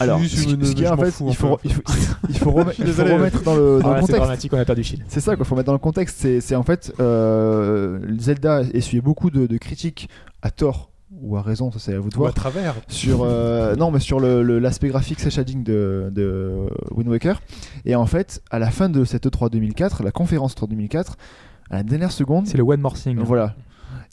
Alors,
Si, si, mais
ce qui- ce
ne-
qui est,
je
en
m'en
fait,
fous,
il
un
faut,
peu.
il faut, il faut remettre, il faut
Désolé.
remettre dans le, dans le
Ah là, C'est
contexte.
dramatique, on a perdu Shield.
C'est ça qu'il faut mettre dans le contexte. C'est c'est en fait, euh, Zelda essuyait beaucoup de, de critiques à tort ou à raison, ça c'est à vous de
Ou à
voir.
travers.
Sur, euh, non, mais sur le- le- l'aspect graphique, cel shading de, de Wind Waker. Et en fait, à la fin de cette E E3 2004, la conférence E 3 2004, à la dernière seconde,
C'est le One More Thing.
voilà.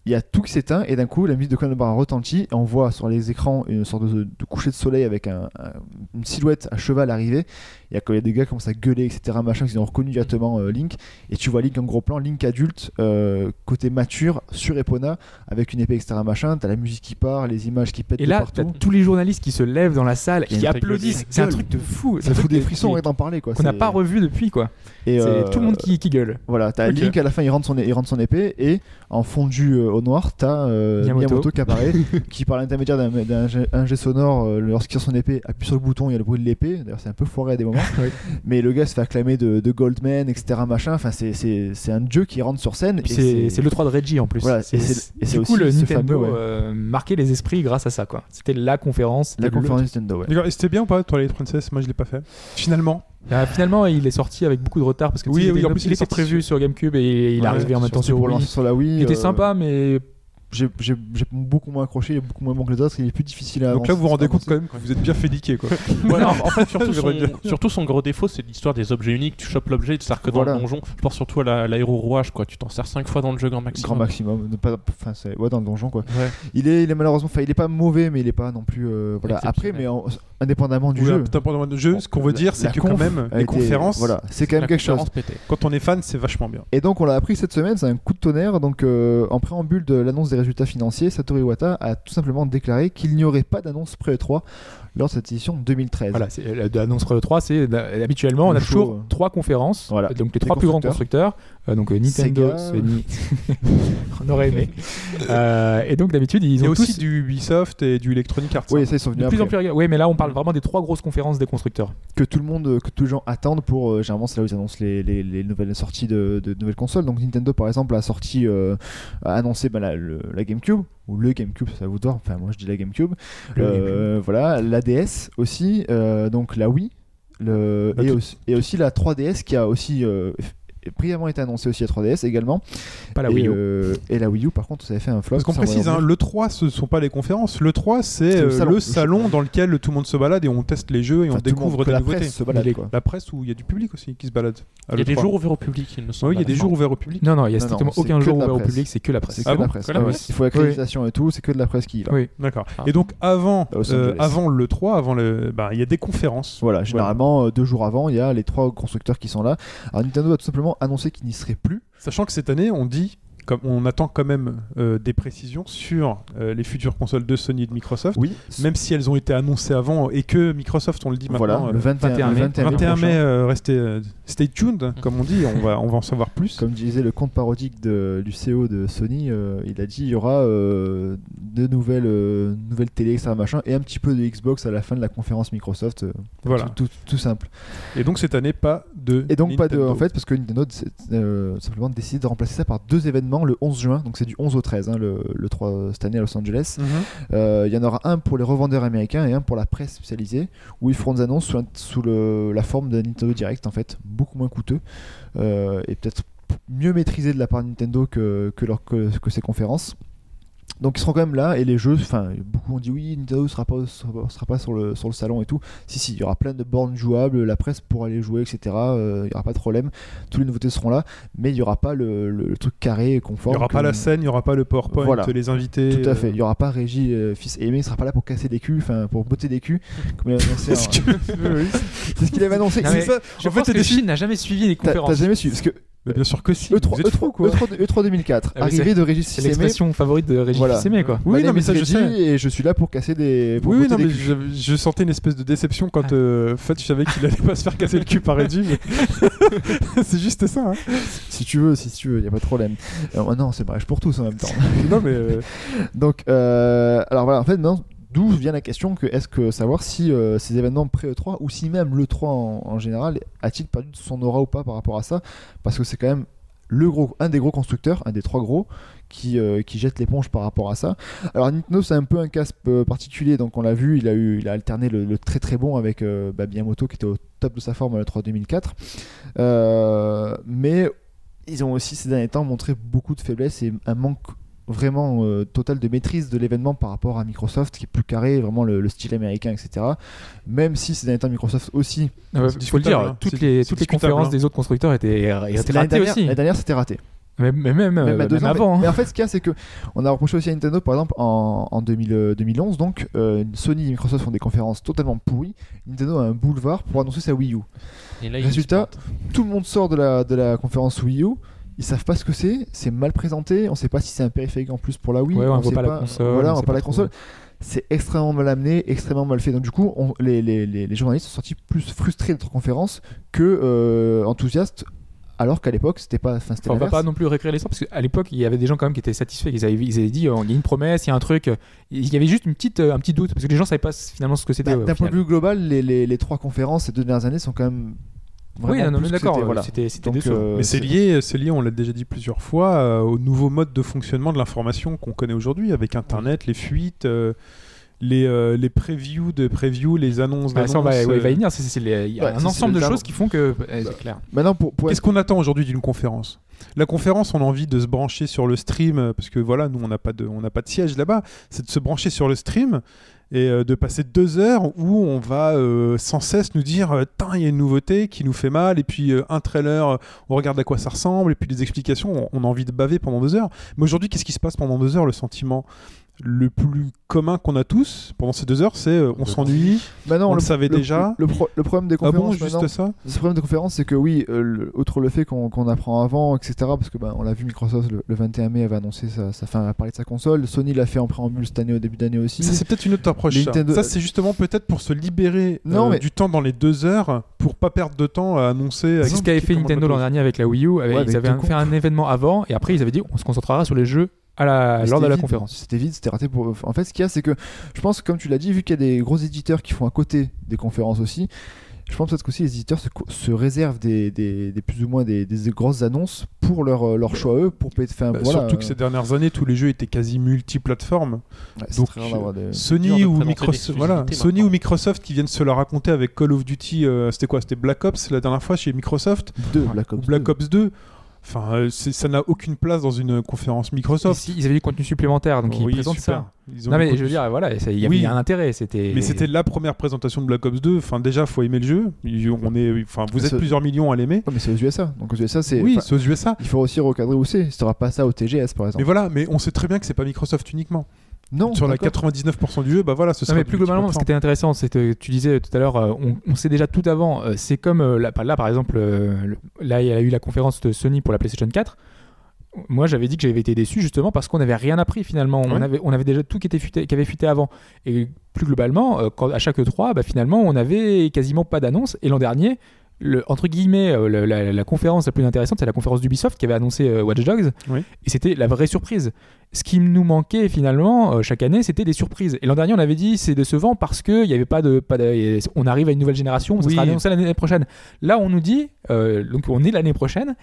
Il y a tout qui s'éteint et d'un coup la musique de Conan le Barbare retentit et on voit sur les écrans une sorte de, de coucher de soleil avec un- un- une silhouette à cheval arriver. Il y a, il y a des gars qui commencent à gueuler, etc. Machin, qui ont reconnu directement euh, Link. Et tu vois Link en gros plan, Link adulte, euh, côté mature, sur Epona, avec une épée, etc. Machin. T'as la musique qui part, les images qui pètent
Et
de
là, t'as
partout.
tous les journalistes qui se lèvent dans la salle,
Il y a
qui
une
applaudissent.
gueule.
C'est un truc de fou. C'est
Ça
un
fout
truc
des
qui-
frissons
qui-
rien d'en parler quoi.
Qu'on n'a
C'est-
pas revu depuis, quoi.
Et,
C'est
euh,
tout le monde qui, qui gueule.
Voilà, t'as
Ok.
Link à la fin, il rentre son, il rentre son épée et en fondu euh, au noir, t'as euh,
Miyamoto.
Miyamoto. qui apparaît, qui par l'intermédiaire d'un- d'un jet- un jet sonore, euh, lorsqu'il tire son épée, appuie sur le bouton, il y a le bruit de l'épée. D'ailleurs, c'est un peu foiré à des moments.
Oui.
Mais le gars se fait acclamer de, de Goldman, etc. Machin. Enfin, c'est- c'est c'est un dieu qui rentre sur scène.
Puis C'est c'est le 3 de Reggie en plus.
Voilà,
C'est-
et c'est- et c'est
du coup,
aussi
le
ce
Nintendo
fameux, ouais.
euh, marquait les esprits grâce à ça. quoi. C'était la conférence.
la
c'était le-
conférence Nintendo. Ouais.
D'accord, et c'était bien ou pas, Twilight Princess Moi, je l'ai pas fait. Finalement,
Euh, finalement, il est sorti avec beaucoup de retard parce que tu
Oui,
sais, il
oui,
était-
en plus,
il
il est
était
sorti
prévu sur GameCube et il est
Ouais,
arrivé en même temps
Surtout
sur
pour lancer
Wii.
sur la Wii.
Il était
euh,
sympa, mais
J'ai j'ai- j'ai beaucoup moins accroché, il est beaucoup moins bon que les autres, il est plus difficile à.
donc là, vous vous rendez compte
avancer.
quand même que vous êtes bien fait niquer, quoi.
Voilà, en en fait, surtout
J'aurais
son,
bien.
surtout son gros défaut, c'est l'histoire des objets uniques. Tu chopes l'objet, tu sers que dans
Voilà.
le donjon. Je pense surtout à la- l'aéro-rouage, quoi. Tu t'en sers 5 fois dans le jeu, grand maximum.
Grand maximum, ne pas, enfin, c'est- ouais, dans le donjon quoi.
Ouais.
Il est, il est malheureusement, enfin, il est pas mauvais, mais il est pas non plus. euh, voilà. Après,
Exceptionnel.
mais en- indépendamment du
Oui,
jeu.
t'as pas vraiment de jeu. Ce qu'on veut dire, c'est
La
que quand
conf
même,
a
les
été-
conférences,
Voilà, c'est quand même
La
quelque chose.
conférence pétée.
quand on est fan, c'est vachement bien.
Et donc, on l'a appris cette semaine, c'est un coup de tonnerre. Donc, euh, en préambule de l'annonce des résultats financiers, Satoru Iwata a tout simplement déclaré qu'il n'y aurait pas d'annonce pré-E3 lors de cette édition 2013.
Voilà, c'est- la- de l'annonce pour le 3, c'est euh, habituellement, on
Le
a
show,
toujours
euh.
trois conférences,
Voilà.
euh, donc
Des
les trois plus grands constructeurs, euh, donc euh, Nintendo,
Sega.
Sony, on aurait aimé. Euh, et donc d'habitude, ils
Il y a
ont
aussi
tous
du Ubisoft et du Electronic Arts.
Oui,
hein.
ça, ils sont venus
de plus en
après.
plus. Oui, mais là, on parle vraiment des trois grosses conférences des constructeurs.
que tout le monde, que tous les gens attendent pour. euh, généralement, c'est là où ils annoncent les, les- les nouvelles sorties de, de nouvelles consoles. Donc Nintendo, par exemple, a sorti, euh, a annoncé bah, la, le- la GameCube ou le GameCube, ça va vous de voir. Enfin, moi, je dis la GameCube.
Le
Euh, Voilà, la DS aussi, euh, donc la Wii, le,
Bah,
et,
tout-
aussi, et aussi la 3DS qui a aussi. euh, f- brièvement été annoncée aussi la 3DS également
Pas la
et,
Wii U.
euh, et la Wii U par contre ça avait fait un flop
Parce qu'on
ça, on va y
précise, hein,
revenir.
le 3, ce ne sont pas les conférences. Le 3, c'est
C'est le
euh,
salon.
le salon dans lequel tout le monde se balade et on teste les jeux et
Enfin,
on
tout le monde,
découvre
que
des
la
nouveautés.
presse se balade
Mais les-
quoi.
La presse où il y a du public aussi qui se balade. à
Il y a
l'E3.
des jours ouverts au public, il me semble.
Oui, il y a des jours ouverts au public.
Non, non, il y a
Non, non,
strictement
c'est
aucun
que
jour
de la
ouvert au
presse.
public, c'est que la
c'est
presse.
que
Ah
la
bon
presse
Que la
Ah ouais,
presse.
il faut l'accréditation et tout c'est que de la presse qui y va
Oui.
D'accord.
Ah.
Et donc avant,
À Los
euh,
Angeles.
avant le 3, avant le, bah, il y a des conférences.
Voilà, généralement euh, deux jours avant, il y a les trois constructeurs qui sont là. Alors Nintendo a tout simplement annoncé qu'il n'y serait plus.
Sachant que cette année, on dit, comme on attend quand même euh, des précisions sur euh, les futures consoles de Sony et de Microsoft,
Oui,
même si elles ont été annoncées avant et que Microsoft, on le dit maintenant,
voilà,
euh,
le 21,
21
le
mai.
21 mai.
21
prochain. Mm.
mai, euh, restez, euh, stay tuned, comme on dit, on va, on va en savoir plus.
Comme disait le compte parodique de, du CEO de Sony, euh, il a dit il y aura euh, de nouvelles, euh, nouvelles télé, etc. Machin, et un petit peu de Xbox à la fin de la conférence Microsoft. euh,
Voilà.
tout, tout- tout simple.
Et donc cette année, pas de.
Et donc, pas de.
Nintendo.
En fait, parce que Nintendo c'est, euh, simplement décidé de remplacer ça par deux événements le 11 juin, donc c'est du 11 au 13, hein, le, le 3 cette année à Los Angeles.
Mhm.
Euh, Il y en aura un pour les revendeurs américains et un pour la presse spécialisée, où ils feront des annonces sous, un- sous le- la forme d'un Nintendo Direct, en fait, beaucoup moins coûteux, euh, et peut-être mieux maîtrisé de la part de Nintendo que, que, leur, que, que ses conférences. Donc ils seront quand même là, et les jeux, enfin, beaucoup ont dit oui, Nintendo sera pas, sera pas, sera pas sur, le, sur le salon et tout. Si, si, il y aura plein de bornes jouables, la presse pourra les jouer, etc. euh, Il n'y aura pas de problème, tous les nouveautés seront là, mais il n'y aura pas le, le- le truc carré et
Il
confort.
n'y aura pas
que-
la scène, il n'y aura pas le PowerPoint,
Voilà.
les invités.
tout à fait.
euh,
Il n'y aura pas Régie euh, fils aimé, il sera pas là pour casser des culs, enfin pour botter des culs. Comme il avait annoncé. en-
Oui, oui.
C'est ce qu'il avait annoncé.
Non,
C'est
mais
ça.
Je
En fait,
pense
t'as
que
des-
Chine n'a jamais suivi les
T'as t'as
conférences.
jamais su parce que E
Mais bien sûr que si.
E3,
vous êtes fous,
E3,
quoi.
E3, E3 2004,
Ah, mais
arrivée de Régis
C'est
Systemé.
l'expression favorite de Régis
Voilà.
Fissemé, quoi.
Oui, non, mais ça je
Mademoiselle
sais.
Edgy, Et je suis là pour casser des. pour
Oui, oui,
botter
non,
des Ah.
mais
culs.
je, je sentais une espèce de déception quand, euh, en fait, je savais qu'il allait pas se faire casser le cul par Reggie. mais- c'est juste ça. hein.
Si tu veux, si tu veux, y a pas de problème. Alors, non, c'est mariage pour tous en même temps.
Non, mais euh,
Donc, euh, alors voilà, en fait, non, d'où vient la question que est-ce que savoir si euh, ces événements pré-E3 ou si même l'E3 en, en général a-t-il perdu de son aura ou pas par rapport à ça Parce que c'est quand même le gros, un des gros constructeurs, un des trois gros, qui, euh, qui jette l'éponge par rapport à ça. Alors Nintendo, c'est un peu un casque euh, particulier, donc on l'a vu, il a, eu, il a alterné le, le très très bon avec euh, bah, Miyamoto qui était au top de sa forme à l'E3 2004. Euh, mais ils ont aussi ces derniers temps montré beaucoup de faiblesses et un manque vraiment euh, total de maîtrise de l'événement par rapport à Microsoft qui est plus carré, vraiment le, le style américain, etc. Même si ces derniers temps Microsoft aussi.
Il
C'est
faut le dire,
discutable, hein.
toutes
C'est-
les,
c'est
toutes les
discutable,
conférences
hein.
des autres constructeurs étaient, étaient
l'année
ratées
dernière-
aussi.
l'année dernière, c'était raté.
Mais, mais même, euh,
Même à deux
même
ans, mais-
avant.
Mais,
hein.
en fait, ce qu'il y a, c'est que on a reproché aussi à Nintendo, par exemple, en, en 2000, euh, 2011, donc euh, Sony et Microsoft font des conférences totalement pourries. Nintendo a un boulevard pour annoncer sa Wii U.
Et là,
il Résultat, Tout le monde sort de la, de la conférence Wii U. Ils savent pas ce que c'est, c'est mal présenté, on sait pas si c'est un périphérique en plus pour la Wii,
Ouais, on voit
sait
pas la console,
voilà,
on
on
sait
voit pas
pas
la
trop.
console. C'est extrêmement mal amené, extrêmement mal fait. Donc du coup, on- les, les- les- les journalistes sont sortis plus frustrés de notre conférence que euh, enthousiastes, alors qu'à l'époque, c'était pas, enfin, c'était
Enfin, on va
l'inverse.
pas non plus réécrire l'histoire parce qu'à l'époque il y avait des gens quand même qui étaient satisfaits. Ils avaient, ils avaient dit oh, il y a une promesse, il y a un truc. Il y avait juste une petite, euh, un petit doute parce que les gens savaient pas finalement ce que c'était.
Bah,
ouais, au
D'un point
final.
de vue global, les, les- les trois conférences ces deux dernières années sont quand même. vraiment
Oui, non, non,
plus
mais
que
d'accord.
c'était, voilà.
C'était c'était
Donc,
décevant.
euh,
mais c'est lié, c'est lié, on l'a déjà dit plusieurs fois, euh, au nouveau mode de fonctionnement de l'information qu'on connaît aujourd'hui avec Internet, les fuites, euh, les, euh, les previews de previews, les annonces
Ah,
d'annonces.
ça, on va, ouais, il va
euh,
y venir. C'est- c'est les- Il y a
Ouais, bah, c'est- Bah,
un
c'est
ensemble
le
de
terme.
choses qui font que. Ouais, c'est clair.
Maintenant, pour, pour
Qu'est-ce qu'on attend aujourd'hui d'une conférence La conférence, on a envie de se brancher sur le stream, euh, parce que voilà, nous, on n'a pas, de- on n'a pas de siège là-bas, c'est de se brancher sur le stream et euh, de passer deux heures où on va euh, sans cesse nous dire euh, Tain, il y a une nouveauté qui nous fait mal, et puis euh, un trailer, euh, on regarde à quoi ça ressemble, et puis des explications, on, on a envie de baver pendant deux heures. Mais aujourd'hui, qu'est-ce qui se passe pendant deux heures Le sentiment le plus commun qu'on a tous pendant ces deux heures, c'est euh, on s'ennuie,
maintenant,
on le savait déjà.
Le, pro- le problème des
ah bon,
conférences,
juste
maintenant,
ça
le problème des conférences, c'est que oui, euh, le- outre le fait qu'on qu'on apprend avant, etc. Parce que ben, on l'a vu, Microsoft le, le 21 mai avait annonccer sa, sa fin, elle a parlé de sa console. Sony l'a fait en préambule cette année, au début d'année aussi.
Ça, c'est peut-être une autre approche.
Les
Ça,
Nintendo-
Ça, c'est justement peut-être pour se libérer
Non,
euh,
mais-
du temps dans les deux heures pour pas perdre de temps à annoncer. à
C'est ce qu'avait fait
expliquer comment
Nintendo l'an
on
dernier avec la Wii U. avec-
Ouais, avec
ils avaient
deux cons.
fait un événement avant et après ils avaient dit on se concentrera sur les jeux à la-
Ah,
Mais
lors de
c'était
la
vide.
conférence.
C'était vide, c'était raté pour. En fait, ce qu'il y a, c'est que je pense, comme tu l'as dit, vu qu'il y a des gros éditeurs qui font à côté des conférences aussi, je pense peut-être qu'aussi les éditeurs se, co- se réservent des, des- des plus ou moins des, des grosses annonces pour leur, euh, leur choix à eux, pour payer. Enfin,
Bah,
voilà,
Surtout que ces dernières années, tous les jeux étaient quasi multiplateformes.
Ouais, c'est
donc,
très rare d'avoir des-
Sony
dur de
ou
présenter
Microsoft,
l'exclusivité
voilà,
maintenant.
Sony ou Microsoft qui viennent se la raconter avec Call of Duty. euh, c'était quoi C'était Black Ops la dernière fois chez Microsoft
deux Black Ops.
ou Black
deux.
Ops 2. Enfin, euh, c'est- ça n'a aucune place dans une conférence
Et
Microsoft. Oh,
si- ils avaient du contenu supplémentaire donc ils
Oui,
présentent
super.
ça.
Ils ont
Non
du
mais je
contenu
veux dire voilà ça- il y
Oui.
avait un intérêt c'était.
Mais c'était la première présentation de Black Ops 2. Enfin, déjà, faut aimer le jeu. Il- On est, enfin, vous êtes
Ce-
plusieurs millions à l'aimer.
Ouais, mais c'est aux USA. Donc aux USA, c'est.
Oui,
enfin,
c'est aux USA.
Il faut aussi recadrer où c'est. Si t'auras pas ça au TGS, par
Mais
exemple.
voilà, mais on sait très bien que c'est pas Microsoft uniquement.
non.
Sur la
d'accord.
99% du jeu, bah voilà, ce
Non,
serait
mais plus globalement, ce qui était intéressant, c'est que tu disais tout à l'heure, euh, on, on sait déjà tout avant. euh, c'est comme euh, là, par- là, par exemple, euh, le- là, il y a eu la conférence de Sony pour la PlayStation 4. Moi, j'avais dit que j'avais été déçu justement parce qu'on n'avait rien appris finalement. On,
Ouais.
avait, on avait déjà tout qui, était fuité, qui avait fuité avant. Et plus globalement, euh, quand, à chaque 3 bah, finalement, on avait quasiment pas d'annonce. Et l'an dernier, le, entre guillemets, euh, le- la, la conférence la plus intéressante, c'est la conférence d'Ubisoft qui avait annoncé euh, Watch Dogs.
Oui.
Et c'était la vraie surprise. Ce qui nous manquait finalement euh, chaque année, c'était des surprises. Et l'an dernier, on avait dit c'est décevant parce qu'il n'y avait pas de, pas de- On arrive à une nouvelle génération, ça
Oui.
sera annoncé l'année prochaine. Là, on nous dit, euh, donc on est l'année prochaine,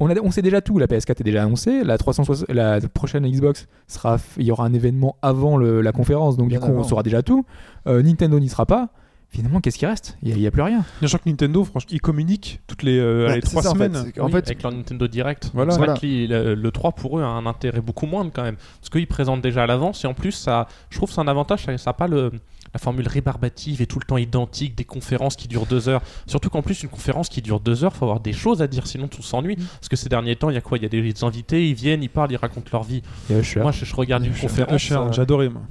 on, a- on sait déjà tout. La PS4 est déjà annoncée, la, 360, la prochaine Xbox sera. Il y aura un événement avant le- la conférence, donc
Bien
du coup, on
avant.
saura déjà tout. Euh, Nintendo n'y sera pas. Finalement, qu'est-ce qui reste Il n'y a, plus rien.
Sachant que Nintendo, franchement, ils communiquent toutes les, euh,
Ouais,
les
Bah, c'est
trois
ça, en fait.
semaines.
C'est- En fait,
avec leur Nintendo Direct.
Voilà.
C'est vrai
Voilà.
que li- le, le 3 pour eux a un intérêt beaucoup moindre quand même. Parce qu'ils présentent déjà à l'avance et en plus, ça, je trouve que c'est un avantage, ça n'a pas le, la formule rébarbative et tout le temps identique des conférences qui durent deux heures. Surtout qu'en plus, une conférence qui dure deux heures, faut avoir des choses à dire, sinon tout s'ennuie.
Mm.
Parce que ces derniers temps, il y a quoi Il y a des invités, ils viennent, ils parlent, ils racontent leur vie.
Il y a Usher.
Moi, je, je regarde une conférence.
Usher,
euh,
j'adorais moi.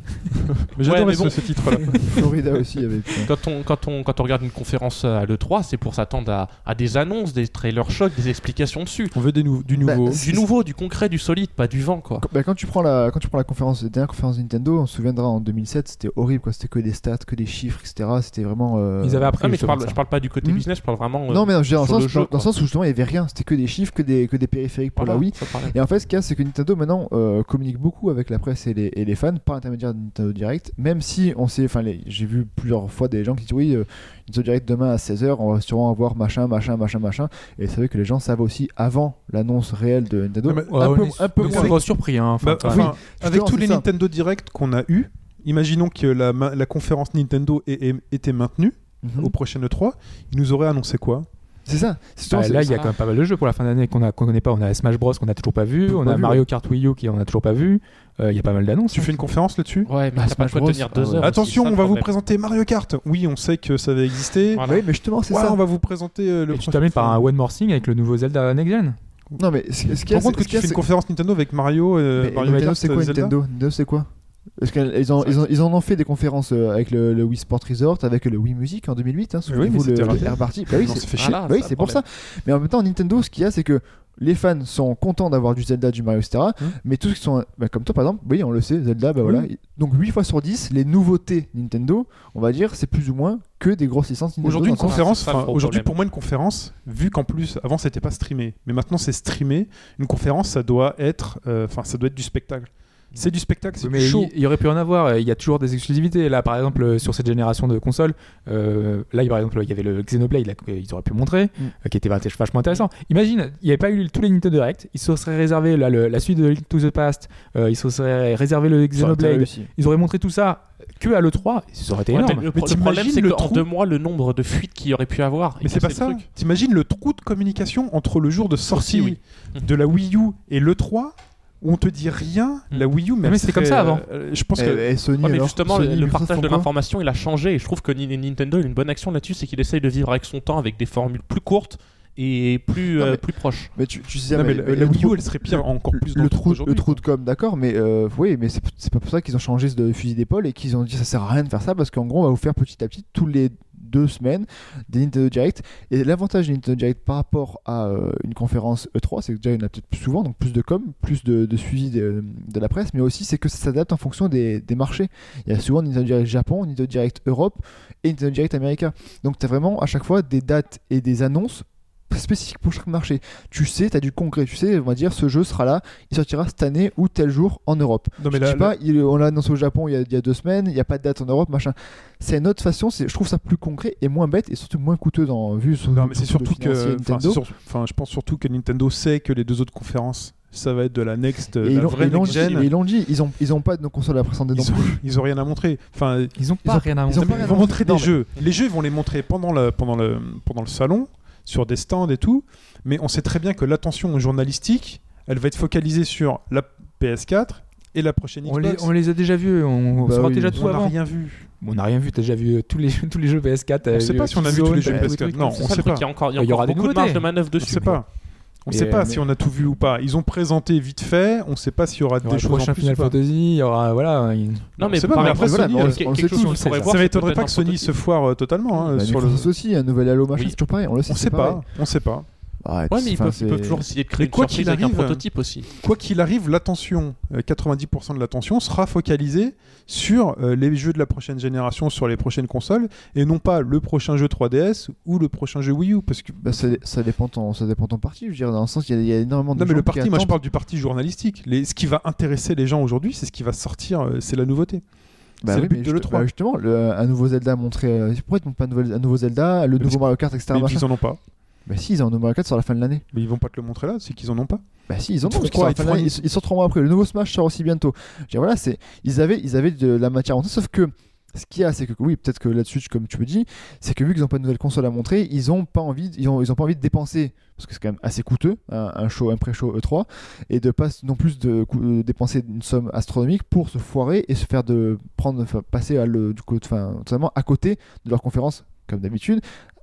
Mais j'adorais
mais
ce-
bon.
ce titre-là.
Florida aussi avec.
quand on, on, quand, on, quand on regarde une conférence euh, à l'E3, c'est pour s'attendre à, à des annonces, des trailers chocs, des explications dessus.
On veut des nou- du
Bah,
nouveau.
c'est-
Du nouveau, du concret, du solide, pas du vent, quoi.
Quand, bah, quand tu prends la quand tu prends la conférence la dernière conférence de Nintendo, on se souviendra en 2007, c'était horrible quoi, c'était que des stats, que des chiffres, etc. C'était vraiment. euh,
Ils avaient appris.
Ah, mais je
justement
parle,
ça.
je parle pas du côté
Mhm.
business, je parle vraiment. euh,
Non mais non, je veux dire, dans, le
sur
sens,
le jeu,
dans- dans le
quoi.
sens où justement il y avait rien, c'était que des chiffres, que des que des périphériques pour
voilà,
la Wii.
ça parlait.
Et en fait, ce qu'il y a, c'est que Nintendo maintenant euh, communique beaucoup avec la presse et les, et les fans par l'intermédiaire de Nintendo Direct. Même si on sait, enfin, les- j'ai vu plusieurs fois des gens qui disent oui, euh, Nintendo Direct demain à 16h, on va sûrement avoir machin, machin, machin, machin. Et c'est vrai que les gens savent aussi avant l'annonce réelle de Nintendo.
Non, mais-
Ouais,
un
ouais,
peu,
mais-
un peu
donc
moins.
c'est pas surpris. Hein, enfin,
Bah,
quand même.
enfin, avec
Justement,
tous
c'est
les
ça.
Nintendo Direct qu'on a eu, imaginons que la, ma- la conférence Nintendo ait, ait été maintenue
Mhm.
au prochain E3, ils nous auraient annoncé quoi
C'est ça. C'est justement,
Bah,
c'est-
là, il y a
ça.
quand même pas mal de jeux pour la fin d'année qu'on a- qu'on connaît pas. On a Smash Bros qu'on a toujours pas vu.
Toujours
On
pas
a
vu,
Mario Kart Wii U qui on a toujours pas vu. Euh, Il y a pas mal d'annonces.
Tu fais une conférence là-dessus
Ouais, mais
Ah,
t'as pas le
Smash
choix de
Bros,
tenir
ah
deux
ouais.
heures.
Attention,
c'est ça
on
le
va vous
problème.
présenter Mario Kart. Oui, on sait que ça va exister.
Voilà.
Oui, mais justement, c'est
Ouais,
ça.
on va vous présenter euh, le
Et tu
prochain
termines par un
film.
one more thing avec le nouveau Zelda Next Gen.
Non, mais ce ce
Tu te
qu'il y a,
rends compte que tu
c'est- ce qu'il
fais une
y a,
conférence Nintendo avec Mario, euh,
c'est- mais
Mario
Nintendo,
Kart,
c'est quoi
Zelda
Nintendo Nintendo, c'est quoi Parce qu'ils en, ils en, ils en ont fait des conférences euh, avec le, le Wii Sport Resort, avec le Wii Music en 2008, hein,
mais
souvenez-vous
c'était
le,
raté.
le Air Party. Bah oui,
Non,
c'est-
ça fait
Ah
chier.
là,
oui,
ça,
c'est pour
problème.
ça. Mais en même temps, Nintendo, ce qu'il y a, c'est que les fans sont contents d'avoir du Zelda, du Mario, etc.
Hmm.
Mais tous ceux qui sont, bah, comme toi par exemple, oui, on le sait, Zelda, bah voilà. Donc 8 fois sur 10, les nouveautés Nintendo, on va dire, c'est plus ou moins que des grosses licences Nintendo.
Aujourd'hui, une
dans le sens-
conférence,
c'est ça le
enfin,
gros
aujourd'hui,
problème.
pour moi, une conférence, vu qu'en plus, avant, c'était pas streamé, mais maintenant, c'est streamé. Une conférence, ça doit être, euh, enfin, ça doit être du spectacle. C'est du spectacle, c'est
Oui,
du
mais
show.
il il y aurait pu en avoir. euh, Il y a toujours des exclusivités. Là, par exemple, euh, sur cette génération de consoles, euh, là, par exemple, il y avait le Xenoblade là, qu'ils auraient pu montrer,
Mm.
euh, qui était vach- vachement intéressant. Imagine, il n'y avait pas eu tous les Nintendo Direct. Ils se seraient réservé là, le- la suite de Link to the Past. euh, ils se seraient réservé le
ça aurait été
Xenoblade.
réussi.
Ils auraient montré tout ça que à l'E3. Ça aurait été
Ouais, mais
énorme.
le,
Mais
pro- le problème,
t'imagines
c'est
le
qu'en
trou
deux mois, le nombre de fuites qu'il y aurait pu avoir.
Mais c'est pas ça. T'imagines le trou de communication entre le jour de sortie
oui.
de la Wii U et le 3 où on te dit rien,
Mm.
la Wii U, mais,
Mais
elle
c'était comme
serait,
ça avant.
euh, je pense
Et,
que
et Sony,
Ouais, mais
alors
justement,
Sony,
le- le
Microsoft
partage de
font quoi
l'information, il a changé. Et je trouve que Ni- Nintendo a une bonne action là-dessus, c'est qu'il essaye de vivre avec son temps, avec des formules plus courtes et plus,
Non,
euh,
mais-
plus proches.
Mais tu, tu disais,
Non, mais
mais-
la,
mais
la
le
Wii
trou-
U, elle serait pire
le-
encore plus. dans
le trou, le
aujourd'hui,
trou
quoi.
de com, d'accord, mais euh, oui, mais c'est c'est pas pour ça qu'ils ont changé de fusil d'épaule et qu'ils ont dit ça sert à rien de faire ça parce qu'en gros on va vous faire petit à petit tous les deux semaines des Nintendo Direct et l'avantage des Nintendo Direct par rapport à euh, une conférence E3 c'est que déjà il y en a peut-être plus souvent donc plus de com plus de, de suivi de, de la presse mais aussi c'est que ça s'adapte en fonction des, des marchés il y a souvent Nintendo Direct Japon Nintendo Direct Europe et Nintendo Direct America donc tu as vraiment à chaque fois des dates et des annonces spécifiques pour chaque marché tu sais tu as du concret tu sais on va dire ce jeu sera là il sortira cette année ou tel jour en Europe.
Non, mais
je
la-
dis pas, il- on l'a annoncé au Japon il y, a, il y a deux semaines, il n'y a pas de date en Europe, machin. C'est une autre façon, c'est- je trouve ça plus concret et moins bête et surtout moins coûteux dans vue. sur-
Non, mais c'est
sur le
surtout
financier
que. enfin,
Nintendo.
c'est sur- Enfin, je pense surtout que Nintendo sait que les deux autres conférences, ça va être de la next, euh,
Et ils
la
l'ont-
vraie
ils l'ont
next
dit,
gen.
et ils l'ont dit, ils ont, ils ont pas de nos consoles à présenter non
Ils ont,
plus.
ils ont rien à montrer. Enfin,
Ils ont pas
ont-
rien inventé.
ils ont pas
ils
rien
vont montrer des
Non, mais-
jeux. Les jeux, ils vont les montrer pendant le, pendant le, pendant le salon, sur des stands et tout. Mais on sait très bien que l'attention journalistique, elle va être focalisée sur la PS4 et la prochaine
On les,
Xbox.
on les a déjà vus, on
Bah
saura
oui,
déjà
on
tout
On n'a
avant.
rien vu.
On n'a rien vu, t'as déjà vu euh, tous les, tous les jeux PS4.
On
euh,
sait pas si on a vu
Killzone,
tous les jeux
t'as vu
PS4.
tous les
Non,
trucs.
on
C'est ça
sait
le truc,
pas.
Il y a encore, il y a
Il y
encore
aura des
beaucoup de marge
nouveautés.
de manœuvre
On
dessus.
sait pas. On
Mais,
sait pas
euh,
si
mais-
on a tout vu ou pas. Ils ont présenté vite fait. On sait pas s'il y aura
Il y
des
aura le
choses en
prochain
plus.
Final
ou pas.
Fantasy, il y aura. Voilà. il-
Non, mais
C'est pas,
par
mais
exemple,
après,
voilà,
Sony,
mais on-
euh,
on le sait
quelque
tous,
chose
on
qu'on
le sait,
pourrait
ça.
voir,
ça
c'est
m'étonnerait
peut-être
pas
un
que Sony
prototype.
se foire euh, totalement. hein,
Bah,
sur le-
Microsoft aussi, un nouvel Halo, machin,
Oui.
c'est toujours pareil, on le sait.
On sait
c'est pareil.
pas. On sait pas.
Arrête,
Ouais, mais ils
enfin,
peuvent, ils
c'est-
peuvent toujours essayer de créer
Mais
une
quoi
surprise
qu'il
avec un
hein.
arrive,
prototype aussi.
Quoi qu'il arrive, l'attention, euh, 90% de l'attention sera focalisée sur euh, les jeux de la prochaine génération, sur les prochaines consoles, et non pas le prochain jeu 3DS ou le prochain jeu Wii U. Parce que...
Bah, ça, ça dépend ton, ça dépend ton parti, je veux dire, dans un sens, il y a- il y, a énormément de
Non, mais
gens
le
qui
parti, moi je
attendent.
parle du parti journalistique. Les- ce qui va intéresser les gens aujourd'hui, c'est ce qui va sortir, euh, c'est la nouveauté.
Bah
c'est le
oui,
but
mais
de
juste-
l'E3.
bah, justement, le- un nouveau Zelda montré. euh, Pourquoi ils montrent pas un, nouvel- un nouveau Zelda, le
Mais
nouveau
parce-
Mario Kart, etc.
mais
machin
ils en ont pas.
Bah si, ils en ont Mario Kart sur la fin de l'année.
Mais ils vont pas te le montrer là, c'est qu'ils en ont pas.
Bah si, ils en ont. parce qu'ils
Pourquoi
sortent
ils
fin d'année,
feront
ils, ils sortent trois mois après. Le nouveau Smash sort aussi bientôt. Je veux dire, voilà, c'est ils avaient, ils avaient de la matière en Sauf que ce qu'il y a, c'est que oui, peut-être que là-dessus, tu- comme tu me dis, c'est que vu qu'ils n'ont pas de nouvelle console à montrer, ils ont pas envie, de- ils ont, ils ont pas envie de dépenser parce que c'est quand même assez coûteux un, un show, un pré-show E3, et de pas non plus de cou- euh, dépenser une somme astronomique pour se foirer et se faire de prendre, enfin, passer à le, du coup, enfin, totalement à côté de leur conférence comme d'habitude.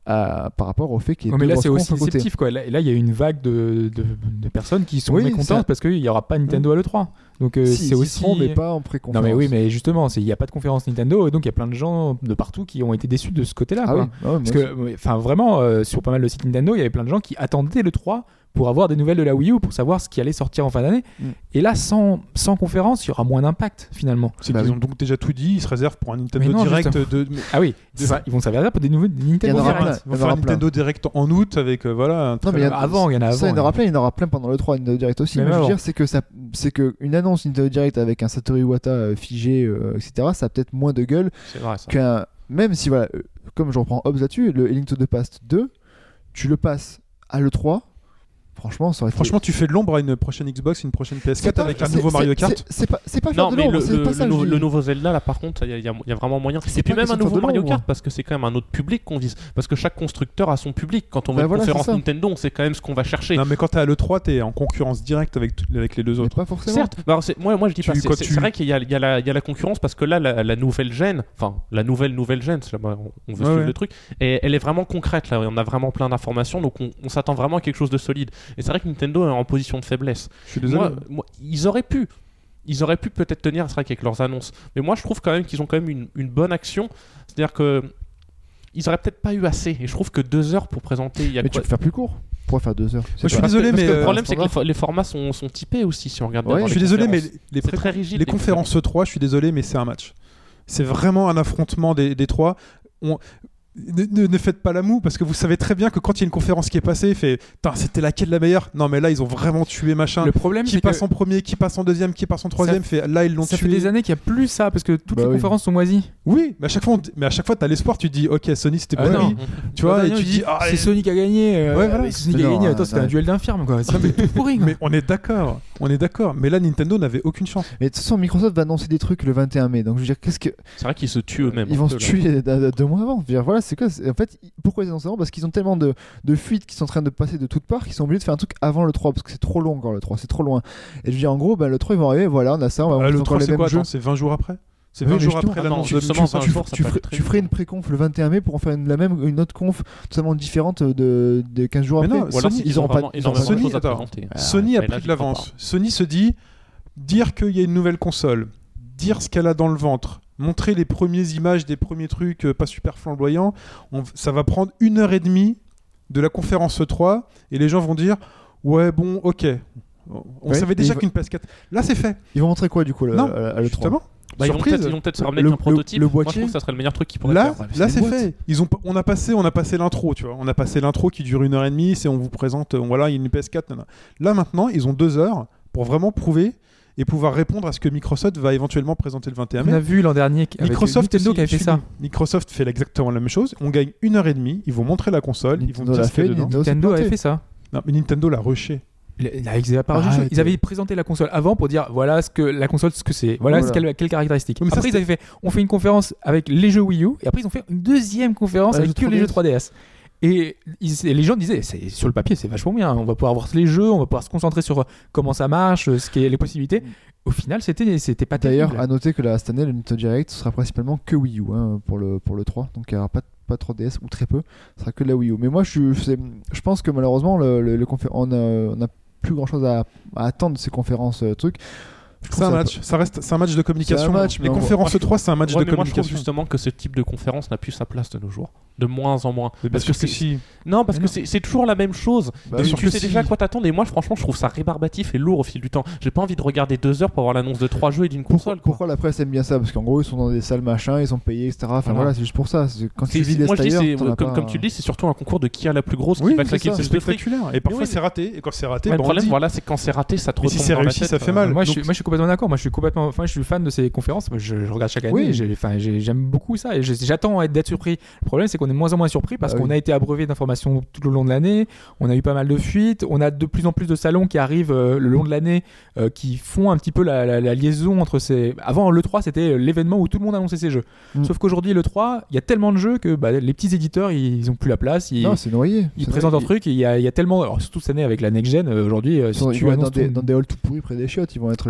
à- par rapport au fait qu'il y ait
Ouais, mais
deux
là,
grosses
c'est aussi
confs à côté.
réceptif. Quoi. Là, et là, il y a une vague de, de- de personnes qui sont
Oui,
mécontentes
ça-
parce qu'il n'y aura pas Nintendo à l'E3. Donc euh,
Si, ils y
c'est aussi.
seront, mais pas en préconférence.
Non mais oui, mais justement, c'est- il n'y a pas de conférence Nintendo, et donc il y a plein de gens de partout qui ont été déçus de ce côté-là.
Ah
quoi.
oui, ah oui,
Parce
moi aussi.
que, enfin, vraiment, euh, sur pas mal de sites Nintendo, il y avait plein de gens qui attendaient le 3 pour avoir des nouvelles de la Wii U, pour savoir ce qui allait sortir en fin d'année.
Mm.
Et là, sans, sans conférence, il y aura moins d'impact finalement.
C'est
Bah
qu'ils
oui.
ont donc déjà tout dit, ils se réservent pour un Nintendo
Mais non,
Direct
justement.
de. mais-
Ah oui,
De-
ça, ils vont servir pour des nouvelles des
Il y en
Nintendo
aura
Direct.
plein.
Ils vont
Il y en
faire
aura
un
plein.
Nintendo Direct en août avec euh, voilà. un
Non, mais il y en a-
Avant, il y en a
Ça, il y en
avant.
aura plein, il y en aura plein pendant le 3, Nintendo Direct aussi.
Même
hein. Mais je veux
avant.
dire, c'est que ça, c'est que une annonce Nintendo Direct avec un Satoru Iwata euh, figé, euh, etc., ça a peut-être moins de gueule
C'est vrai ça.
qu'un. Même si voilà, euh, comme je reprends Hobbs là-dessus, le A Link to the Past 2, tu le passes à le 3. Franchement, ça aurait été-
Franchement, tu fais de l'ombre à une prochaine Xbox, une prochaine
C'est
PS4
pas-
avec un
c'est-
nouveau
c'est-
Mario Kart.
c'est- C'est pas, c'est pas faire
Non,
de
mais
l'ombre,
le,
c'est
le-
pas ça.
le
je
nouveau-
dis.
le nouveau Zelda, là, par contre, il y, a- il y a- il y a vraiment moyen.
C'est
Et puis
pas
même
question
un
de faire
nouveau
de
Mario
l'ombre. hein.
Kart, parce que c'est quand même un autre public qu'on vise. Parce que chaque constructeur a son public. Quand on
Bah
veut
voilà,
une conférence
c'est ça.
Nintendo, on sait quand même ce qu'on va chercher.
Non, mais quand t'es à l'E3, t'es en concurrence directe avec, tout- avec les deux
Mais
autres.
pas forcément.
Certes, Bah, alors, c'est- moi, moi je dis
Tu-
pas, c'est
quand
c'est-
tu-
c'est vrai qu'il y, a- il y, a la- il y a la concurrence parce que là, la, la nouvelle gêne, enfin la nouvelle nouvelle gêne, c'est là, bah, on, on
Ouais,
veut suivre
ouais.
le truc, et elle est vraiment concrète là, on a vraiment plein d'informations, donc on, on s'attend vraiment à quelque chose de solide. Et c'est vrai que Nintendo est en position de faiblesse.
Je suis désolé.
Moi, moi, ils auraient pu. Ils auraient pu peut-être tenir, c'est vrai qu'avec leurs annonces. Mais moi, je trouve quand même qu'ils ont quand même une, une bonne action. C'est-à-dire que ils auraient peut-être pas eu assez. Et je trouve que deux heures pour présenter, il y a
Mais tu
quoi
peux faire plus court. Pourquoi faire deux heures
Moi, je suis
pas-
Parce que-
désolé,
parce
mais,
que
euh,
le problème, c'est que les,
standard.
fo- les formats sont, sont typés aussi, si on regarde.
Ouais,
bien dans
Je
les
suis désolé, mais
conférences.
les, les
c'est
pré-
très rigide.
les conférences E3, je suis désolé, mais c'est un match. C'est vraiment un affrontement des, des trois. On- Ne, ne- ne faites pas la moue parce que vous savez très bien que quand il y a une conférence qui est passée, fait Tain, c'était laquelle la meilleure Non, mais là ils ont vraiment tué machin.
Le problème,
qui
c'est que
passe en premier, qui passe en deuxième, qui passe en troisième, fait là ils l'ont
ça
tué.
fait des années qu'il n'y a plus ça, parce que toutes
Bah
les
oui.
conférences sont moisies.
Oui, mais à chaque fois, on dit- mais à chaque fois t'as l'espoir, tu te dis ok Sony c'était
Ah bah
pas
non.
lui. tu vois, et tu dis ah,
c'est Sonic a gagné. euh,
Ouais, voilà. Ah,
mais Sonic a
Non,
gagné.
euh,
Attends, c'était
non.
un duel d'infirmes quoi. C'était tout pourri. quoi.
mais on est d'accord, on est d'accord. Mais là Nintendo n'avait aucune chance.
Mais de toute façon, Microsoft va annoncer des trucs le 21 mai. Donc je veux dire, qu'est-ce que
C'est vrai qu'ils se tuent eux-mêmes.
Ils
un
vont se
peu, là.
tuer d- d- deux mois avant. Je veux dire, voilà, c'est quoi c'est- En fait, ils- pourquoi ils annoncent avant Parce qu'ils ont tellement de, de fuites qui sont en train de passer de toutes parts qu'ils sont obligés de faire un truc avant le 3 parce que c'est trop long encore le 3, c'est trop loin. Et je veux dire, en gros, bah, le 3 ils vont arriver, voilà, on a ça, Bah, on va
Ah,
faire
le
encore
3
les
c'est
mêmes
quoi
jeux.
attends, C'est 20 jours après C'est
Oui,
20
mais
jours
justement,
après
ah non,
l'annonce de
justement,
Microsoft.
vingt
Tu-
jours, ça
Tu,
peut
ferais-
être très
tu ferais
long.
une préconf le 21 mai pour en faire une, la même, une autre conf totalement différente de, de 15 jours
Mais
après.
non,
Ou alors,
Sony,
ils ont vraiment
ils ont
énormément de
Sony,
choses à
attends. Bah,
présenter. Bah,
Sony
Euh, Mais
a
là,
pris
j'y
de
crois
l'avance. Sony se dit dire qu'il y a une nouvelle console, dire ce qu'elle a dans le ventre, montrer les premières images des premiers trucs euh, pas super flamboyants, on- ça va prendre une heure et demie de la conférence E3 et les gens vont dire ouais bon ok. On on
Ouais,
savait
mais
déjà
il va-
qu'une PS4. Là, c'est fait.
Ils vont montrer quoi du coup le,
Non,
à- à le 3
Justement.
Bah, ils vont
Surprise.
peut-être ils vont peut-être se ramener
Le-
avec un
le-
prototype.
le
Moi, je
boîtier.
trouve que ça serait le meilleur truc qu'ils pourraient
Là,
faire.
là
des
c'est
boîtes.
fait. Ils ont, p- on a passé, on a passé l'intro, tu vois. On a passé l'intro qui dure une heure et demie. C'est on vous présente, euh, voilà, il y a une PS4. nanana. Là maintenant, ils ont deux heures pour vraiment prouver et pouvoir répondre à ce que Microsoft va éventuellement présenter le 21
On
mai.
a vu l'an dernier avec
Microsoft
Nintendo
aussi,
qui avait
je
fait
suis
ça.
dit, Microsoft fait exactement la même chose. On gagne une heure et demie. Ils vont montrer la console. ils
Nintendo
vont dire
l'a
ce qu'il y a
fait,
dedans.
Nintendo s'est
Nintendo avait
planté.
fait ça.
Non, mais Nintendo l'a rushé.
Le- la- ils, avaient pas rajouté-
Arrêtez.
ils avaient présenté la console avant pour dire voilà ce que la console ce que c'est voilà,
Voilà.
ce qu'elle quelles caractéristiques
Oui, mais ça,
après ils avaient fait on fait une conférence avec les jeux Wii U et après ils ont fait une deuxième conférence
Ouais,
avec
les
que les
jeux
jeux 3DS et, ils- et les gens disaient c'est sur le papier c'est vachement bien on va pouvoir voir les jeux on va pouvoir se concentrer sur euh, comment ça marche euh, ce qui est les possibilités au final c'était c'était pas
D'ailleurs,
terrible.
à noter que là, cette année, le Nintendo Direct sera principalement que Wii U hein, pour, le, pour le 3. Donc il n'y aura pas, de- pas de 3DS ou très peu. Ce sera que de la Wii U. Mais moi, je, suis- c'est- je pense que malheureusement, le, le- le confé- on a- on n'a plus grand chose à, à attendre de ces conférences euh, trucs. Je trouve
C'est un
ça-
match. Ça reste, c'est un match de communication.
match, mais
les
en gros-
conférences E3, c'est un match
Ouais,
de
mais moi, je trouve
communication.
justement que ce type de conférence n'a plus sa place de nos jours. De moins en moins.
Mais bien
Parce
sûr
que
que
c'est.
si.
Non, parce
Mais
que
non.
c'est c'est toujours la même chose.
Bah
Bien
tu
sûr
tu
que
sais
si.
déjà à quoi t'attendre. Et moi, franchement, je trouve ça rébarbatif et lourd au fil du temps. J'ai pas envie de regarder deux heures pour avoir l'annonce de trois jeux et d'une
Pourquoi,
console. quoi.
pourquoi la presse aime bien ça Parce qu'en gros, ils sont dans des salles machin, ils sont payés, etc. Enfin
Voilà.
voilà, c'est juste pour ça. C'est- Quand
C'est-
tu vis
c'est-
des
moi, je dis,
tailleurs,
c'est-
t'en as
comme,
pas-
comme tu le dis, c'est surtout un concours de qui a la plus grosse
Oui,
qui va
c'est
claquer
ça,
le
C'est
plus de fric.
spectaculaire. Et parfois
oui,
c'est raté. Et quand c'est raté,
Ouais, le
bah, on
problème,
dit.
voilà, c'est quand c'est raté, ça te
Mais si
retombe
c'est
dans la
réussi,
tête,
ça fait
euh,
mal.
moi, je
donc-
suis, moi je suis complètement d'accord moi je suis complètement enfin je suis fan de ces conférences Moi, je, je regarde chaque année
Oui.
et j'ai- enfin j'ai- j'aime beaucoup ça et j'ai- j'attends à être- d'être surpris le problème c'est qu'on est de moins en moins surpris parce
Bah
qu'on
oui.
a été abreuvé d'informations tout le long de l'année on a eu pas mal de fuites on a de plus en plus de salons qui arrivent euh, le long de l'année euh, qui font un petit peu la, la- la liaison entre ces avant le 3 c'était euh, l'événement où tout le monde annonçait ses jeux
Mm.
sauf qu'aujourd'hui le 3 il y a tellement de jeux que bah, les petits éditeurs ils, ils ont plus la place ils,
Non, c'est noyé.
ils
C'est
présentent
noyé.
leur truc et il y, a- il y a tellement alors surtout cette année avec la next gen euh, aujourd'hui euh,
Ils
si
sont- ils
tu
vont être dans
annonces
des,
ton-
dans des halls tout pourris près des chiottes, ils vont être.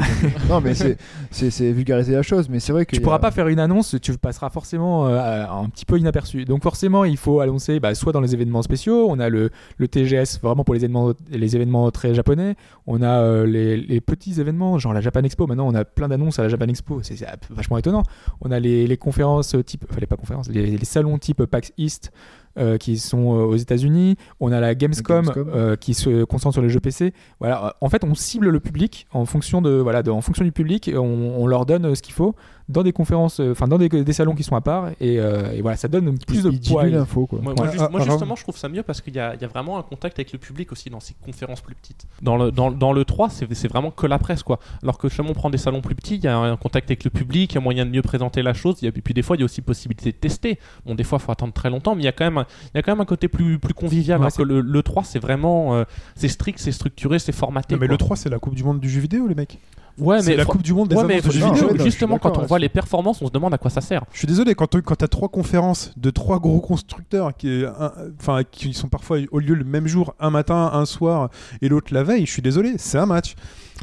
non, mais c'est- c'est c'est vulgariser la chose, mais c'est vrai que. euh,
Tu pourras pas faire une annonce, tu passeras forcément euh, un petit peu inaperçu. Donc forcément, il faut annoncer bah, soit dans les événements spéciaux, on a le, le TGS vraiment pour les événements, les événements très japonais, on a euh, les, les petits événements, genre la Japan Expo, maintenant on a plein d'annonces à la Japan Expo, c'est c'est vachement étonnant. On a les, les conférences type, enfin les pas conférences, les, les salons type PAX East euh, qui sont euh, aux États-Unis, on a la Gamescom,
La Gamescom.
euh, qui se concentre sur les jeux PC. Voilà, euh, en fait, on cible le public en fonction de voilà, de- en fonction du public, et on, on leur donne euh, ce qu'il faut dans des conférences, euh, enfin dans des, des salons qui sont à part, et, euh, et voilà, ça donne plus de
Il
poids.
dilue l'info, quoi.
Moi, moi,
Ouais.
juste-
Ah,
moi,
ah,
justement, je trouve ça mieux parce qu'il y, a il y a vraiment un contact avec le public aussi dans ces conférences plus petites. Dans le, dans, dans le 3, c'est c'est vraiment que la presse, quoi. Alors que justement, on prend des salons plus petits, il y a un contact avec le public, il y a moyen de mieux présenter la chose. il y a- et puis des fois, il y a aussi possibilité de tester. Bon, des fois, il faut attendre très longtemps, mais il y a quand même un, il y a quand même un côté plus, plus convivial.
Ouais,
alors
c'est-
que le, le 3, c'est vraiment. euh, c'est strict, c'est structuré, c'est formaté.
Non, mais
quoi.
le 3, c'est la Coupe du Monde du jeu vidéo, les mecs.
Ouais, mais.
c'est la
fr-
Coupe du Monde des
ouais, mais
annonces de jeux
non,
vidéo.
ouais, non, je suis
justement, quand
d'accord
on voit
là-dessus.
les performances, on se demande à quoi ça sert.
Je suis désolé, quand tu as trois conférences de trois gros constructeurs qui, un- enfin, qui sont parfois au lieu le même jour, un matin, un soir et l'autre la veille, je suis désolé, c'est un match.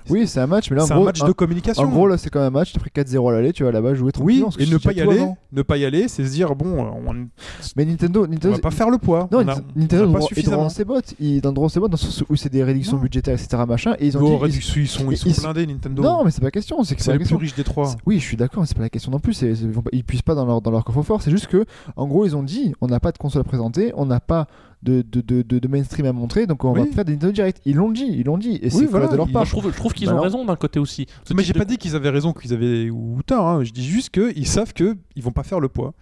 Oui, c'est un match, mais là, en
C'est un
gros,
match
un-
de communication.
en gros, là, c'est quand même un match. T'as pris 4-0 à l'aller, tu vas là-bas jouer
oui,
tranquillement. parce que
et
c'est
ne
déjà
pas y
tout
aller,
avant.
ne pas y aller, c'est se dire, bon, on,
Mais Nintendo,
on
Nintendo,
va pas faire le poids.
Non,
on a-
Nint-
on a pas
Nintendo est dans- est dans
suffisamment.
ses bottes. Ils dans droit dans ses bottes dans le sens où c'est des réductions
Non.
budgétaires, etc. Machin. Et ils ont
Bon,
dit-
Redux, ils sont, ils sont
ils-
blindés, Nintendo.
Non, mais c'est pas la question. C'est que
c'est
pas la
le plus
question.
riche des trois.
C'est- Oui, je suis d'accord, c'est pas la question non plus. c'est- c'est- ils vont pas- ils puissent pas dans leur, dans leur coffre fort. C'est juste que, en gros, ils ont dit on n'a pas de console à présenter, on n'a pas de, de, de, de- de mainstream à montrer, donc on
Oui.
va faire des Nintendo Direct. Ils l'ont dit, ils l'ont dit. Et c'est
voilà,
correct de leur
ils-
part.
Moi, je trouve, je trouve qu'ils
Bah
ont
non.
raison d'un côté aussi. Ce
Mais
type
j'ai
de-
pas dit qu'ils avaient raison, qu'ils avaient ou tort. hein. Je dis juste qu'ils savent qu'ils vont pas faire le poids.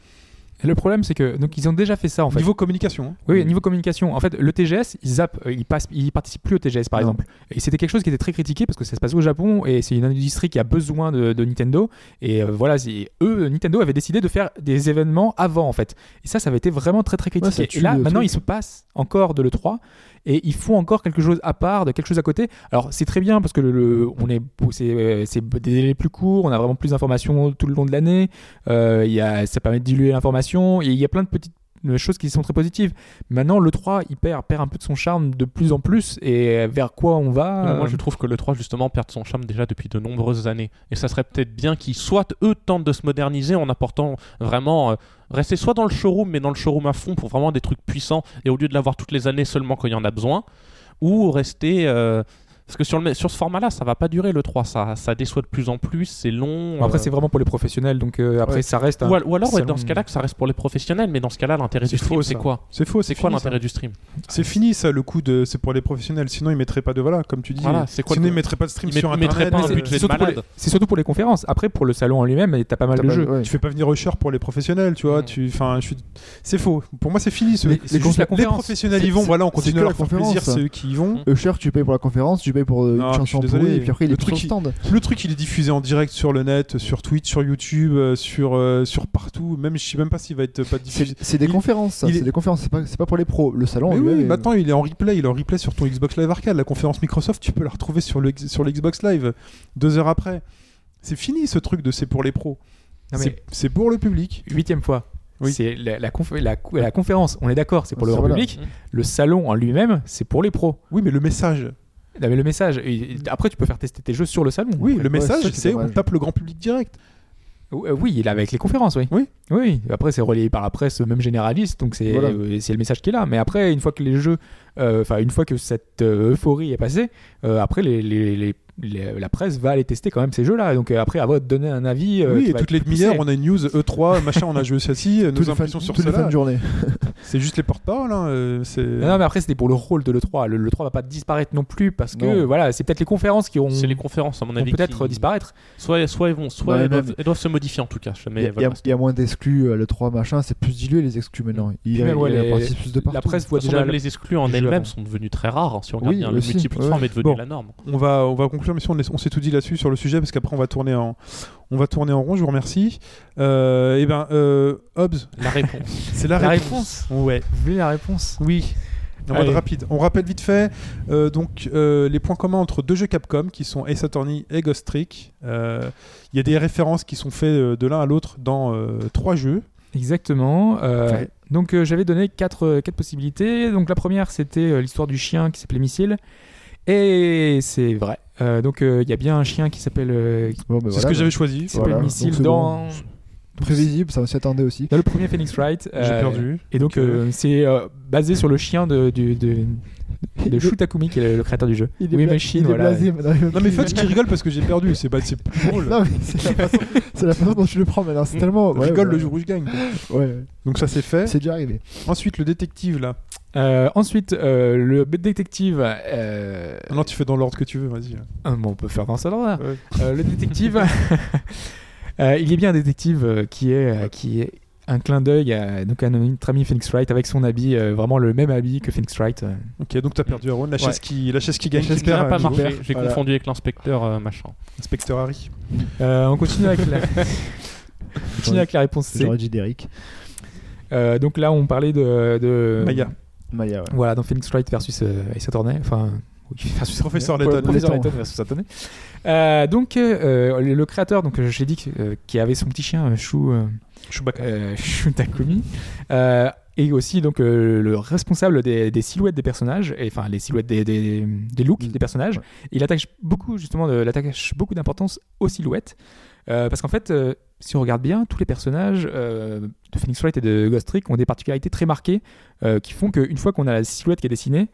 Et le problème, c'est que donc ils ont déjà fait ça en fait.
Niveau communication. hein.
Mm.
Oui, oui, niveau communication. En fait, le TGS, ils zappent, euh, ils, passent, ils participent plus au TGS par
Non.
exemple. Et c'était quelque chose qui était très critiqué parce que ça se passe au Japon et c'est une industrie qui a besoin de, de Nintendo. Et euh, voilà, c'est- eux, Nintendo avait décidé de faire des événements avant en fait. Et ça, ça avait été vraiment très très critiqué.
ça
et
tue
là,
le
maintenant,
truc.
ils se passent encore de l'E3 et ils font encore quelque chose à part, de quelque chose à côté. Alors, c'est très bien parce que le, le- on est, c'est, euh, c'est des délais plus courts, on a vraiment plus d'informations tout le long de l'année. Euh, il y a, ça permet de diluer l'information. Et il y a plein de petites euh, choses qui sont très positives. Maintenant, le 3, il perd, perd un peu de son charme de plus en plus. Et vers quoi on va
Euh, Moi,
euh,
je trouve que le 3, justement, perd son charme déjà depuis de nombreuses années. Et ça serait peut-être bien qu'ils, soit eux, tentent de se moderniser en apportant vraiment. euh, rester soit dans le showroom, mais dans le showroom à fond pour vraiment des trucs puissants et au lieu de l'avoir toutes les années seulement quand il y en a besoin, ou rester. euh, parce que sur, le, sur ce format-là, ça va pas durer le 3, ça, ça déçoit de plus en plus, c'est long.
bon, Après,
euh,
c'est vraiment pour les professionnels. Donc euh, après,
Ouais.
ça reste. un-
ou, al- ou alors, ouais,
salon-
dans ce cas-là, que ça reste pour les professionnels, mais dans ce cas-là, l'intérêt
C'est
du stream,
faux,
c'est
ça.
quoi
C'est faux.
C'est quoi
fini, ça.
l'intérêt du stream
C'est
Ah,
fini ça, le coup de. C'est pour les professionnels. Sinon ils mettraient pas de voilà, comme tu dis.
Voilà, c'est quoi
Sinon
le-
ils mettraient pas de stream
Ils met-
sur
ils mettraient
internet.
pas un
c'est-
budget
C'est
de
surtout, pour les,
malade.
c'est surtout pour les conférences. Après, pour le salon en lui-même, t'as pas mal
T'as
de
pas-
jeux.
ouais.
Tu fais pas venir rusher pour les professionnels, tu vois.
Mm.
Tu, enfin, je suis. C'est faux. Pour moi, c'est fini. Ce...
Mais
c'est
les
juste
la
les
conférence.
professionnels
C'est-
y vont.
c'est-
Voilà, on
c'est
continue
que
à
la
leur faire plaisir.
conférence.
C'est eux qui y vont.
Mm.
Usher, tu payes pour la conférence, tu payes pour euh, une
Non, je
chanson
suis
pourrie,
désolé.
et puis après, il
Le
est plus
truc
sur
qui-
le stand.
Le truc, il est diffusé en direct sur le net, sur Twitch, sur YouTube, euh, sur euh, sur partout. Même je sais même pas s'il va être euh, pas diffusé.
C'est c'est des
Il-
conférences, ça,
il est-
c'est des conférences, c'est pas, c'est pas pour les pros. Le salon,
Mais
lui,
oui,
est-
maintenant il est en replay, il est en replay sur ton Xbox Live Arcade. La conférence Microsoft, tu peux la retrouver sur le sur le Xbox Live deux heures après. C'est fini ce truc de c'est pour les pros.
Non, mais-
C'est- C'est pour le public.
Huitième fois.
Oui.
C'est la, la conf- la cou- la conférence, on est d'accord, c'est pour le
Ça,
grand
voilà.
public. Le salon en lui-même, c'est pour les pros.
Oui, mais le message.
Non, mais le message, et- et après tu peux faire tester tes jeux sur le salon.
Oui,
Ouais,
le
ouais,
message,
ça, c'est
c'est on
dommage.
tape le grand public direct.
Ou- euh, Oui, il est avec les conférences, oui.
Oui.
Oui, après c'est relayé par la presse, même généraliste, donc c'est
Voilà.
euh, c'est le message qui est là. Mais après, une fois que les jeux, euh, enfin une fois que cette euh, euphorie est passée, euh, après les, les- les- les- la presse va aller tester quand même ces jeux-là. Donc euh, après, à vous de donner un avis. euh,
oui,
qui
et
va
toutes
être
les
plus poussé.
demi-heures, on a une news E3, machin, on a joué ceci, euh,
tous
nos
les fins
impressions sur
tous les fins
cela.
de journée.
C'est juste les porte-paroles. hein, euh, c'est-
Non, non, mais après c'était pour le rôle de l'E3. Le, 3 va pas disparaître non plus parce que
Non.
voilà, c'est peut-être les conférences qui auront
C'est les conférences, à mon
vont
avis.
peut-être
qui-
disparaître.
Soit, soit elles vont, soit
Ouais,
elles, doivent,
même-
elles doivent se modifier en tout cas. Jamais
Il y, a-
elles
il y a-
veulent
il y a moins d'exclus, euh, le 3 machin, c'est plus dilué les exclus maintenant. Il,
Puis
il,
même, ouais,
il
les-
participe plus de
La
partout.
presse voit
De toute
déjà
façon, même
le-
les exclus en
jeux avant.
elles-mêmes sont devenus très rares. hein, si on regarde
Oui,
bien, le
aussi,
multiplateforme est devenu
Bon.
la norme.
On va, on va conclure mais si on est- on s'est tout dit là-dessus sur le sujet parce qu'après on va tourner en, on va tourner en rond. Je vous remercie. Euh, et ben, euh, Hobbs,
La réponse.
c'est la,
La
réponse. Ouais.
Vous voulez la réponse
Oui. On va
Allez.
être rapide. On rappelle vite fait euh, donc euh, les points communs entre deux jeux Capcom qui sont Ace Attorney et Ghost Trick. Euh, Il y a des références qui sont faites euh, de l'un à l'autre dans euh, trois jeux.
Exactement. euh,
Ouais.
Donc euh, j'avais donné quatre, euh, quatre possibilités. Donc la première c'était euh, l'histoire du chien qui s'appelait Missile. Et c'est vrai. Euh, donc euh, il y a bien un chien qui s'appelle euh, qui
Bon, ben
C'est ce
voilà,
que
ben,
j'avais choisi.
s'appelle
Voilà, donc
Missile
c'est
dans,
Prévisible, ça on s'y attendait aussi.
dans le premier Phoenix Wright.
J'ai
euh,
perdu.
Et donc euh, c'est euh, basé sur le chien de, du- de, de Shu Takumi qui est le, le créateur du jeu.
Il est
Oui,
bla-
Machine,
il est
voilà.
blasé, maintenant, il veut
Non mais
plus-
faites qui rigole parce que j'ai perdu, c'est pas c'est plus drôle.
Non, mais c'est la, façon- c'est la façon dont tu le prends maintenant.
Mm.
C'est tellement.
Je
ouais,
rigole
voilà.
le jour où je gagne. quoi.
Ouais, ouais.
Donc ça c'est fait.
c'est déjà arrivé.
Ensuite le détective là.
Euh, ensuite, euh, le détective. euh,
Ah Non tu fais dans l'ordre que tu veux, vas-y.
ah, bon, on peut faire dans ça là.
Ouais.
Euh, le détective. euh, il y a bien un détective euh, qui est euh, qui est un clin d'œil à donc à notre ami Phoenix Wright avec son habit euh, vraiment le même habit que Phoenix Wright. euh.
Ok donc t'as perdu Aaron, la chaise
Ouais.
qui la chaise qui gagne.
chaise
qui
qui
perd,
n'a pas
euh,
marché.
Gilbert,
J'ai
voilà.
confondu avec l'inspecteur euh, machin.
Inspecteur Harry.
Euh, on continue avec la on continue avec la réponse C.
J'aurais dit d'Eric.
Euh, donc là on parlait de, de-
Maya.
Maya,
Euh,
ouais.
Voilà, dans Phoenix Wright versus euh, Ace Attorney. Enfin, oui, versus
Professeur
Attorney.
Layton.
Professeur
Layton.
Layton versus Attorney. Euh, donc, euh, le, le créateur, donc euh, j'ai dit que, euh, qui avait son petit chien euh, Shu, euh,
Chewbacca.
euh, Shu Takumi, euh, et aussi donc euh, le responsable des, des silhouettes des personnages, et enfin les silhouettes des, des, des looks
Mm.
des personnages.
Ouais.
Il attache beaucoup justement, de, il attache beaucoup d'importance aux silhouettes, Euh, parce qu'en fait. euh, si on regarde bien, tous les personnages euh, de Phoenix Wright et de Ghost Trick ont des particularités très marquées euh, qui font qu'une fois qu'on a la silhouette qui est dessinée,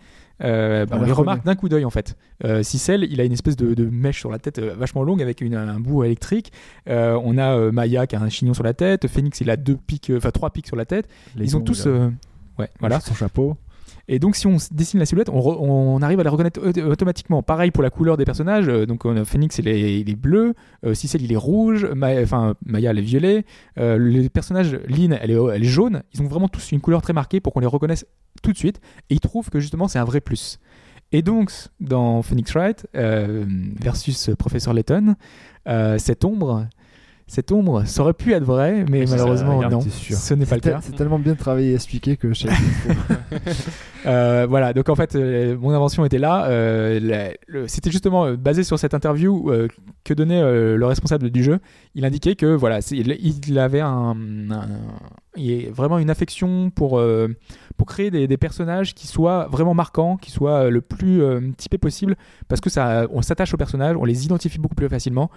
euh, bah,
On
on
la
les
reconnaît.
remarque d'un coup d'œil en fait. Euh, Cicel, il a une espèce de, de mèche sur la tête euh, vachement longue avec une- un bout électrique. Euh, on a euh, Maya qui a un chignon sur la tête. Phoenix, il a deux pics, euh, enfin trois pics sur la tête. Ils ont tous. euh, ouais, voilà.
Son chapeau.
Et donc, si on s- dessine la silhouette, on, re- on arrive à les reconnaître au- automatiquement. Pareil pour la couleur des personnages. euh, donc, on a Phoenix, il est, il est bleu. Euh, Cicel, il est rouge. Ma- Enfin, Maya, elle est violet. Euh, les personnages, Lynn, elle est, elle est jaune. Ils ont vraiment tous une couleur très marquée pour qu'on les reconnaisse tout de suite. Et ils trouvent que justement, c'est un vrai plus. Et donc, dans Phoenix Wright euh, versus euh, Professeur Layton, euh, cette ombre. Cette ombre, ça aurait pu être vrai, mais
Mais ça,
malheureusement,
ça,
non,
c'est sûr.
ce n'est
C'est
pas le cas.
tel- c'est tellement bien travaillé et expliqué que je sais.
Euh, voilà, donc en fait, euh, mon invention était là. Euh, la- le- C'était justement euh, basé sur cette interview euh, que donnait euh, le responsable du jeu. Il indiquait que voilà, c'est- il, il avait un, un- il est vraiment une affection pour euh, pour créer des, des personnages qui soient vraiment marquants, qui soient euh, le plus euh, typés possible, parce que ça, on s'attache aux personnages, on les identifie beaucoup plus facilement.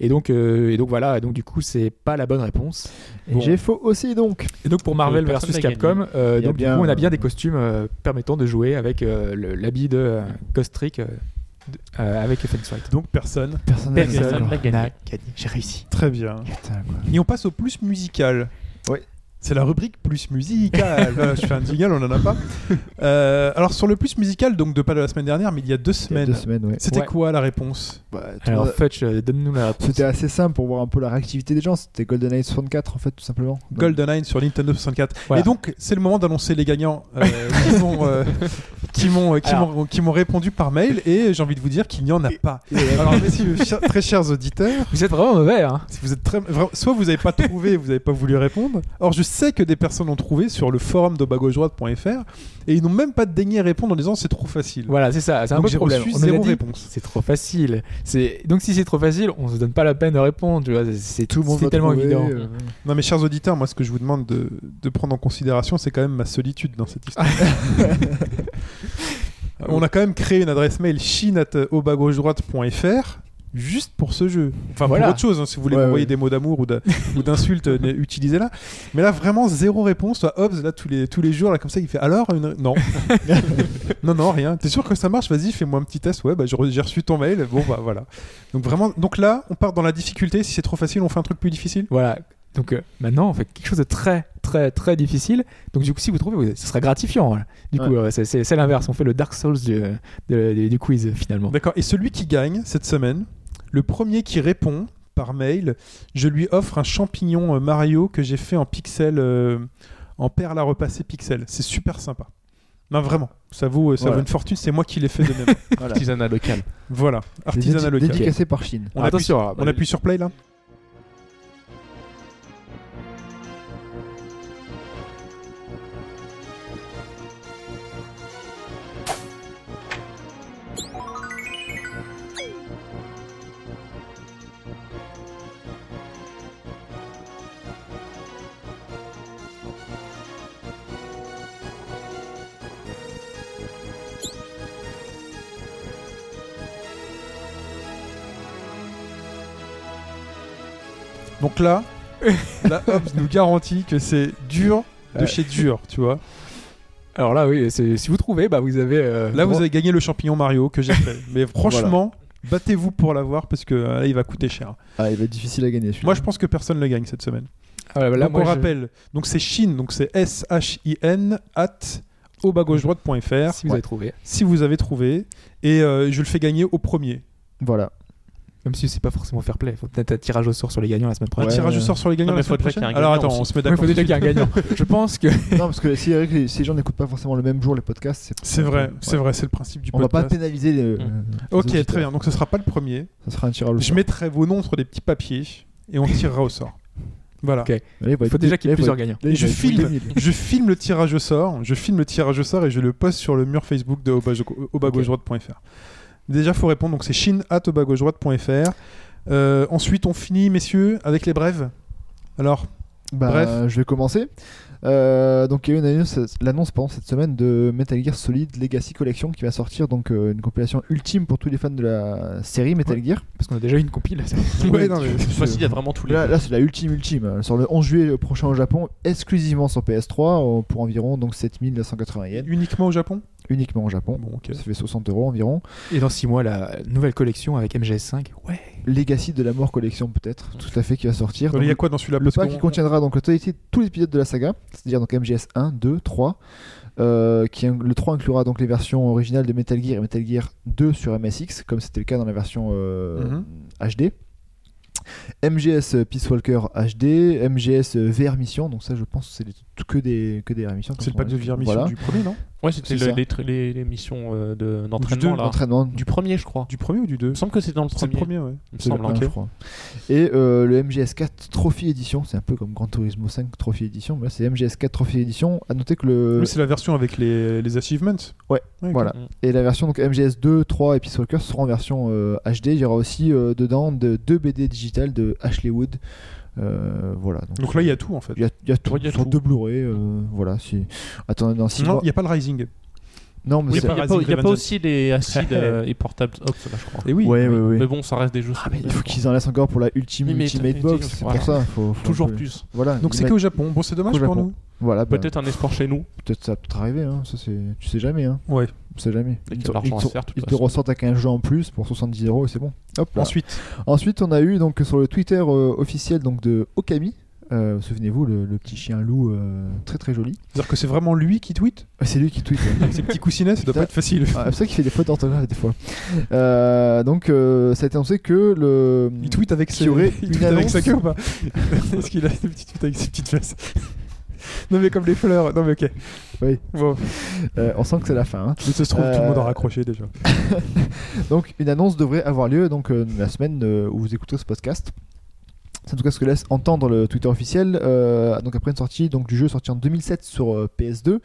Et donc, euh, et donc voilà, donc du coup, c'est pas la bonne réponse.
Et
Bon.
J'ai faux aussi donc.
Et donc pour Marvel
personne
versus
n'a gagné.
Capcom, euh,
Il y a
donc du
bien,
coup on a bien
euh,
des costumes euh, permettant de jouer avec euh, le- l'habit de euh, Ghost Trick euh, de- euh, avec Phoenix Wright.
Donc personne.
Personne n'a gagné,
Personne
quoi.
n'a gagné.
J'ai réussi.
Très bien.
Putain, quoi.
Et on passe au plus musical.
Ouais.
C'est la rubrique plus musical. Voilà, je fais un jingle, on n'en a pas. Euh, alors sur le plus musical, donc de pas de la semaine dernière, mais il y a deux
Il y a
semaines.
Deux semaines, ouais.
C'était
Ouais.
quoi la réponse
Bah, tout le
Alors
monde-
Fudge, euh, donne-nous la réponse.
C'était assez simple pour voir un peu la réactivité des gens. C'était GoldenEye 64 en fait, tout simplement. Donc,
GoldenEye sur Nintendo 64.
Voilà.
Et donc c'est le moment d'annoncer les gagnants euh, qui m'ont euh, qui m'ont euh, qui
Alors.
m'ont- qui m'ont répondu par mail et j'ai envie de vous dire qu'il n'y en a pas. Alors messieurs, chers- très chers auditeurs,
Vous êtes vraiment mauvais, hein
Si vous êtes très... vra- Soit vous n'avez pas trouvé, vous n'avez pas voulu répondre. Or, je sais que des personnes ont trouvé sur le forum de bagaujoie.fr et ils n'ont même pas daigné répondre en disant c'est trop facile.
Voilà, c'est ça, c'est un
Donc
peu
j'ai
le problème.
reçu
On nous l'a
zéro
dit,
réponse.
C'est trop facile. C'est donc si c'est trop facile, on se donne pas la peine de répondre. Tu vois, c'est- c'est
Tout le monde
c'est
va
tellement
trouver,
évident.
euh,
Non, mais chers auditeurs, moi, ce que je vous demande de, de prendre en considération, c'est quand même ma solitude dans cette histoire.
Ah
On a quand même créé une adresse mail chine.obagaujoie.fr juste pour ce jeu. Enfin,
Voilà.
pour autre chose, hein, si vous voulez
Ouais,
m'envoyer
ouais.
des mots d'amour ou d'a- ou d'insultes, euh, utilisez-la. Mais là, vraiment, zéro réponse. Toi, Hobbs, là, tous les, tous les jours, là, comme ça, il fait alors une... Non. non, non, rien. T'es sûr que ça marche Vas-y, fais-moi un petit test. Ouais, bah, j'ai re- j'ai reçu ton mail. Bon, bah, voilà. Donc, vraiment, donc là, on part dans la difficulté. Si c'est trop facile, on fait un truc plus difficile
Voilà. Donc euh, maintenant, on fait quelque chose de très, très, très difficile. Donc du coup, si vous trouvez, vous- ce sera gratifiant. voilà. Du coup,
Ouais.
euh, c'est- c'est c'est l'inverse. On fait le Dark Souls du, de- du- du quiz euh, finalement.
D'accord. Et celui qui gagne cette semaine, le premier qui répond par mail, je lui offre un champignon euh, Mario que j'ai fait en pixel, euh, en perle à repasser pixel. C'est super sympa. Non, vraiment. Ça vaut, euh, ça
Voilà.
vaut une fortune. C'est moi qui l'ai fait de même.
voilà.
Artisanat local.
voilà. Artisanat
Dédi-
local.
Dédicacé par Chine.
On appuie,
Attention. alors,
on appuie sur play là Donc là, la Hobbs nous garantit que c'est dur de
Ouais.
chez dur, tu vois.
Alors là, oui, c'est- si vous trouvez, bah, vous avez. euh,
Là, vous
droit-
avez gagné le champignon Mario que j'ai fait. Mais franchement, battez-vous pour l'avoir parce que euh, là, il va coûter cher.
Ah, il va être difficile à gagner celui-là.
Moi, je pense que personne ne le gagne cette semaine.
Ah, là,
donc,
moi,
on
je-
rappelle, donc c'est Chine, donc c'est S-H-I-N, at au bas gauche droite.fr
Si vous avez trouvé.
si vous avez trouvé. Et euh, je le fais gagner au premier.
Voilà.
Même si c'est pas forcément fair play. Faut peut-être un tirage au sort sur les gagnants la semaine
Un
prochaine.
Ouais.
tirage au sort sur les gagnants
Non,
la
mais faut
semaine
déjà qu'il y ait
prochaine.
un
Alors
gagnant
attends,
aussi.
on se met
Il
d'accord.
faut déjà qu'il y ait un gagnant. Je pense que.
non, parce que si les si les gens n'écoutent pas forcément le même jour les podcasts, c'est
C'est vrai,
Ouais.
c'est vrai, c'est le principe du
On va pas
podcast.
pénaliser les. euh,
Mm.
les
ok,
auditeurs.
très bien. Donc ce sera pas le premier.
Ça sera un tirage au
Je
sort.
mettrai vos noms sur des petits papiers et on tirera au sort. Voilà.
Ok.
Là, va
Il faut
être-
déjà qu'il y
là,
ait
il va
plusieurs
être-
gagnants.
là, il
Je
va être
filme.
2000.
Je filme le tirage au sort, je filme le tirage au sort et je le poste sur le mur Facebook de obagaujoie.fr. Déjà, faut répondre, donc c'est chine at obagaujoie.fr. Euh, ensuite, on finit, messieurs, avec les brèves. Alors,
Bah,
Bref.
je vais commencer. Euh, donc il y a eu une annonce, l'annonce pardon, cette semaine de Metal Gear Solid Legacy Collection qui va sortir donc euh, une compilation ultime pour tous les fans de la série Metal Gear.
Parce qu'on a déjà eu une compile.
ouais, non, mais-
Cette fois-ci, il y a vraiment tous les.
Là, là, c'est la ultime ultime. Elle sort le 11 juillet prochain au Japon exclusivement sur PS3 euh, pour environ donc 7980 yens
uniquement au Japon
uniquement au Japon.
Bon, ok.
Ça fait 60 euros environ.
Et dans 6 mois, la nouvelle collection avec MGS5. Ouais.
Legacy de la mort collection peut-être, tout à fait qui va sortir.
Alors, Il y a
Donc,
quoi dans celui-là
le
Parce
pack
qu'on-
qui contiendra donc la totalité de tous les épisodes de la saga, c'est-à-dire donc MGS 1, 2, 3. euh, qui, in- le 3 inclura donc les versions originales de Metal Gear et Metal Gear 2 sur MSX, comme c'était le cas dans la version euh,
Mhm.
HD. MGS euh, Peace Walker HD, MGS euh, VR Mission, donc ça je pense que c'est des- tout que des, que des VR Missions.
C'est le
comme
pack
on
de
l'a dit.
Vire Mission
Voilà.
du premier, non
Ouais, c'était
C'est
le-
ça.
les, tr- les, les missions euh, de-
deux,
d'entraînement là.
Entraînement
Du premier, je crois.
Du premier ou du deux
Il me semble que c'est dans le
C'est le
premier.
premier, ouais.
Il me
C'est le
semble.
un,
hein.
je crois. Et euh, le MGS4 Trophy Edition, c'est un peu comme Gran Turismo 5 Trophy Edition, mais là c'est MGS4 Trophy Edition. À noter que le
Oui, c'est la version avec les, les achievements.
Euh, Ouais,
ok.
voilà.
Mm.
Et la version donc MGS 2, 3 et Peace Walker seront en version euh, HD. Il y aura aussi euh, dedans de- deux BD digitales de Ashley Wood. Euh, voilà. Donc,
Donc là, il y a tout en fait.
il y a, il y a tout.
Ouais, il y a
Ce sont
tout.
deux Blu-ray. euh, voilà. Si... Attendez, dans 6
Non,
mois.
il n'y a pas le Rising.
Non, mais
Il n'y
c'est-
a pas, il y a
Rising
pas- il y a pas
Revengeance.
aussi des acides euh, et portables Ops, là, je crois.
Et oui,
Ouais, ouais, ouais.
Mais bon, ça reste des jeux.
Ah, mais il faut qu'ils en laissent encore pour la Ultime
Oui, mais
Ultimate
t'as-
Box.
t'as-
C'est
voilà.
pour ça. faut- faut un
Toujours
peu-
plus.
Voilà.
donc
ils
c'est
mettent-
qu'au Japon. Bon, c'est dommage
Ah, Au
pour
Japon.
nous.
Voilà. bah,
Peut-être un espoir chez nous.
Peut-être ça peut te arriver. Hein. Ça, c'est... Tu sais jamais. Hein.
Ouais.
On sait jamais.
Il y a
Ils
de
te-
l'argent
ils
à
te-
se faire, de toute
Ils te
façon.
ressortent avec un jeu en plus pour 70 euros et c'est bon. Hop là.
Ensuite,
Ensuite, on a eu donc sur le Twitter euh, officiel donc de Okami. euh, Souvenez-vous, le, le petit chien loup euh, très très joli.
c'est-à-dire que c'est vraiment lui qui tweet
Ah, C'est lui qui tweet. hein.
Avec ses petits coussinets, ça doit pas être facile.
Ah, c'est pour ça qu'il fait des fautes d'orthographe des fois. Euh, donc, euh, ça a été annoncé que le.
Il tweet avec
Qui
ses,
aurait
il
une
tweet avec
annonce.
sa queue ou pas Est-ce qu'il a des petits tweets avec ses petites fesses Non mais comme les fleurs, non mais ok.
Oui.
Bon,
euh, on sent que c'est la fin. hein.
je se trouve, tout le monde
Euh,
aura accroché déjà.
Donc, une annonce devrait avoir lieu donc euh, la semaine euh, où vous écouterez ce podcast. C'est en tout cas ce que laisse entendre le Twitter officiel. Euh, donc après une sortie donc du jeu sorti en 2007 sur euh, PS2,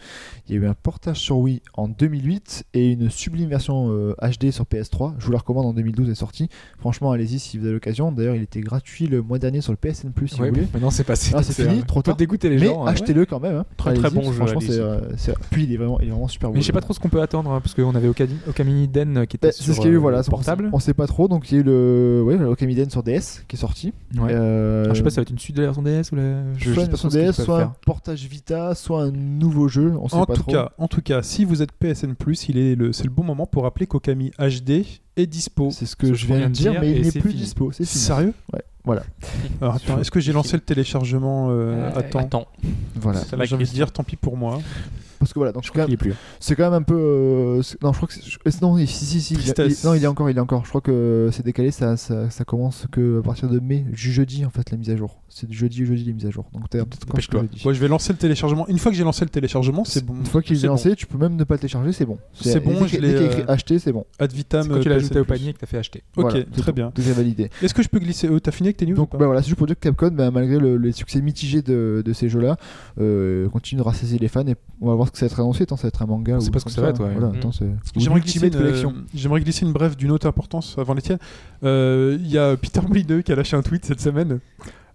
il y a eu un portage sur Wii en 2008 et une sublime version euh, HD sur PS3. Je vous la recommande en 2012 est sortie. Franchement, allez-y si vous avez l'occasion. D'ailleurs, il était gratuit le mois dernier sur le PSN Plus si
Ouais,
vous voulez.
Maintenant, c'est passé.
Ah, c'est fini, trop
Peut
tard.
dégoûter les
Mais
gens. hein.
achetez-le quand même. hein.
Très, très
Allez-y,
bon
parce que
jeu,
Franchement,
allez-y.
c'est, euh, c'est- puis il est vraiment, il est vraiment super beau.
Mais je sais pas trop ce qu'on peut attendre, hein, parce qu'on avait Okami, Okami Den euh, qui était
Bah,
sur
c'est ce qu'il y a eu,
euh,
voilà. c'est pour ça-
portable.
On sait pas trop, donc il y a eu le ouais, le Okamiden sur DS qui est sorti.
Ouais.
Euh,
Alors, je sais pas, ça va être une suite de la version DS ou la. Je,
soit
je sais
une
pas
version
trop ce qu'ils
DS,
peuvent
soit
faire.
un portage Vita, soit un nouveau jeu. On sait
En
pas
tout,
trop.
cas, en tout cas, si vous êtes PSN+, il est le, c'est le bon moment pour rappeler qu'Okami HD est dispo.
c'est Oh, ce que
ce
je
qu'on
viens de dire, mais
et
il n'est
c'est
plus
fini.
dispo. C'est fini.
Sérieux
Ouais, voilà.
Alors attends, est-ce que j'ai lancé le téléchargement euh,
Euh,
Attends,
Attends.
Voilà.
C'est la
j'ai envie de
question.
dire tant pis pour moi.
Parce que voilà, donc quand
Il
même-
est plus.
c'est quand même un peu. euh, c'est- non, je crois que. c'est- je- euh, Non, il- si, si, si, il-
Tristesse.
il- non, il est encore, il est encore. Je crois que c'est décalé. Ça, ça, ça commence que à partir de mai, du jeudi en fait la mise à jour. C'est du jeudi au jeudi les mises à jour. Donc t'as peut-être quand je te
Dépêche-toi.
le dis.
Ouais, je vais lancer le téléchargement. Une fois que j'ai lancé le téléchargement, c'est bon.
Une fois qu'il est,
c'est bon.
lancé, tu peux même ne pas le télécharger, c'est bon.
C'est bon,
dès
je
qu'il- dès
l'ai,
qu'il y a écrit
euh,
acheter, c'est bon.
Ad vitam.
C'est quand tu
euh,
l'as ajouté
PSN+.
au panier et que t'as fait acheter.
Ok,
Voilà, c'est
très
tout.
bien.
Tout est validé.
Est-ce que je peux glisser euh, T'as fini avec tes news Ah. ou
Donc
pas
bah voilà, c'est juste pour dire que Capcom, bah, malgré le, les succès mitigés de, de ces jeux-là, euh, continue de rassasier les fans et on va voir ce que ça va être annoncé. Tant ça va être un manga
On
ou
sait pas ce que ça va être, ouais.
Voilà,
Mm.
tant c'est- ou
J'aimerais
une
glisser,
Ultimate
une, euh,
Collection.
j'aimerais glisser une brève d'une haute importance avant les tiennes. Euh, Il y a Peter Molineux qui a lâché un tweet cette semaine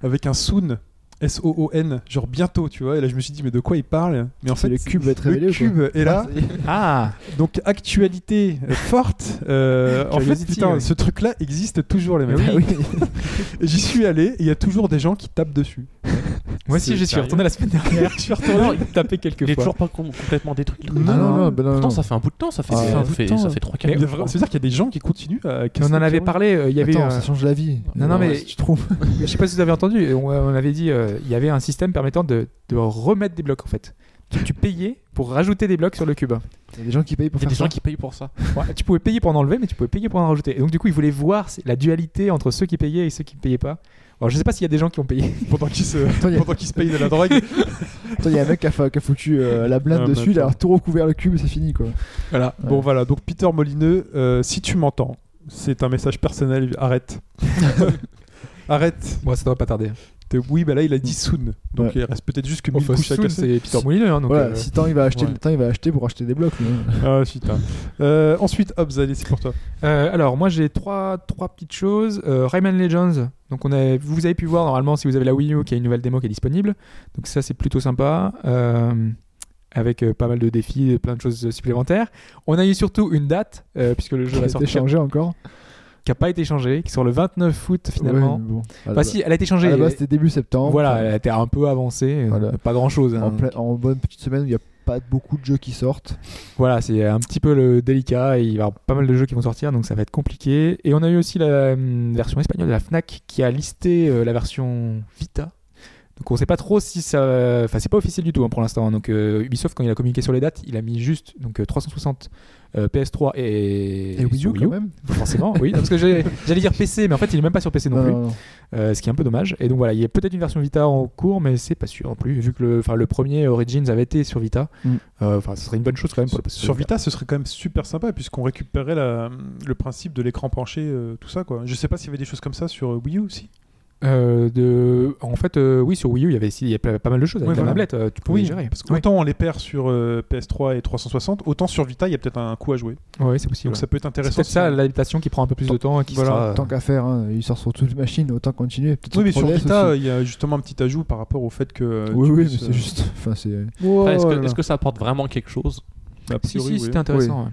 avec un Soon S-O-O-N, genre bientôt, tu vois. Et là, je me suis dit, mais de quoi il parle Mais en
C'est
fait,
le cube va être
le
révélé ou quoi
cube est là.
Ah
Donc, actualité euh, forte. Euh, en fait,
Curiosity,
putain,
oui.
ce truc-là existe toujours, les mecs.
Mais bah oui.
Et J'y suis allé et il y a toujours des gens qui tapent dessus.
Moi aussi,
C'est
j'y suis
sérieux
retourné la semaine dernière.
je suis retourné.
Tapé quelques
Il est
fois.
toujours pas com- complètement détruit. le truc.
Ah
Non,
non, non, bah non,
Pourtant,
non.
ça fait un bout de temps, ça fait,
Ah,
ça
un
bout de
fait,
temps.
ça fait 3
Mais-
4
C'est-à-dire qu'il y a des gens qui continuent à casser
On en
le
avait
carreau.
parlé, euh, il y avait.
Attends,
euh,
ça change la vie.
Non, non, mais-
Je trouve.
Je sais pas si vous avez entendu, on, on avait dit, euh, il y avait un système permettant de, de remettre des blocs en fait. Tu, tu payais pour rajouter des blocs sur le cube.
Il y a des gens qui payent pour
Il y a
faire
des
ça.
gens qui payent pour ça.
Ouais, tu pouvais payer pour en enlever, mais tu pouvais payer pour en rajouter. Et donc du coup, ils voulaient voir c'est- la dualité entre ceux qui payaient et ceux qui ne payaient pas. Alors je sais pas s'il y a des gens qui ont payé.
Pendant qu'ils se,
Attends, il y a-
pendant qu'ils se payent de la drogue.
Attends, il y a un mec qui a, fa- qui a foutu euh, la blinde
Ah,
dessus, il
bah,
a tout recouvert le cube et c'est fini quoi.
Voilà. Bon, voilà. Donc, Peter Molineux, euh, si tu m'entends, c'est un message personnel. Arrête. Arrête.
Bon, ça devrait pas tarder. hein.
T'es- Oui, bah là, il a dit soon. Donc,
Ouais.
il reste peut-être juste que
Bon,
1000
enfin,
couches à
Oh, Soon,
casser.
c'est Peter Molineux. hein, donc,
Voilà,
euh,
si tant il va acheter,
ouais.
tant il va acheter pour acheter des blocs. lui, hein.
Ah, putain. Euh, ensuite, Hobbs, allez, c'est pour toi.
Euh, alors moi j'ai trois, trois petites choses. Euh, Rayman Legends, donc on a, vous avez pu voir normalement si vous avez la Wii U qu'il y a une nouvelle démo qui est disponible. Donc ça c'est plutôt sympa. euh, avec euh, pas mal de défis, et plein de choses supplémentaires. On a eu surtout une date, euh, puisque le jeu
Il a
va
été
sortir,
changé encore.
qui n'a pas été changé, qui sort le 29 août finalement.
Ouais, mais bon. À la
Enfin si, elle a été changée.
à la base, c'était début septembre.
voilà, elle a été un peu avancée, euh,
Voilà.
pas grand chose.
en, plein- en bonne petite semaine où il n'y a pas beaucoup de jeux qui sortent.
Voilà, c'est un petit peu le délicat. et Il va y avoir pas mal de jeux qui vont sortir, donc ça va être compliqué. Et on a eu aussi la hum, version espagnole de la Fnac qui a listé euh, la version Vita. Donc on sait pas trop si ça. Enfin, c'est pas officiel du tout hein, pour l'instant. hein. Donc euh, Ubisoft, quand il a communiqué sur les dates, il a mis juste donc euh, 360 euh, PS3 et,
Et Wii U
sur
quand même.
forcément. oui, non, parce que j'allais j'allais dire PC, mais en fait il est même pas sur PC non,
Non,
plus.
non, non.
Euh, ce qui est un peu dommage. Et donc voilà, il y a peut-être une version Vita en cours, mais c'est pas sûr non plus, vu que le, enfin, le premier Origins avait été sur Vita.
Mm.
Euh, Enfin, ce serait une bonne chose quand même pour le
Sur Vita, ce serait quand même super sympa puisqu'on récupérait la- le principe de l'écran penché, euh, tout ça quoi. Je sais pas s'il y avait des choses comme ça sur euh, Wii U aussi.
Euh, de... En fait, euh, oui, sur Wii U, il y avait, il y avait pas- pas mal de choses. Avec
Ouais,
la
voilà.
tablette, euh, tu pouvais
Oui,
gérer.
parce que
Oui,
autant on les perd sur euh, PS3 et 360, autant sur Vita, il y a peut-être un coup à jouer.
Ouais, c'est possible.
Donc ça peut être
C'est
intéressant.
peut-être ça
si-
l'adaptation qui prend un peu plus de temps et qui
Voilà.
sera-
Tant qu'à faire, hein, il sort sur toutes les machines, autant continuer. Peut-être
Oui, mais sur
progresse
Vita,
E aussi.
il y a justement un petit ajout par rapport au fait que. euh,
Oui,
tu
oui, mais
puisses, euh,
c'est juste. Enfin, c'est.
Enfin, est-ce,
Oh là
que,
là.
est-ce que ça apporte vraiment quelque chose
Bah, a
Si,
priori, oui.
si, c'était intéressant. ouais.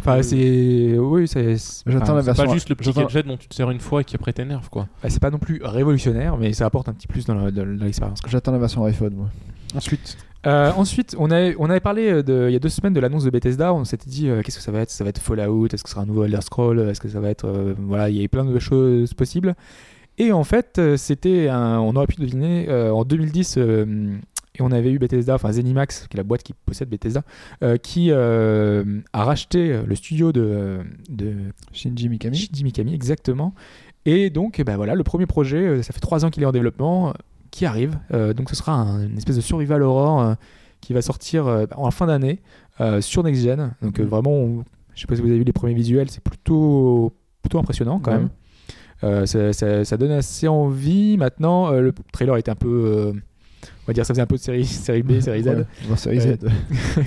Enfin,
Oui.
c'est. Oui, c'est. c'est-
J'attends
enfin,
la
c'est
version.
Pas juste le petit
j'entends-
gadget dont tu te sers une fois et qui après t'énerve quoi.
pas- C'est pas non plus révolutionnaire, mais ça apporte un petit plus dans la- dans l'expérience.
J'attends la version iPhone, moi.
Ensuite,
Euh, ensuite, on avait, on avait parlé euh, de- il y a deux semaines de l'annonce de Bethesda. On s'était dit, euh, qu'est-ce que ça va être Ça va être Fallout Est-ce que ce sera un nouveau Elder Scroll Est-ce que ça va être. euh, voilà, il y a eu plein de choses possibles. Et en fait, euh, c'était. un- On aurait pu deviner euh, en 2010. euh, et on avait eu Bethesda, enfin Zenimax, qui est la boîte qui possède Bethesda, euh, qui euh, a racheté le studio de, de
Shinji Mikami.
Shinji Mikami, exactement. Et donc, eh ben voilà, le premier projet, euh, ça fait trois ans qu'il est en développement, euh, qui arrive. Euh, donc, ce sera un- une espèce de survival horror euh, qui va sortir euh, en fin d'année euh, sur Next Gen. Donc,
Mhm.
euh, vraiment, on- je sais pas si vous avez vu les premiers visuels, c'est plutôt, plutôt impressionnant quand
Ouais.
même. Euh, ça, ça- ça donne assez envie. Maintenant, euh, le trailer était un peu. euh, on va dire, ça faisait un peu de série, série B, série Z.
Ouais, bon, série Z.
Ouais.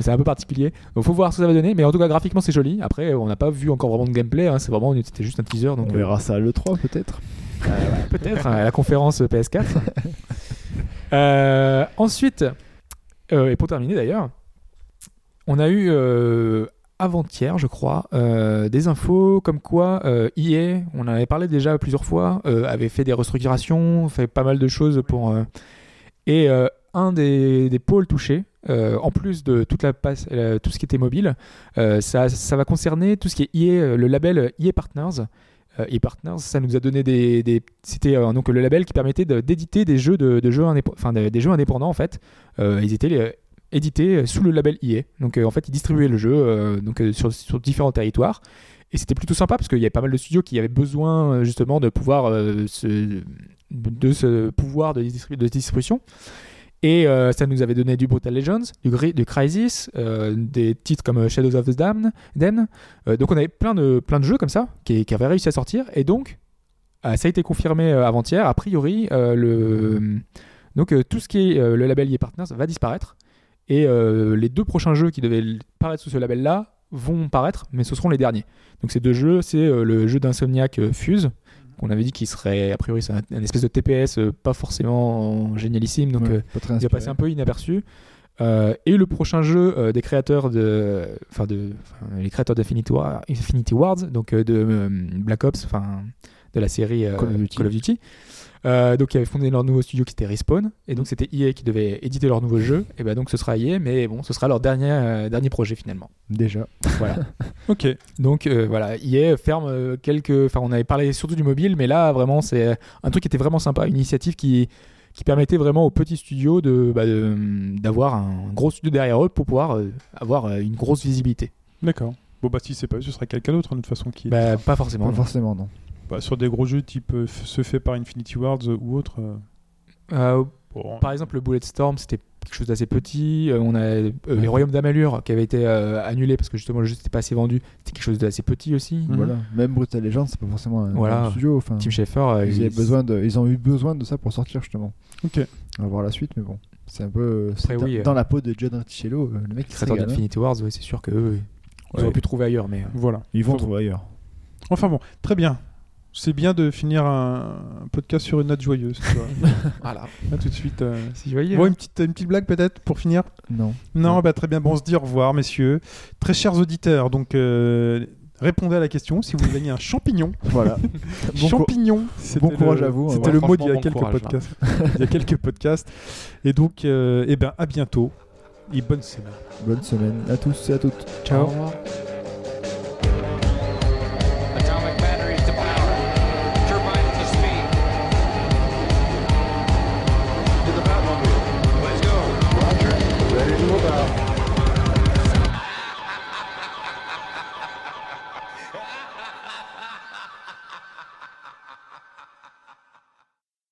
C'est un peu particulier. Donc faut voir ce que ça va donner. Mais en tout cas, graphiquement, c'est joli. Après, on n'a pas vu encore vraiment de gameplay. hein. C'est vraiment, c'était juste un teaser.
On
Donc euh,
verra ça à l'E3 peut-être.
peut-être hein, à la conférence PS4. Euh, ensuite, euh, et pour terminer d'ailleurs, on a eu euh, avant-hier, je crois, euh, des infos comme quoi euh, EA, on en avait parlé déjà plusieurs fois, euh, avait fait des restructurations, fait pas mal de choses pour. euh, et euh, un des, des pôles touchés, euh, en plus de toute la passe, euh, tout ce qui était mobile, euh, ça, ça va concerner tout ce qui est EA, euh, le label EA Partners. Euh, EA Partners, ça nous a donné des, des- c'était euh, donc le label qui permettait de- d'éditer des jeux de, de jeux indép- enfin, de- des jeux indépendants en fait. Euh, ils étaient les- édités euh, sous le label EA. Donc euh, en fait, ils distribuaient le jeu euh, donc euh, sur, sur différents territoires. Et c'était plutôt sympa parce qu'il y avait pas mal de studios qui avaient besoin euh, justement de pouvoir euh, se- de ce pouvoir de, distribu- de distribution. Et euh, ça nous avait donné du Brutal Legends, du, Gri- du Crisis, euh, des titres comme euh, Shadows of the Damned, Den. Euh, donc on avait plein de, plein de jeux comme ça qui, qui avaient réussi à sortir. Et donc, euh, ça a été confirmé euh, avant-hier. A priori, euh, le, donc, euh, tout ce qui est euh, le label EA Partners va disparaître. Et euh, les deux prochains jeux qui devaient l- paraître sous ce label-là vont paraître, mais ce seront les derniers. Donc ces deux jeux, c'est euh, le jeu d'Insomniac euh, Fuse, On avait dit qu'il serait, a priori, c'est un, un espèce de TPS euh, pas forcément génialissime, donc
Ouais,
euh,
pas très
il va
inspiré.
passer un peu inaperçu. Euh, et le prochain jeu euh, des créateurs de, enfin de, enfin, les créateurs d'Infinity War, Infinity Wards, donc euh, de euh, Black Ops, enfin de la série euh,
Call of Duty.
Euh, donc ils avaient fondé leur nouveau studio qui était Respawn, et
Mm.
donc c'était EA qui devait éditer leur nouveau jeu. Et ben donc ce sera EA, mais bon, ce sera leur dernier euh, dernier projet finalement.
Déjà.
Voilà.
Ok.
Donc euh, voilà, EA ferme euh, quelques. Enfin, on avait parlé surtout du mobile, mais là vraiment c'est un truc qui était vraiment sympa, une initiative qui qui permettait vraiment aux petits studios de bah, de- d'avoir un gros studio derrière eux pour pouvoir euh, avoir euh, une grosse visibilité.
D'accord. Bon, bah, si c'est pas eux, ce serait quelqu'un d'autre, hein, de toute façon, qui.
Bah, pas forcément.
Pas
non.
forcément, non.
Bah, sur des gros jeux type euh, f- se fait par Infinity Wards euh, ou autre. euh,
Euh,
bon,
par exemple, le Bulletstorm, c'était quelque chose d'assez petit. Euh, on a euh, les Royaumes d'Amalur qui avait été euh, annulé parce que justement le jeu n'était pas assez vendu. C'était quelque chose d'assez petit aussi.
Mhm.
Voilà. Même Brutal Legends, c'est pas forcément un
Voilà.
grand studio. Enfin,
Tim Schafer, euh,
ils, avaient
il-
besoin de, ils ont eu besoin de ça pour sortir, justement.
Ok.
On va voir la suite, mais bon. C'est un peu. c'est
Après,
dans,
oui, euh,
dans la peau de John Ricciello, euh, le mec qui se
créateurs
régale, hein.
d'Infinity Wars, ouais, c'est sûr que eux, ils
Ouais.
auraient pu trouver ailleurs, mais. euh,
Voilà.
Ils vont
Faut-
trouver ailleurs.
Enfin bon, très bien. C'est bien de finir un un podcast sur une note joyeuse. tu vois.
Voilà.
Là, tout de suite. euh.
Si hein. joyeux.
Bon, une petite, une petite blague peut-être pour finir
Non.
Non,
Ouais.
bah, très bien. Bon, on se dit au revoir, messieurs. Très chers auditeurs, donc euh, répondez à la question si vous gagnez un champignon.
Voilà. Bon cour-
champignon. c'était
bon courage
le-
à vous, hein,
C'était
ouais.
le mot
Franchement,
d'il y a
bon
quelques
courage, hein.
podcasts. Il y a quelques podcasts. Et donc, euh, eh ben, à bientôt. Et bonne semaine.
Bonne semaine à tous et à toutes.
Ciao.
Au revoir.